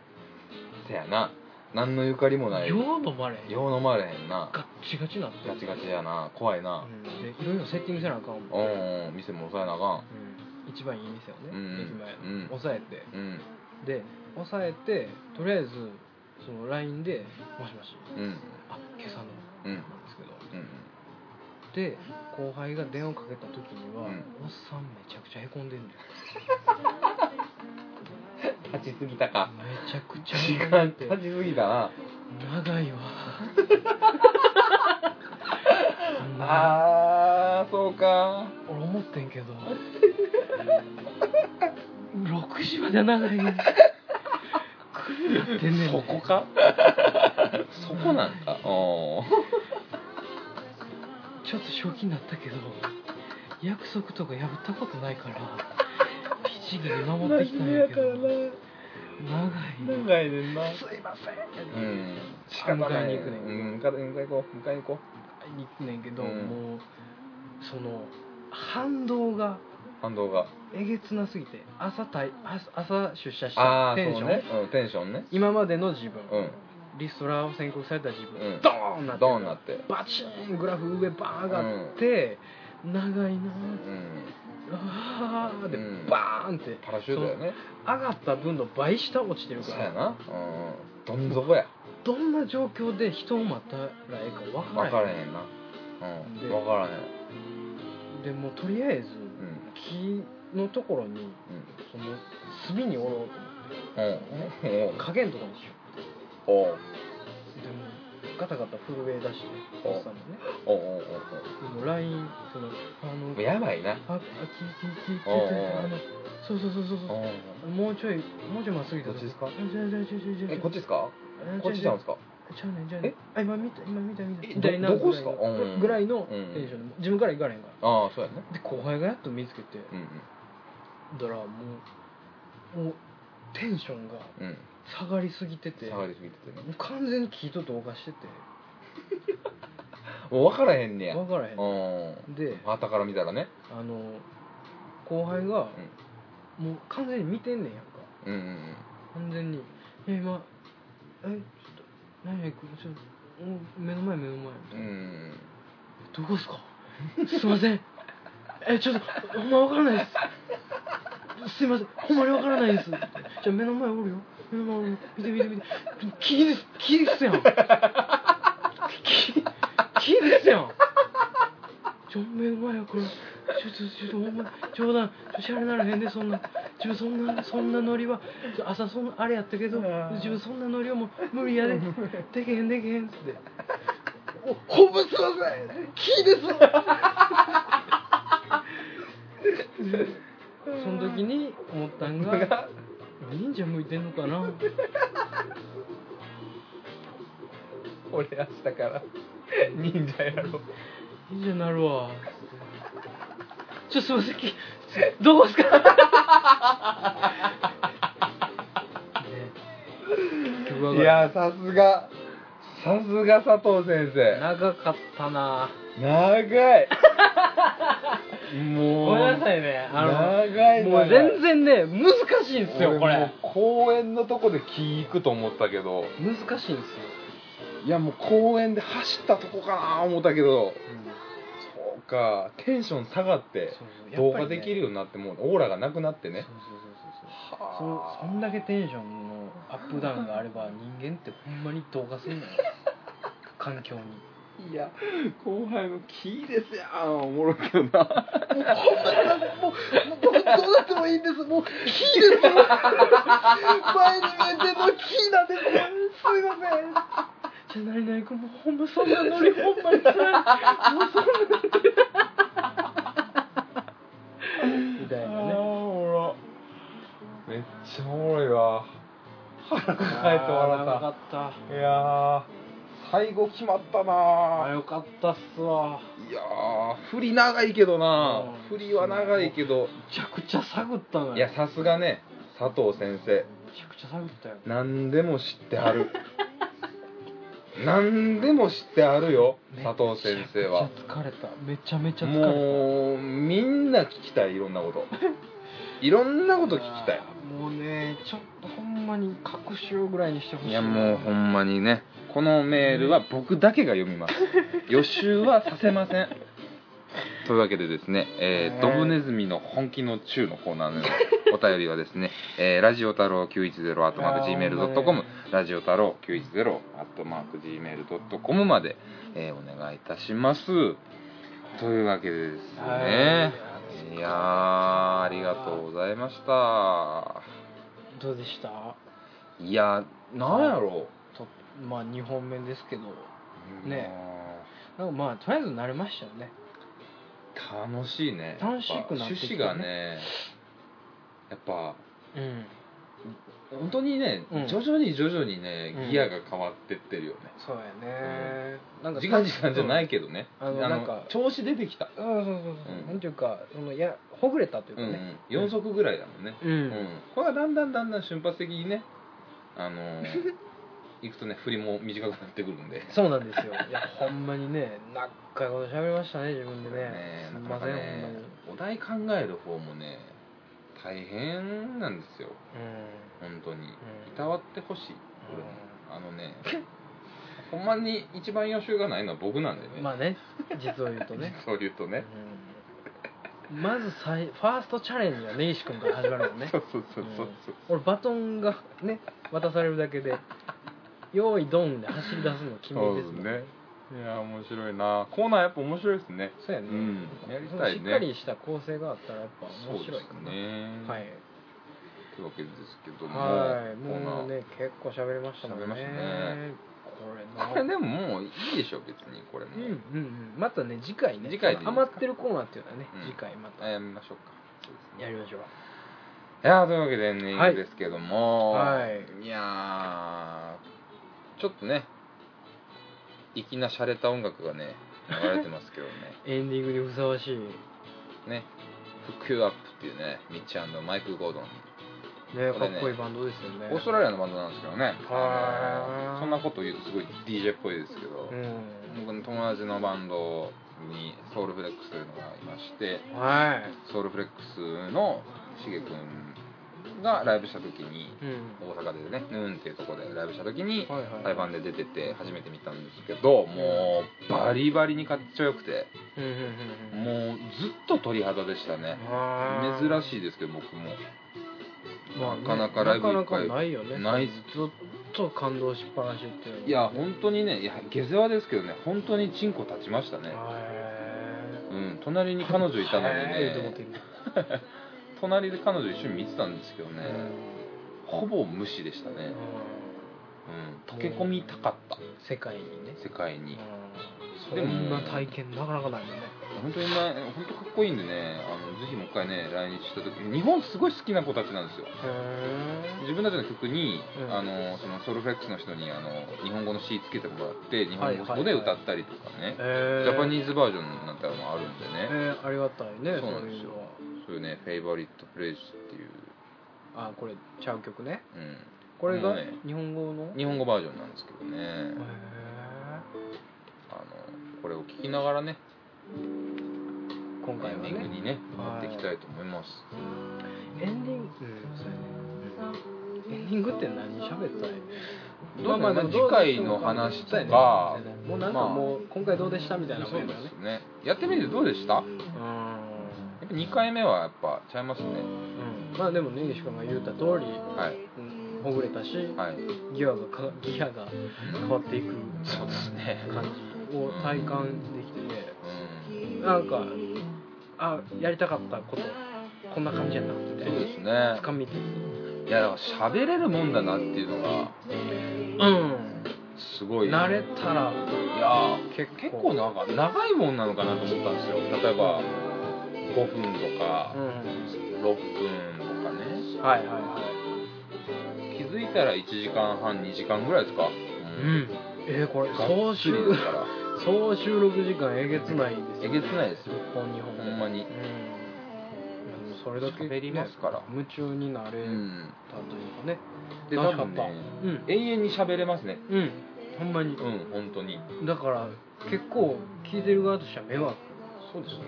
[SPEAKER 2] せやな何のゆかりもないよ
[SPEAKER 1] よう飲まれへん
[SPEAKER 2] う飲まれへんな
[SPEAKER 1] ガッチガチなって
[SPEAKER 2] ガチガチやな怖いな
[SPEAKER 1] うんでいろいろセッティングせなあかんもん、う
[SPEAKER 2] うんうん店も抑えなあか
[SPEAKER 1] ん一番いい店をね、
[SPEAKER 2] うん
[SPEAKER 1] 駅前の、
[SPEAKER 2] うん
[SPEAKER 1] 抑えて
[SPEAKER 2] んうん
[SPEAKER 1] で抑えてとりあえずその LINE で「もしもし
[SPEAKER 2] うん
[SPEAKER 1] あ今朝の
[SPEAKER 2] うん
[SPEAKER 1] なんですけど
[SPEAKER 2] うん」
[SPEAKER 1] で後輩が電話かけた時には、
[SPEAKER 2] うん
[SPEAKER 1] おっさんめちゃくちゃへこんでんのよ
[SPEAKER 2] 立ちすぎたか
[SPEAKER 1] めちゃくちゃ
[SPEAKER 2] 時
[SPEAKER 1] へ
[SPEAKER 2] 間
[SPEAKER 1] こん
[SPEAKER 2] 立
[SPEAKER 1] でて
[SPEAKER 2] ちすぎたな
[SPEAKER 1] 長いわそんな
[SPEAKER 2] あーそうか
[SPEAKER 1] 俺思ってんけど6時までは長いね来るやってんねん
[SPEAKER 2] そこかそこなんかおー
[SPEAKER 1] ちょっと正気になったけど約束とか破ったことないからピチギで守ってきたんやけど長いね
[SPEAKER 3] いねんな
[SPEAKER 2] すいませんうん仕
[SPEAKER 1] あ
[SPEAKER 2] 方
[SPEAKER 1] 迎
[SPEAKER 2] な
[SPEAKER 1] え
[SPEAKER 2] い
[SPEAKER 1] に行くねんけど
[SPEAKER 2] うん迎え迎え行こう迎えに行こ
[SPEAKER 1] 会いに行くねんけど、
[SPEAKER 2] うん
[SPEAKER 1] もうその反動が
[SPEAKER 2] う反動が
[SPEAKER 1] えげつなすぎて朝たい朝朝出社した
[SPEAKER 2] ああ
[SPEAKER 1] テンシ
[SPEAKER 2] そ
[SPEAKER 1] ョン、
[SPEAKER 2] うねうんテンションね
[SPEAKER 1] 今までの自分、
[SPEAKER 2] うん
[SPEAKER 1] リストラを宣告された自分、
[SPEAKER 2] うん
[SPEAKER 1] ドーンなって
[SPEAKER 2] ドーンなって
[SPEAKER 1] バチーングラフ上バーン上がって、長いな
[SPEAKER 2] う
[SPEAKER 1] ー
[SPEAKER 2] ん
[SPEAKER 1] あーで
[SPEAKER 2] うん
[SPEAKER 1] バーンって、
[SPEAKER 2] パラシュートやね
[SPEAKER 1] その上がった分の倍下落ちてる
[SPEAKER 2] そ
[SPEAKER 1] か
[SPEAKER 2] うや
[SPEAKER 1] ら
[SPEAKER 2] なうんどん底や
[SPEAKER 1] どんな状況で人を待ったらええか分からへん
[SPEAKER 2] 分からへんなう
[SPEAKER 1] で
[SPEAKER 2] ん分からへん
[SPEAKER 1] でもうとりあえず、
[SPEAKER 2] ん
[SPEAKER 1] 木のところにその炭におろうと思
[SPEAKER 2] うんうんうん
[SPEAKER 1] って影のところにしよ
[SPEAKER 2] お
[SPEAKER 1] う
[SPEAKER 2] う
[SPEAKER 1] でもうガタガタ震え出して
[SPEAKER 2] お
[SPEAKER 1] おっさんもね
[SPEAKER 2] おうおうおう
[SPEAKER 1] でも LINE そのあ
[SPEAKER 2] お
[SPEAKER 1] の
[SPEAKER 2] うやばいな
[SPEAKER 1] ああ聞いて聞いて
[SPEAKER 2] おうおう
[SPEAKER 1] あのそうそうそうそうそ
[SPEAKER 2] お
[SPEAKER 1] うもうちょいもうちょいまっすぐ行ったと
[SPEAKER 2] こっちですか
[SPEAKER 1] あじゃあじゃあじゃあじゃあじゃあ
[SPEAKER 2] えこっちですかこっちちゃうんですか
[SPEAKER 1] ちゃうねんちゃうねん
[SPEAKER 2] え
[SPEAKER 1] あ今見た今見た見た
[SPEAKER 2] え
[SPEAKER 1] みたいな
[SPEAKER 2] どどこっすか
[SPEAKER 1] ぐらいの
[SPEAKER 2] うん
[SPEAKER 1] ぐらいのテ
[SPEAKER 2] うん
[SPEAKER 1] ンションで自分から行かれへんか
[SPEAKER 2] ああそうやね
[SPEAKER 1] らで後輩がやっと見つけて
[SPEAKER 2] うん
[SPEAKER 1] だからもうもうテンションが
[SPEAKER 2] うんうん
[SPEAKER 1] 下がりすぎてて
[SPEAKER 2] 下
[SPEAKER 1] も
[SPEAKER 2] がりすぎててね
[SPEAKER 1] う完全に聞いと動かして
[SPEAKER 2] もう分からへん
[SPEAKER 1] て
[SPEAKER 2] ねや
[SPEAKER 1] 分からへん
[SPEAKER 2] うん
[SPEAKER 1] で
[SPEAKER 2] はたから見たらね
[SPEAKER 1] あの後輩がもう完全に見てんねんやんか
[SPEAKER 2] うんうんうん
[SPEAKER 1] 完全に「え今えちょっと何やくちょっとお目の前目の前」
[SPEAKER 2] うんうん
[SPEAKER 1] どこですかすいませんえちょっとほんまわからないですすいませんほんまにわからないですじゃあ目の前おるよ目の前おるよ見て見て見て木です木ですやん木木ですやんちょ目の前やこれちょっとちょっとほんま冗談ちょしゃれならへんでそんな自分そんなそんなノリは朝そんなあれやったけど自分そんなノリはもう無理やででけへんでけへんっつってほんますいませんキーですその時に思ったんが忍者向いてんのかな
[SPEAKER 3] 俺明日から忍者やろう
[SPEAKER 1] 忍者になるわちょすいませんきどこですかね結局わか
[SPEAKER 2] い
[SPEAKER 1] らん
[SPEAKER 2] やさすがさすが佐藤先生
[SPEAKER 1] 長かったな
[SPEAKER 2] 長いもう
[SPEAKER 1] ごめんなさいねあの
[SPEAKER 2] 長い
[SPEAKER 1] もう全然ね難しいんですよこ
[SPEAKER 2] 俺
[SPEAKER 1] れ
[SPEAKER 2] もう公園のとこで木行くと思ったけど
[SPEAKER 1] 難しいんですよ、
[SPEAKER 2] いやもう公園で走ったとこかな思ったけど
[SPEAKER 1] うん
[SPEAKER 2] そうかテンション下がって
[SPEAKER 1] そうそう
[SPEAKER 2] 動
[SPEAKER 1] やっぱり
[SPEAKER 2] 画
[SPEAKER 1] ね
[SPEAKER 2] できるようになってもうオーラがなくなって
[SPEAKER 1] そう
[SPEAKER 2] ね
[SPEAKER 1] そうそうそうそうそ
[SPEAKER 2] はあ
[SPEAKER 1] そんだけテンションのアップダウンがあれば人間ってほんまに同化する のよ環境に
[SPEAKER 2] いや後輩の「木ですやん」おもろいけどな
[SPEAKER 1] もうどうなってもいいんですもうキーですよ前に見えてるのキーなんですすいませんじゃあ何々君もうほんまそんなノリほんまに辛いもうそんなノリ みたいなね
[SPEAKER 2] めっちゃおもろいわ腹抱えて
[SPEAKER 1] あー長か
[SPEAKER 2] 笑
[SPEAKER 1] った
[SPEAKER 2] ったいやー最後決まったな
[SPEAKER 1] あ
[SPEAKER 2] ー
[SPEAKER 1] よかったっすわ
[SPEAKER 2] いやー振り長いけどな
[SPEAKER 1] うん
[SPEAKER 2] 振りは長いけど
[SPEAKER 1] めちゃくちゃ探ったのよ
[SPEAKER 2] いやさすがね佐藤先生
[SPEAKER 1] めちゃくちゃ探ったよ
[SPEAKER 2] 何でも知っては る何でも知ってはるよ佐藤先生は
[SPEAKER 1] めちゃくちゃ疲れためちゃめちゃ疲れ
[SPEAKER 2] もうみんな聞きたいいろんなこと いろんな
[SPEAKER 1] た
[SPEAKER 2] こと聞きたい
[SPEAKER 1] もうねちょっとほんまに各週ぐらいにしてほしい
[SPEAKER 2] いやもうほんまにねこのメールは僕だけが読 みます予習はさせませんというわけでですね、えー
[SPEAKER 1] ね
[SPEAKER 2] ドブネズミの本気の中のコーナーの お便りはですね、えーラジオ太郎910 at
[SPEAKER 1] あー
[SPEAKER 2] gmail.com ラジオ太郎910 at gmail.com まで、えーお願いいたしますというわけでですね、
[SPEAKER 1] はい
[SPEAKER 2] いやーありがとうございました
[SPEAKER 1] どうでした
[SPEAKER 2] いやなんやろ
[SPEAKER 1] とまあ2本目ですけど
[SPEAKER 2] う
[SPEAKER 1] ねなんかまあとりあえず慣れましたよね
[SPEAKER 2] 楽しいね
[SPEAKER 1] 楽しくなってき
[SPEAKER 2] 趣
[SPEAKER 1] たね
[SPEAKER 2] 旨がねやっぱ
[SPEAKER 1] うん
[SPEAKER 2] 本当にね、
[SPEAKER 1] うん
[SPEAKER 2] 徐々に徐々にね
[SPEAKER 1] うん
[SPEAKER 2] ギアが変わってってるよね、
[SPEAKER 1] そうやね、なんか
[SPEAKER 2] 時間時間じゃないけどね、
[SPEAKER 1] うんあのなんか
[SPEAKER 2] 調子出てきた
[SPEAKER 1] うんそうそうそう、
[SPEAKER 2] うん
[SPEAKER 1] なんていうかそのやほぐれたという
[SPEAKER 2] う
[SPEAKER 1] か
[SPEAKER 2] ん、
[SPEAKER 1] ね、
[SPEAKER 2] 4足ぐらいだもんね、
[SPEAKER 1] うん
[SPEAKER 2] うんこれはだんだんだんだん瞬発的にね あのー行くとね振りも短くなってくるんで
[SPEAKER 1] そうなんですよいやほんまにねなんかいこと喋りましたね自分でね
[SPEAKER 2] ね
[SPEAKER 1] す
[SPEAKER 2] なんか
[SPEAKER 1] ま
[SPEAKER 2] な
[SPEAKER 1] せん、
[SPEAKER 2] かね
[SPEAKER 1] ほんまに
[SPEAKER 2] お題考える方もね大変なんですよ本当に、
[SPEAKER 1] ん
[SPEAKER 2] いたわってほしい俺もあのねほんまに一番予習がないのは僕なんで
[SPEAKER 1] う
[SPEAKER 2] ね、
[SPEAKER 1] んまあね実を言うと ね
[SPEAKER 2] そう言うとね、
[SPEAKER 1] うんまずさいファーストチャレンジは根岸君から始まるもんね
[SPEAKER 2] そうそうそうそうそう、
[SPEAKER 1] うん俺バトンがね渡されるだけで「用意ドン」で走り出すの君
[SPEAKER 2] そう
[SPEAKER 1] で
[SPEAKER 2] ですす
[SPEAKER 1] もん
[SPEAKER 2] ねいや面白いなコーナーやっぱ面白いですね
[SPEAKER 1] そうやね、
[SPEAKER 2] うんやりたいね
[SPEAKER 1] そのしっかりした構成があったらやっぱ面白いか
[SPEAKER 2] そう
[SPEAKER 1] な、
[SPEAKER 2] ですね
[SPEAKER 1] はい
[SPEAKER 2] というわけですけども
[SPEAKER 1] はい
[SPEAKER 2] コーナ
[SPEAKER 1] もう
[SPEAKER 2] ー
[SPEAKER 1] ね結構喋りましたもんね
[SPEAKER 2] 喋りましたね
[SPEAKER 1] これな
[SPEAKER 2] これでももういいでしょ別にこれも、
[SPEAKER 1] うんうんうんまたね次回ね
[SPEAKER 2] 次回でいいですか
[SPEAKER 1] 余ってるコーナーっていうのはね、
[SPEAKER 2] うん
[SPEAKER 1] 次回また
[SPEAKER 2] あやめましょうかそうですね
[SPEAKER 1] やりましょう
[SPEAKER 2] いやーというわけでエンディング
[SPEAKER 1] はい
[SPEAKER 2] ですけども、
[SPEAKER 1] はい
[SPEAKER 2] いやーちょっとね粋な洒落た音楽がね流れてます けどね
[SPEAKER 1] エンディングにふさわしいね
[SPEAKER 2] ね「フックアップ」っていうねミッチーマイク・ゴードンこ
[SPEAKER 1] か
[SPEAKER 2] れね
[SPEAKER 1] っこいいバンドですよね
[SPEAKER 2] オーストラリアのバンドなんですけどね
[SPEAKER 1] はーい
[SPEAKER 2] そんなこと言うとすごい DJ っぽいですけど、
[SPEAKER 1] うん
[SPEAKER 2] 僕の友達のバンドにソウルフレックスというのがいまして
[SPEAKER 1] は
[SPEAKER 2] ソウルフレックスのしげくんがライブした時に
[SPEAKER 1] い、うん、
[SPEAKER 2] 大阪でねヌーンっていうとこでライブした時に
[SPEAKER 1] はいはい
[SPEAKER 2] 台湾で出てて初めて見たんですけどもうバリバリにかっちょよくて
[SPEAKER 1] うんうんうんうん
[SPEAKER 2] もうずっと鳥肌でしたね
[SPEAKER 1] はーい
[SPEAKER 2] 珍しいですけど僕も
[SPEAKER 1] まあね
[SPEAKER 2] なかなかライブいっぱい
[SPEAKER 1] なかなかないよね
[SPEAKER 2] ない
[SPEAKER 1] ずっと感動しっぱなしっていうの
[SPEAKER 2] いや本当にねいや下世話ですけどね本当にチンコ立ちましたね
[SPEAKER 1] へ
[SPEAKER 2] うん隣に彼女いたのに
[SPEAKER 1] へーと思って
[SPEAKER 2] ね
[SPEAKER 1] る
[SPEAKER 2] 隣で彼女一緒に見てたんですけどねほぼ無視でした
[SPEAKER 1] う
[SPEAKER 2] ね
[SPEAKER 1] ん
[SPEAKER 2] うん溶け込みたかった
[SPEAKER 1] 世界にね
[SPEAKER 2] 世界に
[SPEAKER 1] うん
[SPEAKER 2] で
[SPEAKER 1] そ
[SPEAKER 2] も
[SPEAKER 1] んな体験なかなかないよね
[SPEAKER 2] 本当に今本当かっこいいんでねあのぜひもう一回ね来日した時日本すごい好きな子たちなんですよ自分たちの曲に、
[SPEAKER 1] うん
[SPEAKER 2] あのそのソウルフレックスの人にあの日本語の詞つけてもらって日本
[SPEAKER 1] はいは
[SPEAKER 2] 語
[SPEAKER 1] い
[SPEAKER 2] で
[SPEAKER 1] はい
[SPEAKER 2] 歌ったりとかね、
[SPEAKER 1] へ
[SPEAKER 2] ジャパニ
[SPEAKER 1] ズ
[SPEAKER 2] ーズバージョンなんてのもあるんでね、
[SPEAKER 1] ありがたいね
[SPEAKER 2] そうなんですよ
[SPEAKER 1] そういうの
[SPEAKER 2] そういうね「フェイバリットプレイス」っていう、
[SPEAKER 1] はあこれちゃう曲ね
[SPEAKER 2] うん、
[SPEAKER 1] これが
[SPEAKER 2] もうね
[SPEAKER 1] 日本語の
[SPEAKER 2] 日本語バージョンなんですけどね
[SPEAKER 1] へ
[SPEAKER 2] あのこれを聴きながらね
[SPEAKER 1] ー今
[SPEAKER 2] エ
[SPEAKER 1] 回
[SPEAKER 2] ン
[SPEAKER 1] は
[SPEAKER 2] ディング
[SPEAKER 1] ね
[SPEAKER 2] にね
[SPEAKER 1] は
[SPEAKER 2] 持
[SPEAKER 1] い
[SPEAKER 2] っていきたいと思います
[SPEAKER 1] エンディングうんそうやねエンディングって何喋ったらいい
[SPEAKER 2] どうまあね次回の話とか
[SPEAKER 1] もうなんかもう今回どうでしたみたいなも
[SPEAKER 2] そうんで
[SPEAKER 1] だよね
[SPEAKER 2] すねやってみてどうでしたやっ
[SPEAKER 1] う
[SPEAKER 2] ぱ2回目はやっぱちゃいますね
[SPEAKER 1] んまあでも根岸君が言った通り
[SPEAKER 2] はい
[SPEAKER 1] うんほぐれたし
[SPEAKER 2] はい
[SPEAKER 1] ギアがかギアが変わっていく
[SPEAKER 2] そうですね
[SPEAKER 1] 感じを体感できてね
[SPEAKER 2] うん
[SPEAKER 1] なんかあやりたかったことこんな感じやなみた
[SPEAKER 2] そ
[SPEAKER 1] いうな
[SPEAKER 2] ですね
[SPEAKER 1] 掴みつつ
[SPEAKER 2] いやだから喋れるもんだなっていうのが
[SPEAKER 1] うん
[SPEAKER 2] すごい
[SPEAKER 1] 慣れたら
[SPEAKER 2] いやーけ結構なんか長いもんなのかなと思ったんですよ例えば5分とか
[SPEAKER 1] うん
[SPEAKER 2] 6分とかね
[SPEAKER 1] はいはいは
[SPEAKER 2] 気づいたら1時間半2時間ぐらいです
[SPEAKER 1] い
[SPEAKER 2] か
[SPEAKER 1] うんえーこれ
[SPEAKER 2] が
[SPEAKER 1] 総
[SPEAKER 2] っつ
[SPEAKER 1] 収
[SPEAKER 2] り
[SPEAKER 1] 録
[SPEAKER 2] ですから
[SPEAKER 1] 総収録時間えげつないです
[SPEAKER 2] え
[SPEAKER 1] よ
[SPEAKER 2] げつないですよ
[SPEAKER 1] 本日本で
[SPEAKER 2] ほんまに
[SPEAKER 1] うんそれだけ
[SPEAKER 2] 喋りますから
[SPEAKER 1] 夢中になれ
[SPEAKER 2] う
[SPEAKER 1] たというんかね
[SPEAKER 2] で多
[SPEAKER 1] 楽しかっ
[SPEAKER 2] 分
[SPEAKER 1] た
[SPEAKER 2] ね
[SPEAKER 1] うん
[SPEAKER 2] 永遠に喋れますね
[SPEAKER 1] うんほんまに
[SPEAKER 2] うん本当に
[SPEAKER 1] だから結構聞いてる側としては迷惑
[SPEAKER 2] そうですね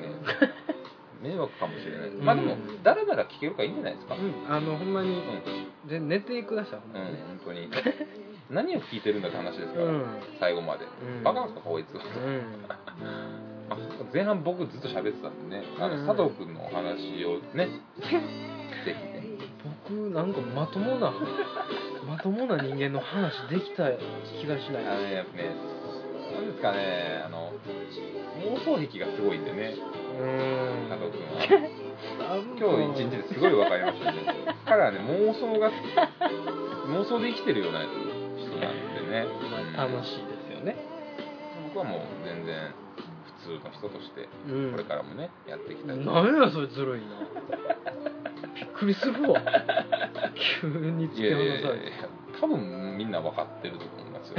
[SPEAKER 2] 迷惑かもしれない
[SPEAKER 1] ん
[SPEAKER 2] まあでも誰なら聞けるからいいんじゃないですかうん
[SPEAKER 1] あのほんまに
[SPEAKER 2] うん
[SPEAKER 1] で寝てくださいほんまに
[SPEAKER 2] 本当に何を聞いてるんだって話ですから
[SPEAKER 1] うん
[SPEAKER 2] 最後まで
[SPEAKER 1] うん
[SPEAKER 2] バカなんですかこいつは
[SPEAKER 1] うん
[SPEAKER 2] あ前半僕ずっと喋ってたんでねあ
[SPEAKER 1] うんうん
[SPEAKER 2] の佐藤君のお話をねぜ
[SPEAKER 1] 僕なんかまともな まともな人間の話できた気がし
[SPEAKER 2] ひね
[SPEAKER 1] な
[SPEAKER 2] あの
[SPEAKER 1] い
[SPEAKER 2] ねやっぱねなんですかねあの妄想癖がすごいんでね
[SPEAKER 1] うん
[SPEAKER 2] 佐藤君は 今日一日ですごい分かりましたね彼はね妄想が妄想で生きてるような人なんでね、
[SPEAKER 1] 楽
[SPEAKER 2] い
[SPEAKER 1] しいですよね
[SPEAKER 2] 僕はもう全然普通の人として
[SPEAKER 1] うん
[SPEAKER 2] これからもねやっていきたいと思いま
[SPEAKER 1] 何や
[SPEAKER 2] す
[SPEAKER 1] それずるいなびっくりする わ急に突
[SPEAKER 2] い
[SPEAKER 1] き
[SPEAKER 2] やいや
[SPEAKER 1] 放
[SPEAKER 2] い
[SPEAKER 1] さ
[SPEAKER 2] や
[SPEAKER 1] れ
[SPEAKER 2] い
[SPEAKER 1] て
[SPEAKER 2] や多分みんな分かってると思いますよ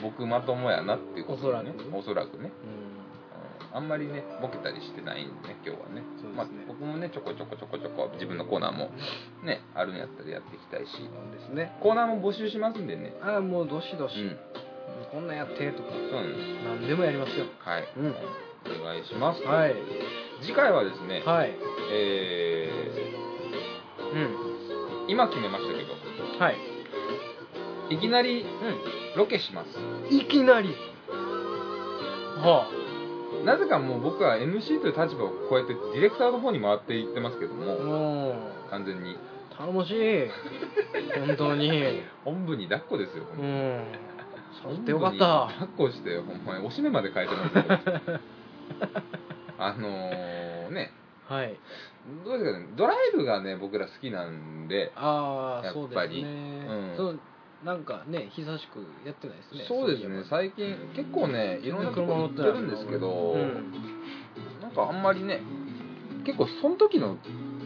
[SPEAKER 2] 僕まともやなっていうことだね
[SPEAKER 1] お
[SPEAKER 2] おそらくね
[SPEAKER 1] う
[SPEAKER 2] うんあんまりねボケたりしてないんでね今日はね
[SPEAKER 1] そうですね
[SPEAKER 2] まあ、僕もねちょこちょこちょこちょこ自分のコーナーもねあるんやったらやっていきたいし
[SPEAKER 1] んですね
[SPEAKER 2] コーナーも募集しますんでね
[SPEAKER 1] ああもうどしど
[SPEAKER 2] う
[SPEAKER 1] し、
[SPEAKER 2] ん
[SPEAKER 1] こんなんやってとか
[SPEAKER 2] そうなんです
[SPEAKER 1] 何でもやりますよ
[SPEAKER 2] はい
[SPEAKER 1] うん
[SPEAKER 2] お願いします
[SPEAKER 1] はい
[SPEAKER 2] 次回はですね、
[SPEAKER 1] はい
[SPEAKER 2] え
[SPEAKER 1] うん
[SPEAKER 2] ー、今決めましたけど
[SPEAKER 1] はい
[SPEAKER 2] いきなりロケします
[SPEAKER 1] うんいきなりは
[SPEAKER 2] なぜかもう僕は MC という立場を超えてディレクターの方に回っていってますけど
[SPEAKER 1] あう
[SPEAKER 2] も
[SPEAKER 1] ん
[SPEAKER 2] 完全に
[SPEAKER 1] 頼もしい本当に
[SPEAKER 2] おんぶに抱っこですよ、
[SPEAKER 1] う
[SPEAKER 2] ほん
[SPEAKER 1] ん
[SPEAKER 2] と
[SPEAKER 1] そうってよかった
[SPEAKER 2] おんぶに抱っこしてほんまにおしめまで変えてますよ あのーね
[SPEAKER 1] はい
[SPEAKER 2] どうですかねドライブがね僕ら好きなんで
[SPEAKER 1] ああ
[SPEAKER 2] やっ
[SPEAKER 1] そうで
[SPEAKER 2] ぱ
[SPEAKER 1] す
[SPEAKER 2] り
[SPEAKER 1] ね、
[SPEAKER 2] うん
[SPEAKER 1] そうなんかね久しくやってないですね
[SPEAKER 2] そうです
[SPEAKER 1] いえ
[SPEAKER 2] ね
[SPEAKER 1] ば
[SPEAKER 2] 最近結構ねいろんなとこ行ってるんですけど、
[SPEAKER 1] うん
[SPEAKER 2] なんかあんまりね結構その時の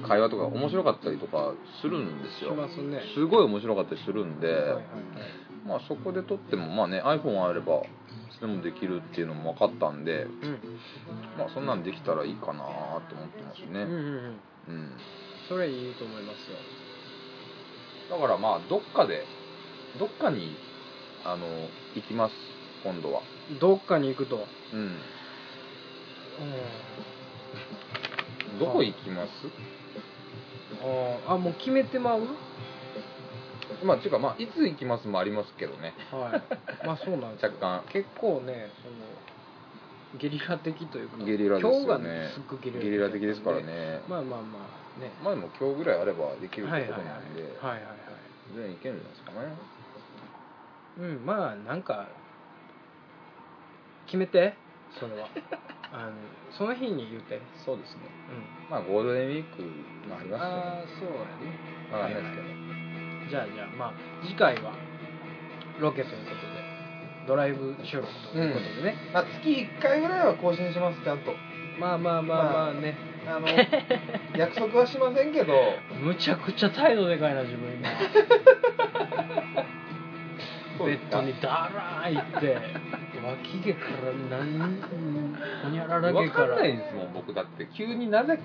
[SPEAKER 2] 会話とか面白かったりとかするんです
[SPEAKER 1] し
[SPEAKER 2] よ
[SPEAKER 1] ますね
[SPEAKER 2] すごい面白かったりするんで、
[SPEAKER 1] はいはいはい
[SPEAKER 2] まあそこで撮ってもまあね iPhone あればいつでもできるっていうのも分かったんで
[SPEAKER 1] うん
[SPEAKER 2] まあそんなんできたらいいかなと思ってます
[SPEAKER 1] うん
[SPEAKER 2] ね
[SPEAKER 1] うんうん
[SPEAKER 2] うん
[SPEAKER 1] それいいと思いますよ
[SPEAKER 2] だからまあどっかでどっかにあの行きます今度は
[SPEAKER 1] どっかに行くと、
[SPEAKER 2] うんどこ行きます
[SPEAKER 1] ああもう決めてまう
[SPEAKER 2] まあていうかまあいつ行きますもありますけどね
[SPEAKER 1] はいまあそうなんですよ
[SPEAKER 2] 若干
[SPEAKER 1] 結構ねそのゲリラ的というか
[SPEAKER 2] ゲリラですよね
[SPEAKER 1] 今日がねすっごいゲリラ
[SPEAKER 2] ゲリラ的ですから
[SPEAKER 1] なん
[SPEAKER 2] ね
[SPEAKER 1] まあまあまあね
[SPEAKER 2] まあでも今日ぐらいあればできるって
[SPEAKER 1] はいはい
[SPEAKER 2] こ
[SPEAKER 1] は
[SPEAKER 2] と
[SPEAKER 1] いは
[SPEAKER 2] なんで、
[SPEAKER 1] いはいはい
[SPEAKER 2] 全然いけるんじゃないですかね
[SPEAKER 1] うんまあなんか決めてそれ はあのその日に言うて、うん、
[SPEAKER 2] そうですねまあゴールデンウィークもあります
[SPEAKER 1] ああ
[SPEAKER 2] け
[SPEAKER 1] そうや
[SPEAKER 2] どわかんないですけど、
[SPEAKER 1] ねじゃあじゃあまあ次回はロケということでドライブ収録ということでね、
[SPEAKER 2] まあ月1回ぐらいは更新しますちゃんと
[SPEAKER 1] まあまあまあまあね、
[SPEAKER 2] あの約束はしませんけど
[SPEAKER 1] むちゃくちゃ態度でかいな自分 今ベッドにだらーい って脇毛から何ほにゃらら毛
[SPEAKER 2] 分
[SPEAKER 1] か
[SPEAKER 2] かん
[SPEAKER 1] ら
[SPEAKER 2] ないですもん僕だって急になぜ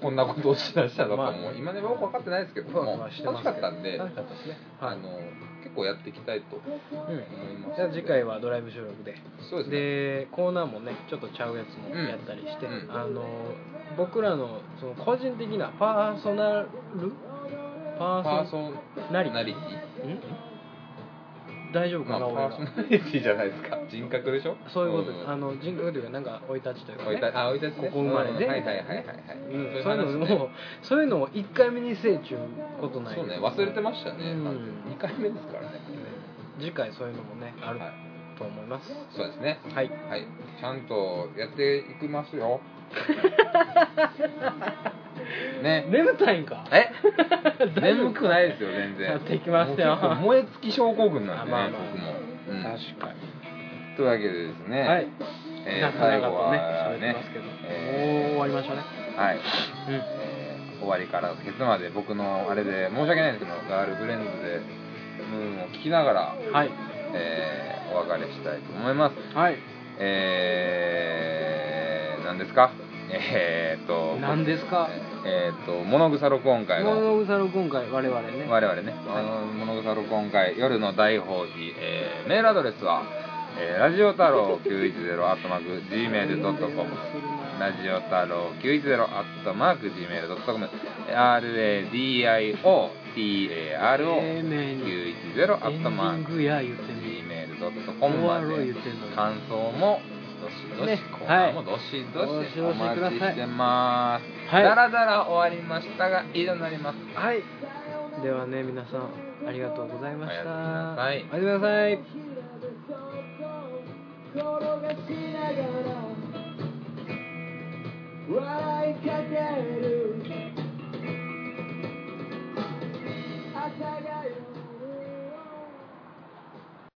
[SPEAKER 2] こんなことをしだしたのかも、
[SPEAKER 1] まあ
[SPEAKER 2] 今でもよく分かってないですけど
[SPEAKER 1] ふわ
[SPEAKER 2] も
[SPEAKER 1] ふわ
[SPEAKER 2] 楽
[SPEAKER 1] し
[SPEAKER 2] して
[SPEAKER 1] ます
[SPEAKER 2] かったんで、
[SPEAKER 1] 楽しかったですねは
[SPEAKER 2] あ
[SPEAKER 1] い、
[SPEAKER 2] の結構やっていきたいと思い
[SPEAKER 1] うん
[SPEAKER 2] ます
[SPEAKER 1] じゃあ次回はドライブ収録で
[SPEAKER 2] そうですね
[SPEAKER 1] でコーナーもねちょっとちゃうやつも
[SPEAKER 2] うん
[SPEAKER 1] やったりして、
[SPEAKER 2] うん
[SPEAKER 1] あの僕らのその個人的なパーソナルパ
[SPEAKER 2] パ
[SPEAKER 1] ー
[SPEAKER 2] ー
[SPEAKER 1] ソ
[SPEAKER 2] ソ
[SPEAKER 1] ナリ
[SPEAKER 2] ナリティ
[SPEAKER 1] ん大丈夫かな、
[SPEAKER 2] まあ、パ
[SPEAKER 1] 俺
[SPEAKER 2] ー
[SPEAKER 1] ら
[SPEAKER 2] ソナリティじゃないですか人格でしょ
[SPEAKER 1] そういうこと、
[SPEAKER 2] ん
[SPEAKER 1] あの人格というかなんか生い立ちというか、
[SPEAKER 2] おい
[SPEAKER 1] ね
[SPEAKER 2] たあおいたちね
[SPEAKER 1] ここ生まれで
[SPEAKER 2] うんはいはいはいはいはい
[SPEAKER 1] うん、
[SPEAKER 2] そ
[SPEAKER 1] そうう
[SPEAKER 2] い
[SPEAKER 1] いううの
[SPEAKER 2] 話ね
[SPEAKER 1] をそういうのを1回目にせえちゅうことない
[SPEAKER 2] そうね忘れてました
[SPEAKER 1] う
[SPEAKER 2] ね
[SPEAKER 1] ん
[SPEAKER 2] 完全に2回目ですからね
[SPEAKER 1] 次回そういうのもねある
[SPEAKER 2] はい
[SPEAKER 1] と思います
[SPEAKER 2] そうですね
[SPEAKER 1] はい
[SPEAKER 2] はいちゃんとやっていきます よね
[SPEAKER 1] 眠たいんか
[SPEAKER 2] え
[SPEAKER 1] 大丈夫
[SPEAKER 2] 眠くないですよ全然
[SPEAKER 1] やっていきますよ
[SPEAKER 2] もう結構燃え尽き症候群なんで
[SPEAKER 1] あまあ
[SPEAKER 2] ね
[SPEAKER 1] まあ
[SPEAKER 2] 僕もうん
[SPEAKER 1] 確か
[SPEAKER 2] というわけでです
[SPEAKER 1] にはい
[SPEAKER 2] ねえ
[SPEAKER 1] な
[SPEAKER 2] ー
[SPEAKER 1] かな
[SPEAKER 2] 最
[SPEAKER 1] か
[SPEAKER 2] 後
[SPEAKER 1] とね
[SPEAKER 2] は
[SPEAKER 1] 喋って
[SPEAKER 2] ね
[SPEAKER 1] ますけど、
[SPEAKER 2] え
[SPEAKER 1] もう終わりましたね
[SPEAKER 2] ーはいえー終わりからケツまで僕のあれで申し訳ないですけどガールフレンズでムーンを聞きながら
[SPEAKER 1] うんはい
[SPEAKER 2] えーお別れしたいと思います
[SPEAKER 1] はい
[SPEAKER 2] えー、何ですか えー、っと
[SPEAKER 1] 何ですか
[SPEAKER 2] えー、っと物草録音会の
[SPEAKER 1] 物草の今回我々ね
[SPEAKER 2] 我々ね、あの物草録音会夜の大法事、えーメールアドレスは、えーラジオ太郎910アットマーク Gmail.com ラジオ太郎910アットマーク Gmail.com
[SPEAKER 1] メニューエン
[SPEAKER 2] RADIOTARO910 アッ
[SPEAKER 1] デ
[SPEAKER 2] トマ
[SPEAKER 1] ィ
[SPEAKER 2] ー
[SPEAKER 1] ン
[SPEAKER 2] ク
[SPEAKER 1] グや言ってみ
[SPEAKER 2] Gmail.com ま
[SPEAKER 1] おわろ
[SPEAKER 2] で
[SPEAKER 1] 言ってんのに
[SPEAKER 2] 感想もどしどし、
[SPEAKER 1] ね
[SPEAKER 2] コーナーもどしどし
[SPEAKER 1] はい
[SPEAKER 2] お待ちしてます、
[SPEAKER 1] はい
[SPEAKER 2] だらだら終わりましたが以上になります
[SPEAKER 1] はいではね皆さんありがとうございました
[SPEAKER 2] おやす
[SPEAKER 1] おやす
[SPEAKER 2] みなさい
[SPEAKER 1] みなさい
[SPEAKER 4] 「